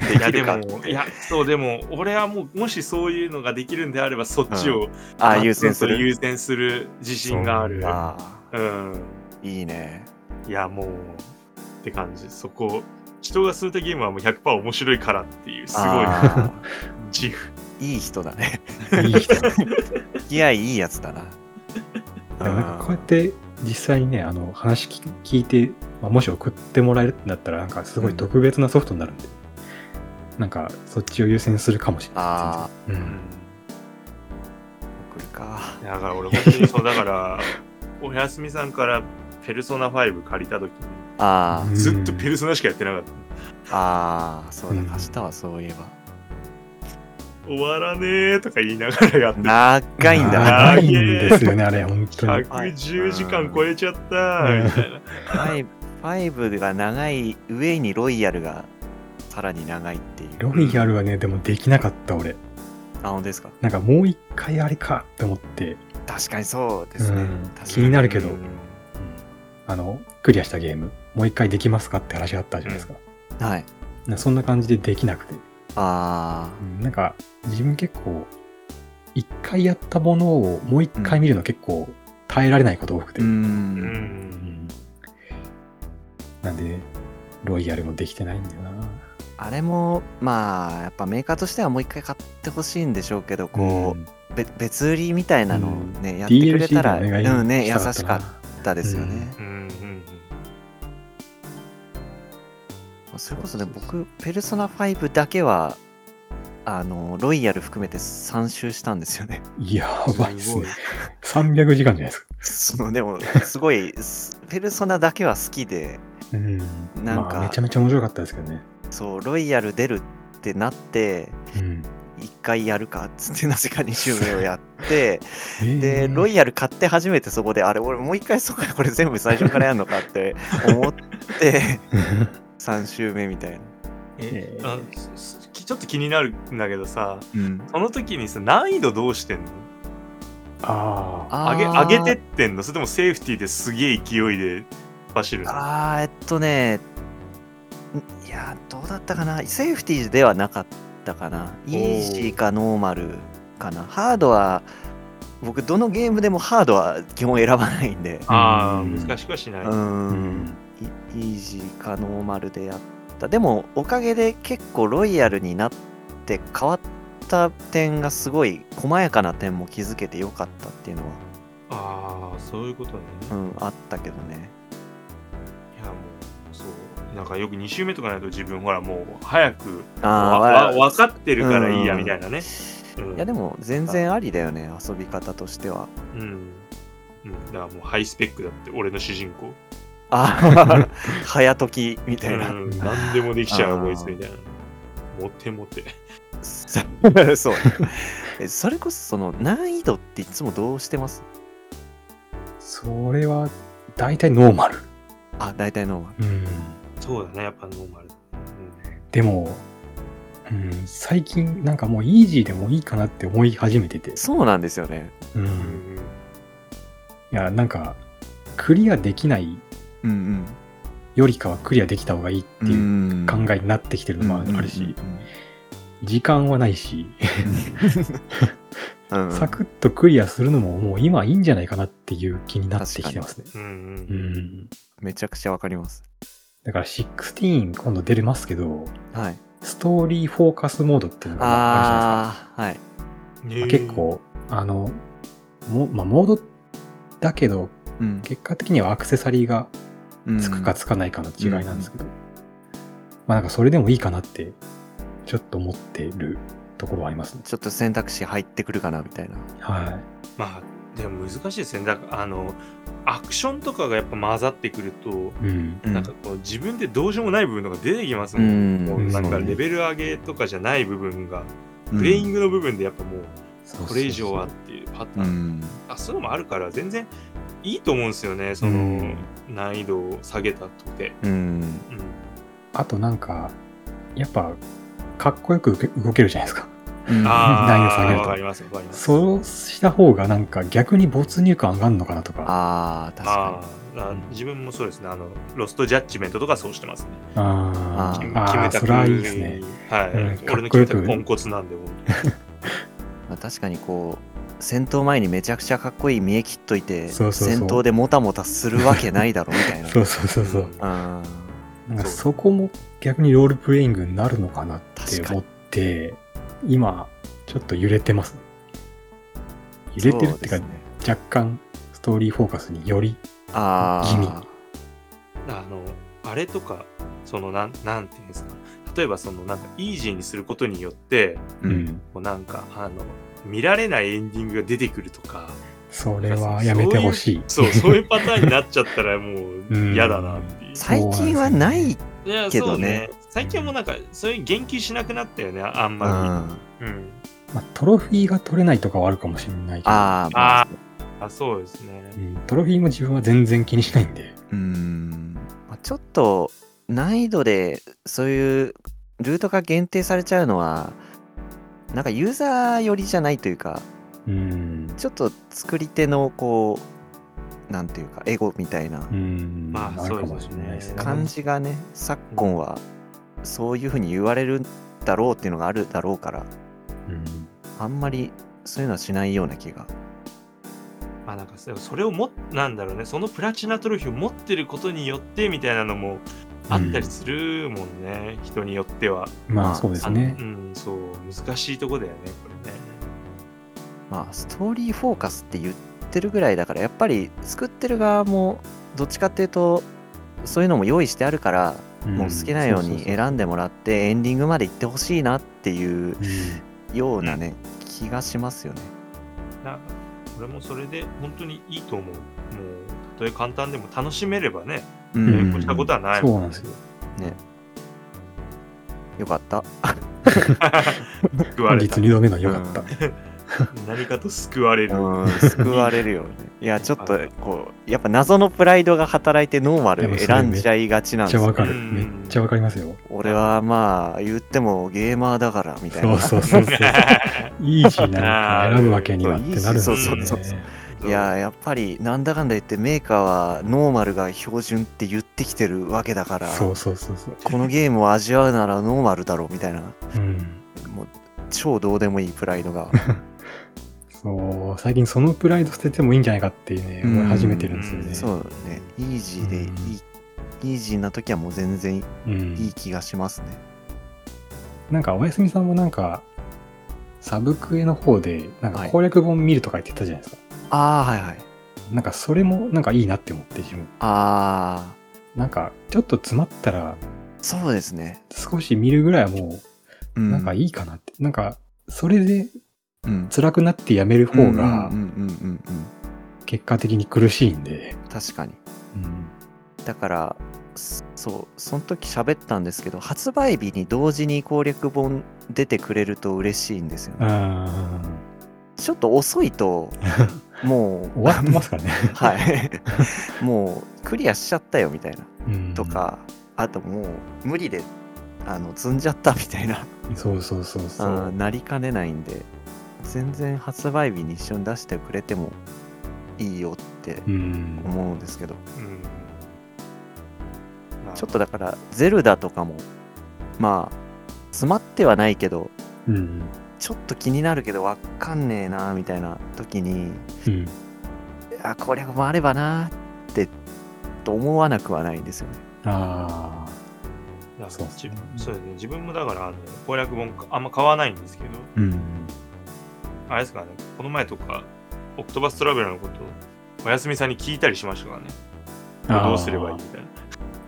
B: い
C: で
B: や
C: き
B: で
C: るかって
B: もいやそうでも俺はもうもしそういうのができるんであればそっちを、
C: ああ、優先す
B: 圧倒的に
C: る。
B: 優先する自信がある
A: そう
C: ああ、
B: うん
C: いいね。
B: いやもうって感じそこ人がするたゲームはもう100%面白いからっていうすごい
C: あー
B: 自負
C: いい人だね。
A: いい人。
C: 付き合いいいやつだな。
A: でもなんかこうやっ
C: うん
A: て実際にねあの話聞き聞いて、まあ、もし送ってもらえるってなったらなんかすごい特別なソフトになるんで、なんかそっちを優先するかもしれな
C: あ
A: い全
B: う
A: 然
B: ん
C: あ、送るか。
B: だから俺本当にそうだからおやすみさんから「ペルソナ5」借りた時に
C: あ
A: うん
B: ずっと「ペルソナ」しかやってなかった、
C: あ、ああ、そうだ、
A: うん
C: 明日はそういえば。
B: 終わらねえとか言いながらやってた
C: 長いんだ。
A: 長いんですよねあれ本当に
B: 110時間超えちゃった
A: うん
B: みたいな
C: ファイブ ファイブが長い上にロイヤルがさらに長いっていう。
A: ロイヤルはねでもできなかった俺
C: あ、本当ですか。
A: なんかもう一回あれかって思って
C: 確かにそうですね。
A: うん
C: 確か
A: 気になるけど
B: うん
A: あのクリアしたゲームもう一回できますかって話があったじゃないですか,、
C: はい。
A: そんな感じでできなくて、
C: あ
A: うんなんか自分結構一回やったものをもう一回見るの結構耐えられないこと多くて、
C: あ、う。
B: うんん
A: なんで、ロイヤルもできてないんだよな。
C: あれも、まあ、やっぱメーカーとしてはもう一回買ってほしいんでしょうけど、こう、
A: うん
C: べ別売りみたいなのをね、やってくれ
A: DLC で
C: たら、
A: お願いした
C: うんね、優
A: な
C: しかったですよね。
B: うんうん
C: それこそね、僕、ペルソナ5だけは、あの、ロイヤル含めて3周したんですよね。
A: やばいっすね
B: す。
A: 300時間じゃないですか。
C: その、でも、すごい、すペルソナだけは好きで、
A: うん。
C: なんか
A: まあ、めちゃめちゃ面白かったですけどね。
C: そう、ロイヤル出るってなって、
A: うん。
C: 一回やるかっつってなぜか2周目をやって、
A: えー
C: で、ロイヤル買って初めてそこで、あれ、俺もう一回そうか、これ全部最初からやるのかって思って、3周目みたいな。
B: え
A: えー
B: あすすちょっと気になるんだけどさ
C: うん。
B: その時にさ難易度どうしてんの
A: ああ。
B: 上げ上げてってんのそれともセーフティーですげえ勢いで走るの
C: あーえっとねんいやどうだったかなセーフティーではなかったかなイージーかノーマルかなハードは僕どのゲームでもハードは基本選ばないんで
B: ああ
A: うん
B: 難しくはしないう
C: ーん
A: うん
C: イイージーかノーマルでやったでもおかげで結構ロイヤルになって変わった点がすごい細やかな点も気づけてよかったっていうのは、
B: ああそういうことね
C: うん、あったけどね
B: いやもうそうなんかよく2周目とかになると自分ほらもう早くわ
C: あ
B: わ
C: あ
B: 分かってるからいいや
C: うん
B: みたいなね。うん
C: いやでも全然ありだよね遊び方としては
B: うん。うん、だからもうハイスペックだって俺の主人公。
C: あ 早時みたいな、
B: うん、何でもできちゃ
C: あ
B: う
C: ー
B: こいつみたいな。モテモテ。
C: そうえそれこそその難易度っていつもどうしてます
A: それは、大体ノーマル。
C: あ大体の
A: うん。
B: そうだね、やっぱノーマル。うん
A: でも、うん、最近なんかもうイージーでもいいかなって思い始めてて。
C: そうなんですよね。
A: う。
B: うんん
A: いや、なんか、クリアできない
C: うん
A: よりかはクリアできた方がいいって
C: うん。
A: いう
C: う
A: 考えになってきてるのもあるし、
C: うんうん
A: 時間はないし、
C: うんうんうん
A: サクッとクリアするのももう今いいんじゃないかなっていう気になってきてますね。
B: うんうん
A: う
B: うん
A: ん。
C: めちゃくちゃわかります。
A: だから16今度出れますけど、
C: はい。
A: ストーリーフォーカスモードっていうのがある
C: ああ、はい。
A: じゃないですか。結構、あの、もまあ、モードだけど、
C: うん
A: 結果的にはアクセサリーがつくかつかないかの違いなんですけど、まあなんかそれでもいいかなって、ちょっと思ってるところはありますね。
C: ちょっと選択肢入ってくるかなみたいな。
A: はい。
B: まあでも難しいですねだからあのアクションとかがやっぱ混ざってくると、
A: うん。
B: なんかこう自分でどうしようもない部分とか出てきます
C: う
B: もん、
C: ん、
B: もうなんかレベル上げとかじゃない部分が、プレイングの部分でやっぱもう
A: そうそうそう
B: これ以上はっていうパタ
C: う
B: ーン、
C: ん。
B: あそういうのもあるから全然いいと思うんですよねその、
A: うん
B: 難易度を下げたとて、
C: うん。
B: うん
A: あとなんか、やっぱ、かっこよく動けるじゃないですか。
C: う
A: 難
C: ん
A: 易度
B: あ
A: 下げ
B: あ
A: ると
B: わかりますわかります
A: そうした方がなんか逆に没入感上がるのかなとか。
C: ああ、確
B: あ
C: か
B: ーあー自分もそうですねあのロストジャッジメントとかそうしてますね
A: あ
C: ー
A: ー
B: キム
A: あー、
B: タ
A: そ
B: ク
A: れはいいですね。
B: はい、
A: うんかっこよく
B: 俺のキムタクポンコツなんで本当に
C: に。まあ、確かにこう、戦闘前にめちゃくちゃかっこいい見え切っといて、
A: そうそうそう
C: 戦闘でもたもたするわけないだろうみ たいな。
A: そうそうそうそう。
C: あ
A: なんかそこも逆にロールプレイングになるのかなって
C: 確かに
A: 思って、今、ちょっと揺れてます。揺れてるっていうか、若干、ストーリーフォーカスにより、
C: あ
A: 地味
C: あ
B: あのあれとかそのなんなんていうんですか例えばそのなんかイージーにすることによって
C: ー、うん。
B: もうなんかあの見られないエンディングが出てくるとか
A: それはやめてほしい。
B: そう そういうパターンになっちゃったらもう
A: うん
B: 嫌だなっていう。
C: 最近はない、
B: いや
C: け
B: そ
C: ど
B: う
C: ね
B: ね最近はもうなんかそういう言及しなくなったよねあん
C: う
B: ま
C: ん、
B: り。うん
A: まあ、トロフィーが取れないとかはあるかもしれないけど、
C: あー、まあ
B: あ、あそうですね。
A: うんトロフィーも自分は全然気にしないんで。
C: うん、まあちょっと難易度でそういうルートが限定されちゃうのはなんかユーザー寄りじゃないというか
A: うん。
C: ちょっと作り手のこうなんていうかエゴみたいな
A: うん。
B: まあ
A: るかもしれないです
B: そ
A: ね。
B: うですね
C: 感じがね、昨今はそういうふうに言われるんだろうっていうのがあるだろうから
A: うん
C: あんまりそういうのはしないような気が
B: まあなんかそそれをもなんだろうねそのプラチナトロフィーを持ってることによってみたいなのもあったりするもんね、人によっては。
A: ま
C: まあ
A: あ、そうです
B: あ
A: ね
B: う。ん、そう難しいとこだよねこれね。
C: まあストーリーフォーカスって言ってるぐらいだからやっぱり作ってる側もどっちかっていうとそういうのも用意してあるから、もう好きなように
A: 選
C: 選んでもらってエンディングまで行ってほしいなっていう
A: ぶ。
C: ようなね、気がしますよね。
B: な俺もそれで本当にいいと思う。もうたとえ簡単でも楽しめればね、
C: う
A: うんん
B: こしたことはない
A: そう
B: も
A: なんですよ。
C: よかった。
B: 救わ
A: 本
B: れた
A: 日。2度目の良かった。
B: 何かと救われる。
C: うん、救われるよね。 いや、ちょっとこう、やっぱ謎のプライドが働いてノーマル選んじゃいがちな
A: めっ
C: んで
A: ちゃ
C: す
A: わ
C: よ。
A: かる。
B: うん
A: めっちゃわかりますよ。
C: 俺はまあ、言ってもゲーマーだからみたい
A: そう
C: な。
A: そうそうそう。イージーなの選ぶわけにはってなるんです
C: そう
A: よ
C: そう
A: ね
C: そうそういや、やっぱりなんだかんだ言ってメーカーはノーマルが標準って言ってきてるわけだから、
A: そうそうそうそう。
C: このゲームを味わうならノーマルだろうみたいな、
A: うん。
C: もう超どうでもいいプライドが。
A: そう、最近そのプライド捨ててもいいんじゃないかってね、思い始めてるんですよね。
C: そうね、イージーでいい、イージーな時はもう全然い
A: うん
C: い気がしますね。
A: なんか、おやすみさんもなんか、サブクエの方で、なん
C: は
A: か
C: い
A: 攻略本見るとか言ってたじゃないですか。
C: ああ、はいはい。
A: なんか、それもなんかいいなって思って、自分。
C: ああ、
A: なんか、ちょっと詰まったら、
C: そうですね。
A: 少し見るぐらいはも
C: う
A: う、
C: ん、
A: なんかいいかなって。なんか、それで
C: うん、
A: 辛くなってやめる方が
C: うん、うんうんうん
A: 結果的に苦しいんで。
C: うん、確かに。
A: うん。
C: だからそそうその時喋ったんですけど発売日に同時に攻略本出てくれると嬉しいんですよね
A: あ
C: ちょっと遅 いとも
A: ー
C: う
A: 終わってますからね。
C: はい もうクリアしちゃったよみたいな
A: うん
C: と、か、あともう無理であの積んじゃったみたいな
A: そうそうそうそ
C: あー
A: う。
C: なりかねないんで全然発売日に一緒に出してくれてもいいよって
A: うん。
C: 思うんですけど
B: うんまあ
C: ちょっとだからゼルダとかもまあ詰まってはないけど
A: うん。
C: ちょっと気になるけどわかんねえなみたいな時に
A: うん。
C: あこれもあればなってと思わなくはないんですよね
A: ああ。
B: なんか
A: そう
B: 自分そうですね自分もだからあの攻略本あんま買わないんですけど
A: うん。
B: あれですかねこの前とかオクトバストラベラーのことおやすみさんに聞いたりしましたからね
A: あー
B: どうすればいいみたいな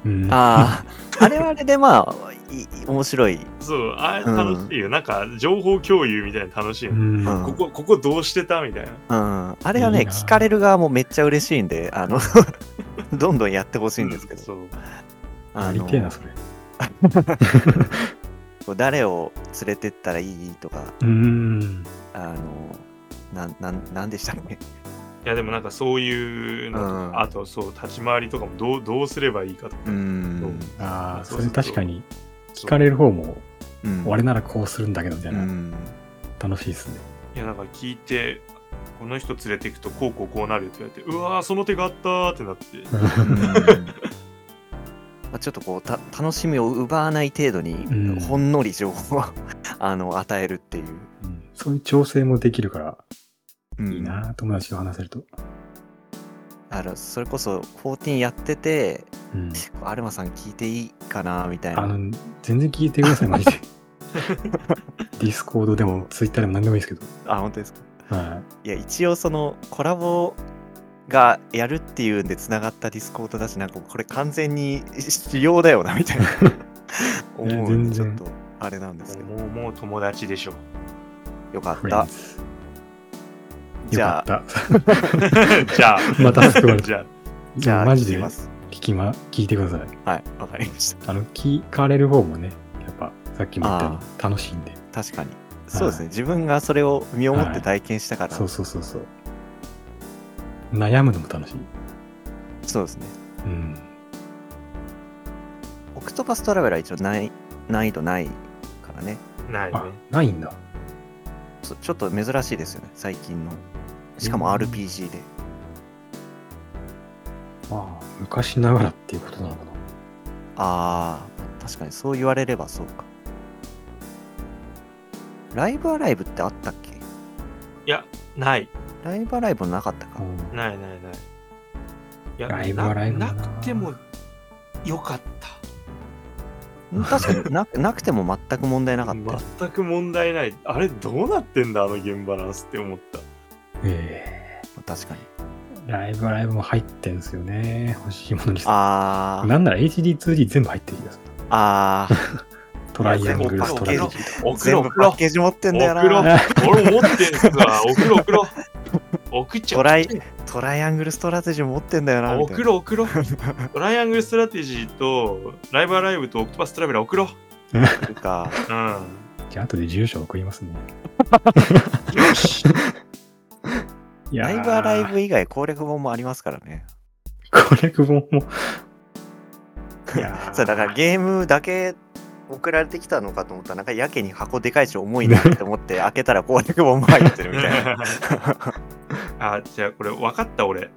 A: うん。
C: あ ああれはあれでまあいい面白い、
B: そうあれ
C: うん
B: 楽しいよ、なんか情報共有みたいな楽しい、
A: う
B: ね
A: ん。
C: うん
B: ここここどうしてたみたいな
C: うん、あれはね
A: いいな
C: 聞かれる側もめっちゃ嬉しいんであの どんどんやってほしいんですけど、
B: そう
C: あ
A: やり
C: の
A: てえな、それ。
C: こう誰を連れてったらいいとか
A: うん。
C: あのなんなんなんでしたっけ
B: いやでもなんかそういうのとか、
C: うん
B: あとそう立ち回りとかもどうどうすればいいかとか、
C: うん
A: ああ、
B: そ
A: そう
B: そう
A: れ確かに、聞かれる方も、
C: うん
A: 俺ならこうするんだけど、みた
C: う
A: いな。
C: ん
A: 楽しいですね。
B: いやなんか聞いてこの人連れていくとこうこうこうなるよって言われてうわーその手があったーってなって
C: うん まあちょっとこうた楽しみを奪わない程度に、
A: うん
C: ほんのり情報を あの与えるっていう、
A: うんそういう調整もできるから、
C: うん
A: いいなあ友達と話せると。
C: あのそれこそ14やってて
A: うん。
C: アルマさん聞いていいかなみたい
A: あ
C: な
A: の、全然聞いてください、マジで。ディスコードでも、ツイッターでも何でもいいですけど。
C: あ本当ですか
A: はい
C: や一応そのコラボがやるっていうんでつながったディスコードだしなんかもうこれ完全に必要だよなみた いな思うんでちょ
A: 全然
C: っとあれなんですけど
B: もうもう友達でしょ
C: よか
A: い。
C: った
A: Friends
C: じゃ
A: よかった。
B: じ ゃあ
A: また救われた
B: じゃあ
C: じゃあ
A: マジ
C: 聞
A: で
C: きま
A: 聞
C: す
A: きま、聞いてください。
C: はいわかりました
A: あの、聞かれる方もね、やっぱ、さっきも言ったよう
C: あ
A: に楽しいんで。
C: 確かにそうですね自分がそれを身をもって体験したから
A: そうそうそうそう。悩むのも楽しい。
C: そうですね
A: うん。
C: オクトパストラベラーは一応ない難易度ないからね
B: ないね
A: あ、ないんだ。
C: そちょっと珍しいですよね最近のしか
A: う
C: も
A: ん
C: RPG で
A: まあ、昔ながらっていうことなのかな。
C: ああ、確かにそう言われればそうか。ライブアライブってあったっけ
B: ない
C: ライブアライブもなかったか。
A: うん
B: ないないないいや
A: ライブはライブだ
B: な
A: な
B: なくてもよかった
C: 確かにななくても全く問題なかったよ。
B: 全く問題ないあれどうなってんだあのゲームバランスって思った
A: え
C: 確かに。
A: えライブはライブも入ってんすよね。欲しいものに。
C: あー
A: なんなら HD2D 全部入ってるんです。
C: あー、
A: トライアングルストラテジ
B: 全部
A: ー。
B: 送
C: 全
B: ろ
C: 部
B: う
C: パッケージ持ってんだよ
B: 送ろう
C: な。
B: 俺持ってんすわ送ろう送 ろう送っちゃ
C: ト
B: う
C: ライ、トライアングルストラテジー持ってんだよな。みたい
B: 送
C: な
B: ろう送ろうトライアングルストラテジーとライブアライブとオクトパストラベラー送ろう
C: なんか、
B: う
A: じゃあ、後で住所送りますね。
B: んよし
A: いや
C: ラ
A: ー
C: イブアライブ以外攻略本もありますからね。
A: 攻略本も。いやー
C: そうだからゲームだけ送られてきたのかと思ったらなんかやけに箱でかいし重いなって 思って開けたら攻略本も入ってるみたいな
B: あじゃあこれ分かった俺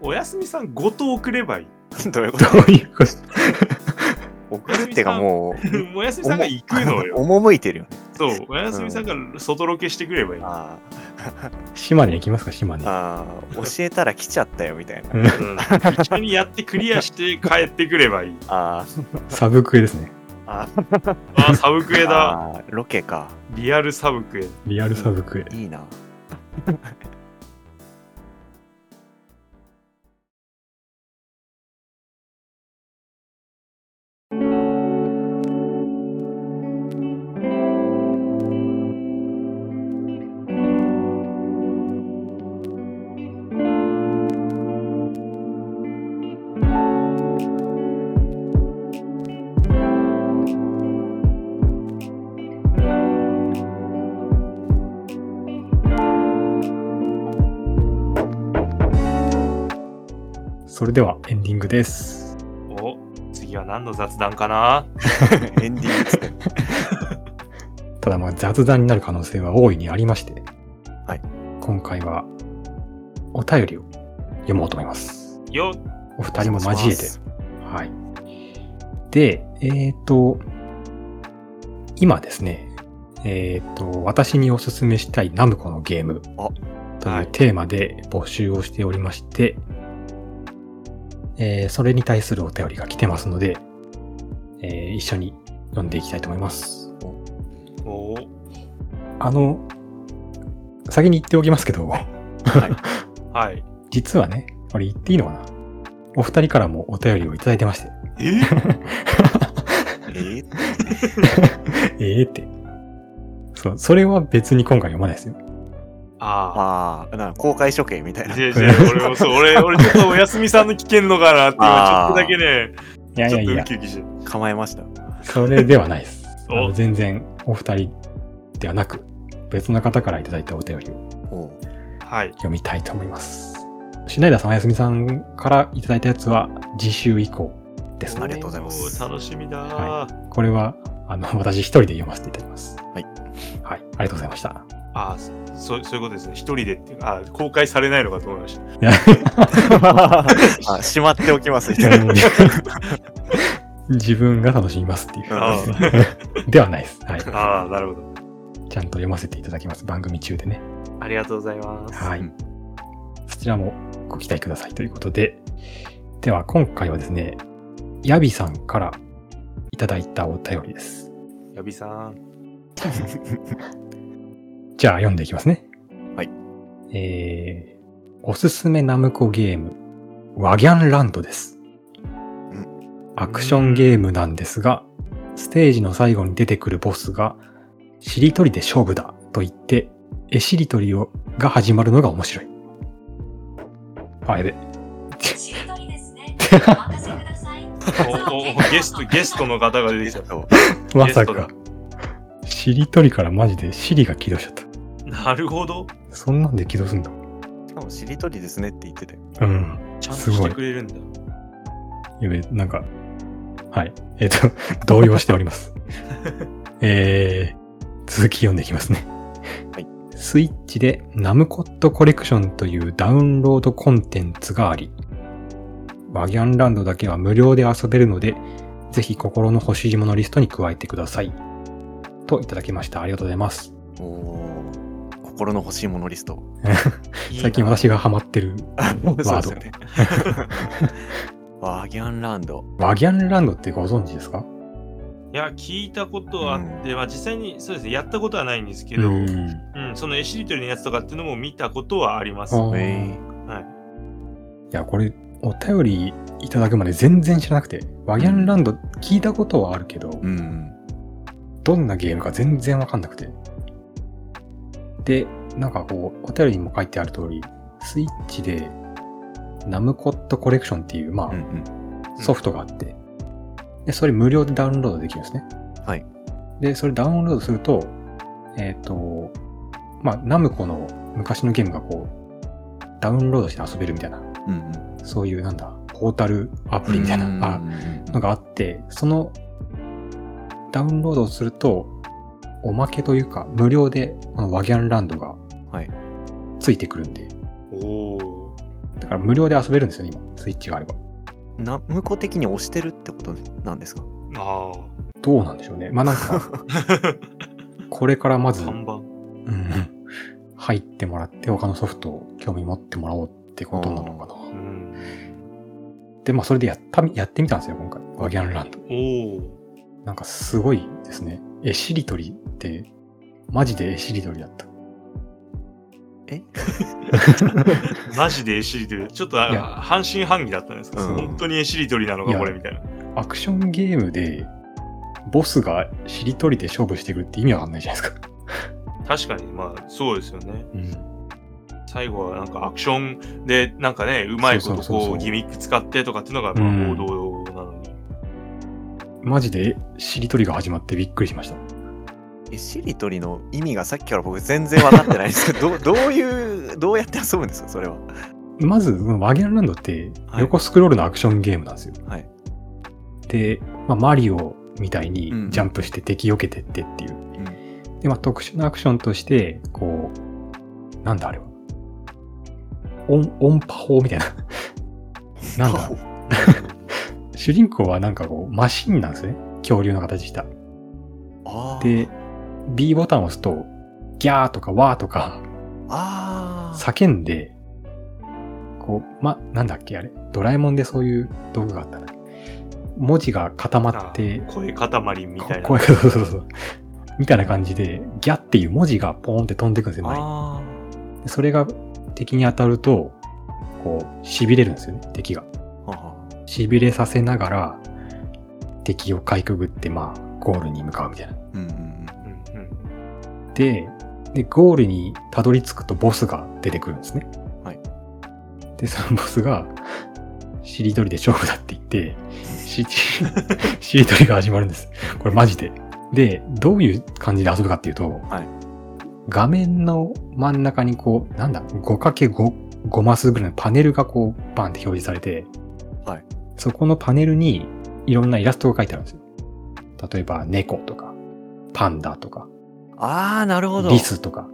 B: おやすみさんごと送れば いい
C: どういうこ
A: ど
C: と
A: ういうこと
C: 送るっていうかもう
B: おやすみさんが行くのよ
C: 赴いてるよね
B: そうおやすみさんが外ロケしてくればいい、
C: あ
A: 島根行きますか、島根
C: ー。あー教えたら来ちゃったよみたいな
A: うん
B: うん、一緒にやってクリアして帰ってくればいい
C: あー
A: サブクエですね。
C: あ
B: あーサブクエだ
C: あーロケか
B: リアルサブクエ
A: リアルサブクエ。
C: いい な
A: それではエンディングです。
B: お次はは何の雑談かな
C: エンディングつって。
A: ただまあ雑談になる可能性は大いにありまして、
C: はい
A: 今回はお便りを読もうと思います。
B: よ
A: お二人も交え
C: お願い
A: て
C: し。
A: はい。で、えっ、と、今ですね、えっ、と、私におすすめしたいナムコのゲーム
C: あ
A: と
B: はいいう
A: テーマで募集をしておりまして、えーそれに対するお便りが来てますので、えー一緒に読んでいきたいと思います。
B: おー
A: あの、先に言っておきますけど、
B: はい。
A: 実はね、これ言っていいのかなお二人からもお便りをいただいてまして、
B: え
C: えー
A: ええって。そう、それは別に今回読まないですよ。
B: あ
C: ああ、なんか公開処刑みたい
B: あ。
C: な。
B: じゃじゃ俺もそう、俺、俺ちょっとお休みさんの聞けんのかなって、今ちょっとだけね、
A: いやい
B: ちょ
A: や
B: っ
A: い
B: とウ
A: や、
B: キウキして。
C: 構えました。
A: それではないです。 あ
B: お
A: の全然お二人ではなく、別の方からいただいたお便りを
C: お う
B: はい。
A: 読みたいと思います。シナイダーさん、おやすみさんからいただいたやつは次週以降です
C: あ
A: の
C: り
A: で、
C: がとうございます
B: おー楽しみだ、
A: はこれはあの私一人で読ませていただきます。
C: はい。
A: はい、ありがとうございま した。
B: ああ、そそうそういうことですね。一人でっていうか、あー公開されないのかと思いました。
A: いや
C: あ、しまっておき ます。
A: あの自分が楽しみますっていう。
B: あ
A: ではないです。はい。ち
B: あ
A: ゃ
B: ああ、なるほど。
A: んと読ませていただきます。番組中でね。
B: ありがとうございます。
A: は
C: う
A: い
C: ん。
A: そちらもご期待くださいということで。では、今回はですね、ヤビさんからいただいたお便りです。
B: ヤビさん。
A: じゃあ、読んでいきますね。
C: はい。
A: えー、おすすめナムコゲーム、ワギャンランドです
C: ん。
A: アクションゲームなんですが、ステージの最後に出てくるボスが、しりとりで勝負だと言って、絵しりとりをが始まるのが面白い。あ、やべ。
D: しりとりですね。お任せください。
B: おおおゲスト、ゲストの方が出てきた。
A: まさ
B: ゲス
A: か。しりとりからマジでシリが起動しちゃった。
B: なるほど。
A: そんなんで起動すんだ。
C: しかもしりとりですねって言ってたよ。
A: うん。
B: ちゃんと
A: すごい
B: してくれるんだ。
A: やべ、なんか、はい。えっ、と、 動揺しております。えー、続き読んでいきますね。
C: はい。
A: スイッチでナムコットコレクションというダウンロードコンテンツがあり、ワギャンランドだけは無料で遊べるので、ぜひ心の欲しいものリストに加えてください。といただきました。ありがとうございます。
C: おおー。心の欲しいものリスト。
A: 最近私がハマってる
C: そうです
A: ワード
C: よね。 ワーギャンランド。
A: ワギャンランドってご存知ですか
B: いや、聞いたことあって、まあ実際にそうですね、やったことはないんですけ
A: う
B: ど、うんん、その絵しりとりのやつとかっていうのも見たことはあります。
A: あ
B: は
A: ー
C: え
B: い。
A: いや、これ、お便りいただくまで全然知らなくて、ワギャンランド聞いたことはあるけど、
C: うん。
A: どんなゲームか全然わかんなくて。で、なんかこう、お便りにも書いてある通り、スイッチで、ナムコットコレクションっていう、まあ、
C: うんうん。
A: ソフトがあって、で、それ無料でダウンロードできるんですね。
C: はい。
A: で、それダウンロードすると、えっ、と、まあ、ナムコの昔のゲームがこう、ダウンロードして遊べるみたいな、
C: うんうん。
A: そういうなんだ、ポータルアプリみたいな、
C: うん
A: あのがあって、そのダウンロードをすると、おまけというか、無料でこのワギャンランドが
C: はい
A: ついてくるんで、
B: おお。
A: だから無料で遊べるんですよね、今、スイッチがあれば。
C: な向こう的に押してるってことなんですか
B: あ
A: どうなんでしょうね。まあなんか、これからま
B: あ、
A: ず、
B: 看板。
A: うん入ってもらって、他のソフトを興味持ってもらおうってことなのか
B: う
A: な。
B: ん。
A: で、まあそれでやったみ、やってみたんですよ、今回。ワギャンランド。
B: おお。
A: なんかすごいですね。絵しりとりって、マジで絵しりとりだった。
B: マジで絵しりとり。ちょっと
A: いや
B: あ半信半疑だったんですけど、
C: うん
B: 本当に絵しりとりなのか、
A: いや
B: これみたいな。
A: アクションゲームで、ボスがしりとりで勝負してくるって意味わかんないじゃないですか。
B: 確かに、まあ、そうですよね。
A: うん。
B: 最後はなんかアクションで、なんかね、うまいこと
A: そうそうそう
B: こ
A: そう
B: う、ギミック使ってとかっていうのが、まあ
A: うん
B: 王道なのに。
A: マジでしりとりが始まってびっくりしました。
C: えしりとりの意味がさっきから僕全然分かってないんですけ どどうどういうどうやって遊ぶんですかそれは
A: まず、ワギャンランドって
C: はい
A: 横スクロールのアクションゲームなんですよ。
C: はい
A: して、まあ、マリオみたいに
C: うん
A: ジャンプして敵避けてってっていう。
C: う
A: で、まあ、特殊なアクションとして、こう、なんだあれは。音、音波法み たいな。なんだ主人公はなんかこう、マシンなんですね。恐竜の形した。
C: あー
A: で、B ボタンを押すと、ギャーとかワーとか
C: あー
A: 叫んで、こう、ま、なんだっけあれ。ドラえもんでそういう道具があったな。文字が固まって、
B: 声塊みたいな。
A: こう そうそうそうそう。みたいな感じで、ギャっていう文字がポーンって飛んでくんですよ、前に
C: あ
A: でそれが敵に当たると、こう、痺れるんですよね、敵が。
C: ーは
A: 痺れさせながら、敵をかいくぐって、まあ、ゴールに向かうみたいな。
C: あうんうん
B: うんうん
A: で、で、ゴールにたどり着くとボスが出てくるんですね。
C: はい。
A: で、そのボスが、しりとりで勝負だって言って、 し、しりとりが始まるんです。これマジで。で、どういう感じで遊ぶかっていうと、
C: はい
A: 画面の真ん中にこう、なんだ、5×5、5マスぐらいのパネルがこう、バンって表示されて、
C: はい
A: そこのパネルにいろんなイラストが書いてあるんですよ。例えば、猫とか、パンダとか、
C: ああなるほど
A: リスとか。
C: は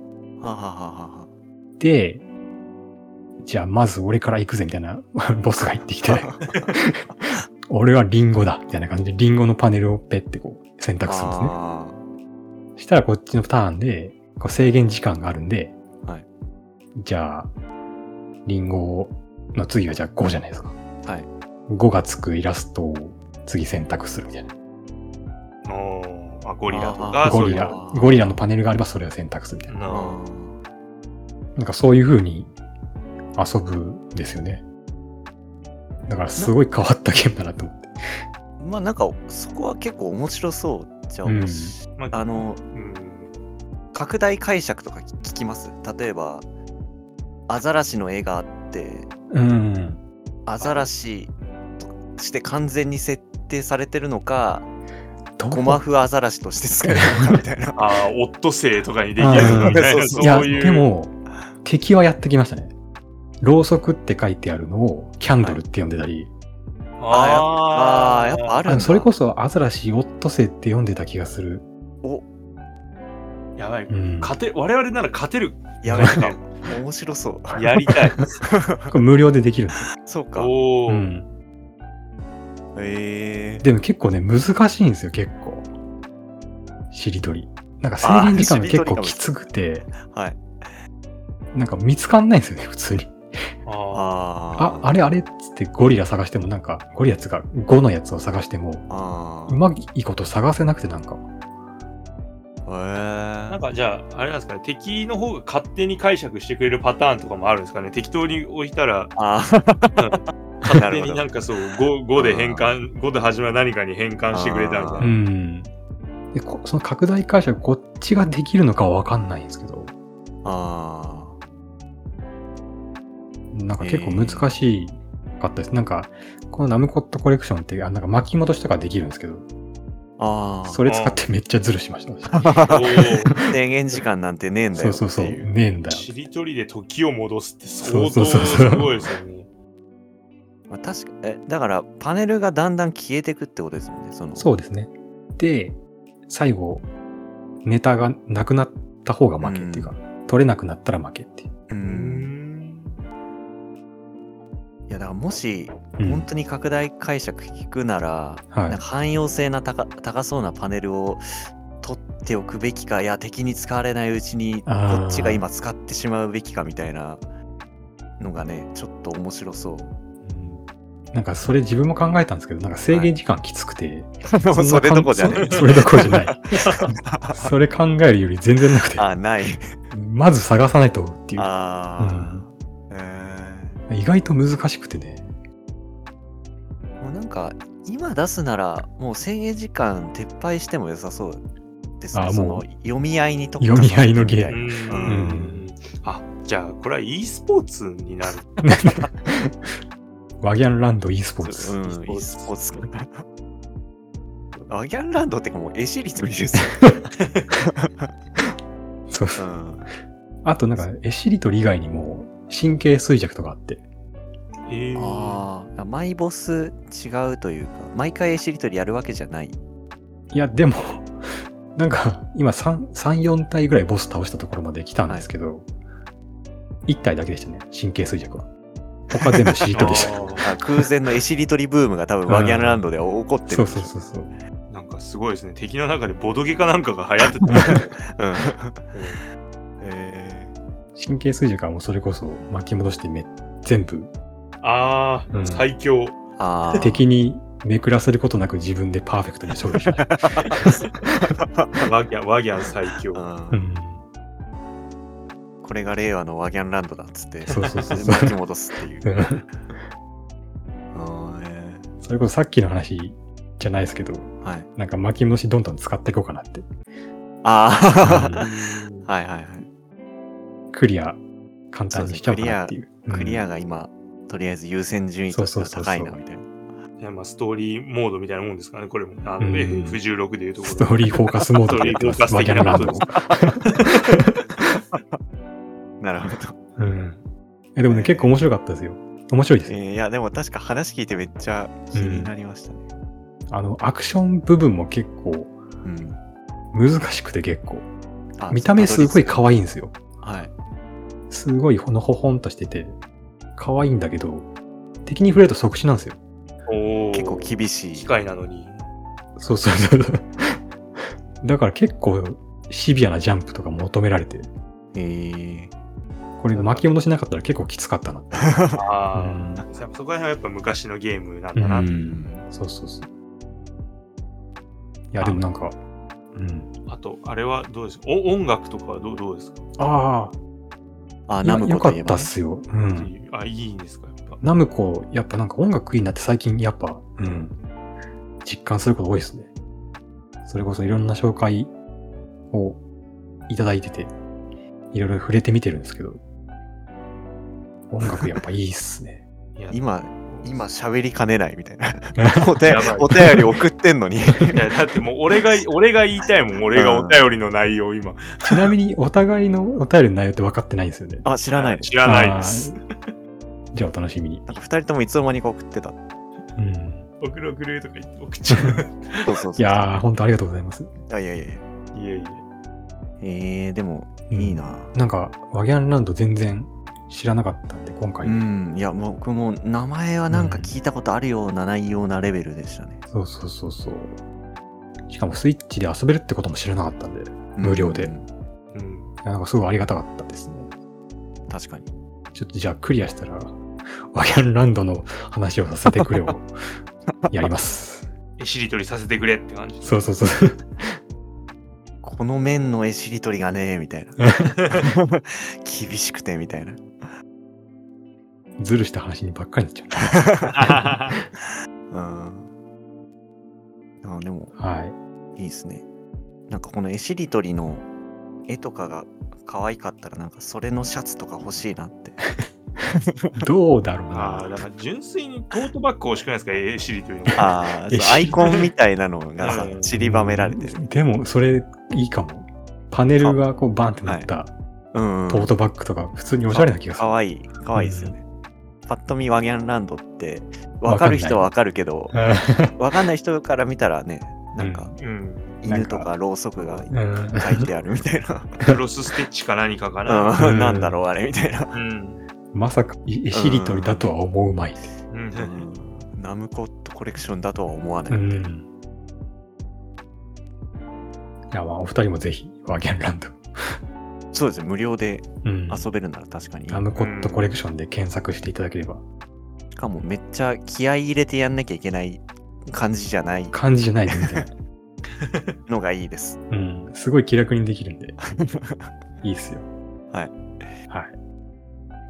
C: あはあはあは
A: で、じゃあまず俺から行くぜみたいな ボスが入ってきて、 俺はリンゴだみたいな感じでリンゴのパネルをペッてこう選
C: あ
A: 択するんですね。
C: あ
A: したらこっちのターンでこう制限時間があるんで、
C: はい
A: じゃあ、リンゴの次はじゃあ5じゃないですか。
C: はい
A: 5がつくイラストを次選択するみたいな。
B: おーあゴリラと
C: あ
B: か、
A: ゴ
B: そう
A: リ
B: いう
A: ラ
C: の、
A: ゴリラのパネルがあればそれを選択するみたいな。
C: ー
B: な
A: なんかそういう風に遊ぶんですよね。だからすごい変わったゲームだなと思って。
C: まあなんかそこは結構面白そうじゃあ、
A: うん
B: まあ
C: あの
B: うん
C: 拡大解釈とか聞聞きます例えばアザラシの絵があって
A: うん。
C: アザラシとして完全に設定されてるのか
A: ど
C: ゴマフアザラシとして使えるのかみたいな
B: ああ、オットセイとかにできるのみたい
C: うん
B: な、
C: そ
B: そう
A: いや、
B: ういう。
A: でも、敵はやってきましたね。ろうそくって書いてあるのをキャンドルって呼んでたり、
C: あーやっぱある
A: あのそれこ
C: そ
A: そアザラシオットセイって呼んでた気がする。
B: やばい。
A: うん。
B: 勝て我々なら勝てる
C: やめてね面白 そう
B: やりたい。
A: これ無料でできるんですよ。
C: そうか
B: おお、
A: うん。
C: え
A: でも結構ね、難しいんですよ、結構。しりとり。なんか制限時間が結構きつくて、
C: ー、はい
A: なんか見つかんないんですよね、普通に。
B: あ
A: あ
C: あ、
A: あれあれっつってゴリラ探してもなんか、ゴリラっつうか5のやつを探しても、
C: あ
A: うまいこと探せなくてなんか、
B: ー
C: あ
B: なんかじゃあ、あれなんですかね、敵の方が勝手に解釈してくれるパターンとかもあるんですかね。適当に置いたら、
C: あーな
B: 勝
C: る
B: 手に
C: ほど
B: なんかそう、5, で変換、5で始まる何かに変換してくれたみた
C: あ
B: い
C: ー
A: う
B: な。
A: ん。でこその拡大解釈、こっちができるのかはわかんないんですけど、
C: あ
A: なんか結構難しかったです。なんか、このナムコットコレクションって、あなんか巻き戻しとかできるんですけど、
C: ーあー
A: それ使ってめっちゃズルしました。
B: おー
C: 制限時間なんてねえんだ
A: そ
C: よ
A: う
C: って
A: そ
C: いう
A: そう、
C: う
A: ねえんだよ。
B: しりとりで時を戻すって相
A: そうそう
B: 当
A: そうそう
B: すごいですよね。
C: まあ、確かえだからパネルがだんだん消えてくってことですもんねその
A: そうですね。で、最後、ネタがなくなった方が負けっていうか、取れなくなったら負けっていう。
C: う
B: うー
C: ん
B: ん
C: いやだからもし
A: うん
C: 本当に拡大解釈聞くなら、
A: はい
C: なんか汎用性の高高そうなパネルを取っておくべきかいや敵に使われないうちにこ
A: あー
C: っちが今使ってしまうべきかみたいなのがねちょっと面 白そう
A: うんなんかそれ自分も考えたんですけど、なんか制限時間きつくて。んな
C: それどこじゃ
A: か
C: ね
A: んそそれどころじゃない。それ考えるより全然なくて、
C: あない
A: まず探さないとっていう。
C: あー、え
A: 意外と難しくてね。
C: ーもうなんか今出すならもう制限時間撤廃しても良さそうです
A: あ
C: ね
A: ー
C: そ
A: も
C: の
A: う
C: 読み合いにと
A: 読み合いのゲーム
B: うん
A: うん
B: あじゃあこれは e スポーツになる。
A: ワギャンランド e スポー
C: う
A: ツ。
C: ん、
B: e スポー
C: ツ。アギャンランドってかもう絵師率無理 ですよ。
A: そう
C: う
A: そう。
C: ん。
A: あとなんか、絵しりとり以外にも、神経衰弱とかあって、
B: えー、
C: ああ、マイボス違うというか、毎回しりとりやるわけじゃない。
A: いや、でも、なんか、今3、3、4体ぐらいボス倒したところまで来たんですけど、1体だけでしたね、神経衰弱は。他全部しりとりでした。
B: あ
C: あ空前の絵しりとりブームが多分ワギャンランドで起こってる。
A: そうそうそうそう。
B: ーなんかすごいですね。敵の中でボドゲかなんかが流行ってた。
C: うん。
B: えー
A: 神経衰弱はもうそれこそ巻き戻してめ、全部
B: あー、
A: うん
B: 最強。
C: ああ。
A: 敵にめくらせることなく自分でパーフェクトに処理しました。
B: ワギャン、ワギャン最
A: う
B: 強。
C: うん
A: ん
C: これが令和のワギャンランドだっつって、
A: そうそうそうそう
C: 巻き戻すっていうう。
A: ん
C: うんえ
A: それこそさっきの話じゃないですけど、
C: ーはい。
A: なんか巻き戻しどんどん使っていこうかなって。
C: あ
A: うん
C: あ。はいはいはい。
A: クリア簡単にしちゃおうかなっていう。
C: クリ
A: う
C: ア
A: ん
C: が今、とりあえず優先順位としては高いなみたいな。
B: いやまあストーリーモードみたいなもんですかね、これも。あ
A: うん
B: の F16 でいうところ。
A: ストーリーフォーカスモードでやってます。
B: ストー
A: ワ
B: リ
A: ギ
B: ー
A: ャ
B: フ
A: ンラ
B: ォーカ
A: ン
B: ス
A: ド
B: 的な
A: も
B: こ。
C: なるほど。
A: うん。えでもね、結構面白かったですよ。面白いです
C: え
A: よ。
C: ーいや、でも確か話聞いてめっちゃ気になりましたね。
A: あの、アクション部分も結構
C: うん。
A: 難しくて結構。
C: あ
A: 見た目すごい可愛いんですよ。
C: はい。
A: すごいほのほほんとしてて、可愛いんだけど、敵に触れると即死なんですよ。
B: おー
C: 結構厳しい
B: 機。械なのに。
A: そうそうそう そう。だから結構シビアなジャンプとか求められて、
C: えー、
A: これ巻き戻しなかったら結構きつかったなって。
B: ああ、そこら辺はやっぱ昔のゲームなんだな。
A: うんそうそうそう。いや、でもなんか、うん。
B: あと、あれはどうですかお音楽とかはどうどうですか、
A: あ
C: あ、
A: あ、
C: ナム
A: よ
C: コ
A: か
C: と
A: っ
C: いえ
A: た
C: ば
A: っ
C: ね、
A: すよ。うん。
B: あ、いいんですかやっぱ。
A: ナムコ、やっぱなんか音楽いいなって最近やっぱ、うん、実感すること多いですね。それこそいろんな紹介をいただいてて、いろいろ触れてみてるんですけど、音楽やっぱいいっす ね。
B: いや
C: 今、今喋りかねないみたい な。
A: う
C: お手
B: やばい
C: お便り送ってん のに。
B: いやだってもう俺が、俺が言いたいもん、俺がお便りの内容今。
A: ちなみにお互いのお便りの内容って分かってないんですよね。
C: あ、知らないです。
B: 知らないです。
A: あー。じゃあお楽しみに。
C: なんか二人ともいつの間にか送ってた。
A: うん、
B: 送る送るとか言って送っちゃう。
C: そうそうそう。
A: いやー、本当ありがとうございます。
C: あいやいやいや。
B: いえいえ。
C: えー、でも、
A: うん
C: いいな。
A: なんか、ワギャンランド全然知らなかったんで、今回。
C: うん、いや、僕も名前はなんか聞いたことあるような内容なレベルでしたね。
A: そうそうそうそう。しかもスイッチで遊べるってことも知らなかったんで、い
C: うん
A: 無料で
B: うん。
A: やなんかすごいありがたかったですね。
C: 確かに。
A: ちょっとじゃあクリアしたら、ワギャンランドの話をさせてくれ をやります。
B: えしりとりさせてくれって感じ。
A: そうそうそう。
C: この面の絵しりとり がね、みたいな。 厳しくて、みたいな。
A: ずるした話にばっかりになっちゃ
C: うん。あでも、
A: う。はい。
C: いいですね。なんかこの絵しりとりの絵とかが可愛かったら、なんかそれのシャツとか欲しいなって。
A: どうだろう
B: ああ、
A: な。
B: だから純粋にトートバッグ欲しくないですかえしりとりの。
C: ああ、
A: 絵しりとり
C: そうアイコンみたいなのがさ
B: う、ん
C: 散りばめられてる。
A: でも、それいいかも。パネルがこうバンってなった
C: うん、うん。
A: トートバッグとか、普通におしゃれな気がする
C: か。わいい。かわいいですよね。パッと見ワギャンランドって、わかる人はわかるけど、わかんない人から見たらね、なんか
B: うん。
A: なん
C: 犬
A: か
C: とかろうそくが
A: うんうん
C: 書いてあるみたいな。
B: クロスステッチか何かかな。
A: う
C: うんん、なんだろうあれみたいな。
B: うん。
A: まさか、い絵しりとりだとは思うまい。
B: うん
C: ナムコットコレクションだとは思わな
A: う
C: い。
A: ん。いや、まあ、お二人もぜひ、ワーギャンランド。
C: そうですね、無料で
A: うん。
C: 遊べるなら確かに。
A: ラムコットコレクションで検索していただければ。
C: しかもめっちゃ気合い入れてやんなきゃいけない感じじゃない
A: 漢字じゃない、全然。
C: のがいいです。
A: うん。すごい気楽にできるんで。いいっすよ。
C: はい。
A: はい。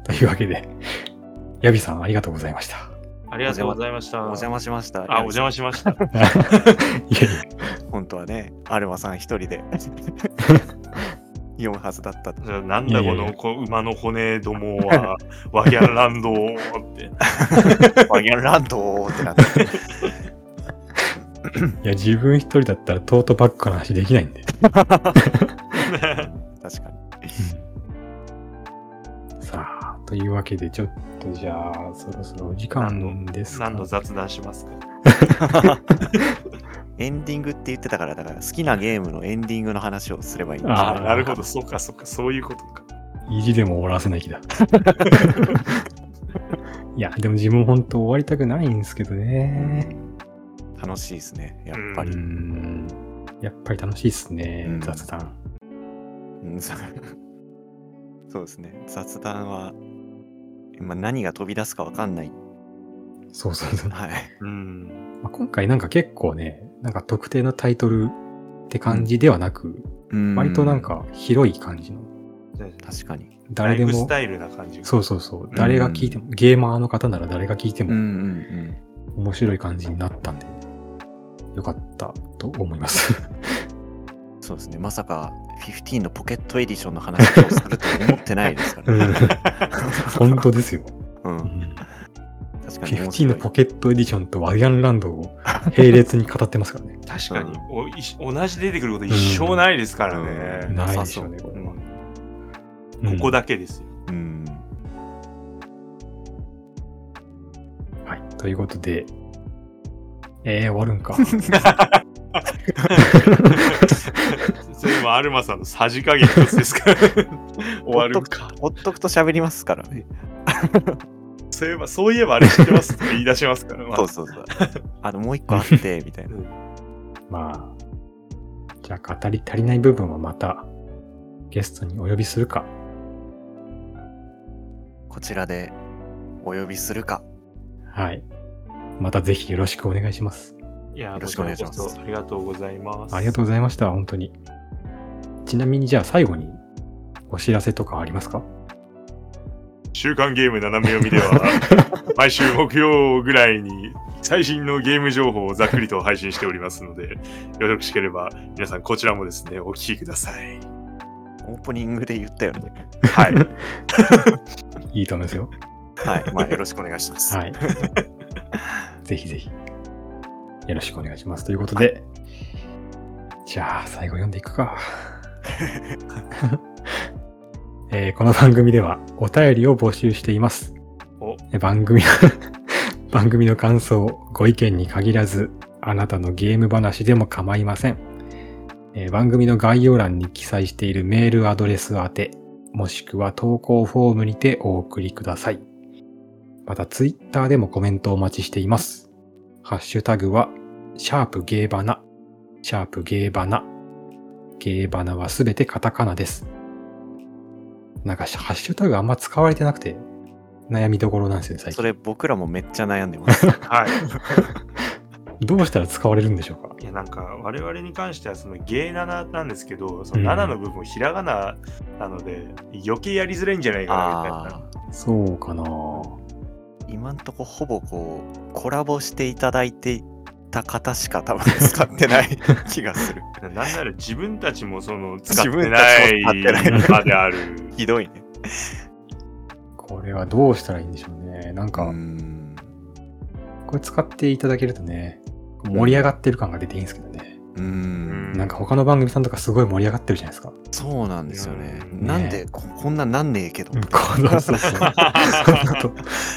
A: というわけで、ヤビさんありがとうござい ました。
B: ありがとうございました。
C: お邪魔しました。
B: あ、お邪魔しました。
A: いやいや
C: 本当はね、アルマさん一人 で読むはずだったと。
B: なんだこ
A: いやいや
B: のこ馬の骨どもは、 ワギャンランドって。
C: ワギャンランドーってなって。
A: いや、自分一人だったらトートバッグの話できないんで。
C: 確かに。
A: さあ、というわけで、ちょっとじゃあ、そろそろお時間ですか
B: 何度雑談しますか
C: エンディングって言ってたから、だから好きなゲームのエンディングの話をすればいいん
A: あ
B: あ
A: ー
B: なるほど、そうか、そうか、そういうことか。
A: 意地でも終わらせな きゃだ。いや、でも自分本当終わりたくないんですけどね。
C: 楽しいですね、やっぱ
A: う
C: り。
A: ん。やっぱり楽しいっすね
C: う、ん
A: 雑談。
C: うんそうそうですね、雑談は、今何が飛び出すかわかんない。
A: そうそうそう。
C: はい。
B: うん。
A: まあ、今回なんか結構ね、なんか特定のタイトルって感じではなく、割となん、か広い感じの、
C: 確かに。
B: ラ
A: 誰
B: イ
A: で
B: フス
A: も、
B: タイルな感じが
A: そうそうそう、誰が聞いても、ゲーマーの方なら誰が聞いて
C: うん
A: も
C: うん
A: 面白い感じになったんで、よかったと思います。
C: うん。そうですね、まさか、15のポケットエディションの話をすると思ってないですから ね。
A: 本当ですよ。
C: うん
A: う、ん
C: 確かに面白い。
A: 15のポケットエディションとワイアンランドを並列に語ってますから ね。
B: 確かに、おいし同じ出てくること一生ないですから
C: うん
B: ね。
A: ないでしょうね、これは。
B: うんここ
A: だ。
B: だけですよ。
C: うん。
A: はい。ということで、えー、終わるんか。
B: それもアルマさんのさじ加減一つですから終わるか。
C: ほっとくと喋りますからね。
B: そういえば、そういえばあれ知ってますって言い出しますから。まあ
C: そうそうそう。あの、もう一個あって、みたいな。
A: まあ、じゃあ語り足りない部分はまたゲストにお呼びするか。
C: こちらでお呼びするか。
A: はい。またぜひよろしくお願いします。
B: いや、
C: よろしくお願いします
B: こちらこそありがとうございます。
A: ありがとうございました、本当に。ちなみにじゃあ最後にお知らせとかありますか
B: 週刊ゲーム斜め読みで は毎週木曜ぐらいに最新のゲーム情報をざっくりと配信しておりますのでよろしければ皆さんこちらもですねお聞きください
C: オープニングで言ったよね。
B: は い
A: いいと思いますよ。
C: はい。まあ、よろしくお願いします。
A: はい。ぜひぜひ。よろしくお願いします。ということで、じゃあ最後読んでいくか。 えーこの番組ではお便りを募集しています。
B: お
A: え番組の 番組の感想、ご意見に限らず、あなたのゲーム話でも構いません。えー番組の概要欄に記載しているメールアドレス宛て、もしくは投稿フォームにてお送りください。また、ツイッターでもコメントをお待ちしています。ハッシュタグは、シャープゲーバナ、シャープゲーバナ。ゲーバナはすべてカタカナです。なんか、ハッシュタグあんま使われてなくて、悩みどころなんですよね、最
C: そ
A: 近。
C: れ僕らもめっちゃ悩んでます。
B: は
A: どうしたら使われるんでしょうか
B: いいやなんか我々に関してはそのゲー7なんですけどそ
A: うん
B: の7の部分ひらがななので余計やりづらいんじゃないかなみたいな
C: ああ。
A: そうかな
C: 今んとこほぼこう、コラボしていただいていた方しか多分使ってない気がする。
B: なんなら自分たちもその使って
C: 自分
B: ない
C: たちも使
B: 場
C: って
B: である
C: ひどいね。
A: これはどうしたらいいんでしょうね。なんか、
C: ん。
A: これ使っていただけるとね、盛り上がってる感が出ていいんですけどね。
C: う
B: うん
C: ん。
A: なんか他の番組さんとかすごい盛り上がってるじゃないですか。
C: そうなんですよね。
B: うん
C: なんでここんなんなんねえけど。
A: そうそうそう。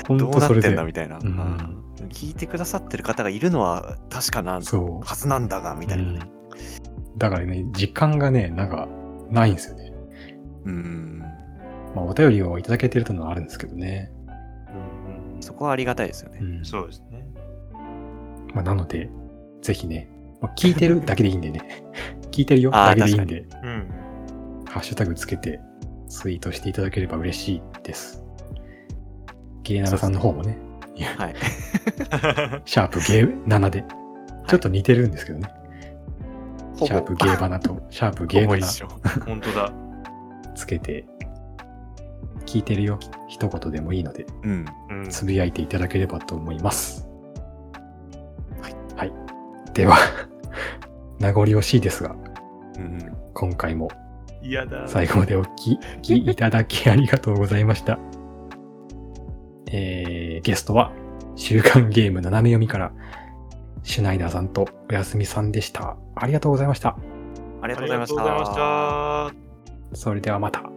A: 本
C: ど
A: 当
C: うな
A: そ
C: っ
A: れ
C: てん
A: で
C: だ。みたいな、
A: うん
C: 聞いてくださってる方がいるのは確かなん
A: そ
C: はずなんだがみ
A: う、
C: たいなね
A: うんだからね、時間がね、なんか、ないんですよね。
C: うん
A: まあ、お便りをいただけてるというのはあるんですけどね。
B: うんうん
C: そこはありがたいですよ
A: う
C: ね、
A: ん
B: そうですね
A: まあ、なので、ぜひね、まあ、聞いてるだけでいいんでね。 聞いてるよ
C: あー
A: だけでいいんで、
B: うん
A: ハッシュタグつけてツイートしていただければ嬉しいです。ゲイナナさんの方もね、
C: はい
A: シャープゲー7で、ちょっと似てるんですけどね。
C: ほぼ
A: シャープゲーバナ と、シャープゲ
C: ほ
A: ー
C: ぼ
A: ナ
C: 一
A: ナ
C: 緒
B: 本当だ
A: つけて、聞いてるよ、一言でもいいので、
C: うん
B: うん
A: つぶやいていただければと思います。はい。では、 名残惜しいですが、
C: うん
A: 今回も
B: 嫌だ
A: 最後までお聞きいただきありがとうございました。 えー、ゲストは、週刊ゲーム斜め読みから、シュナイダーさんとおやすみさんでした。ありがとうございました。
C: あり
B: あ
C: がと
B: り
C: うござい
B: がと
C: まし
B: うございましたた
A: それではまた。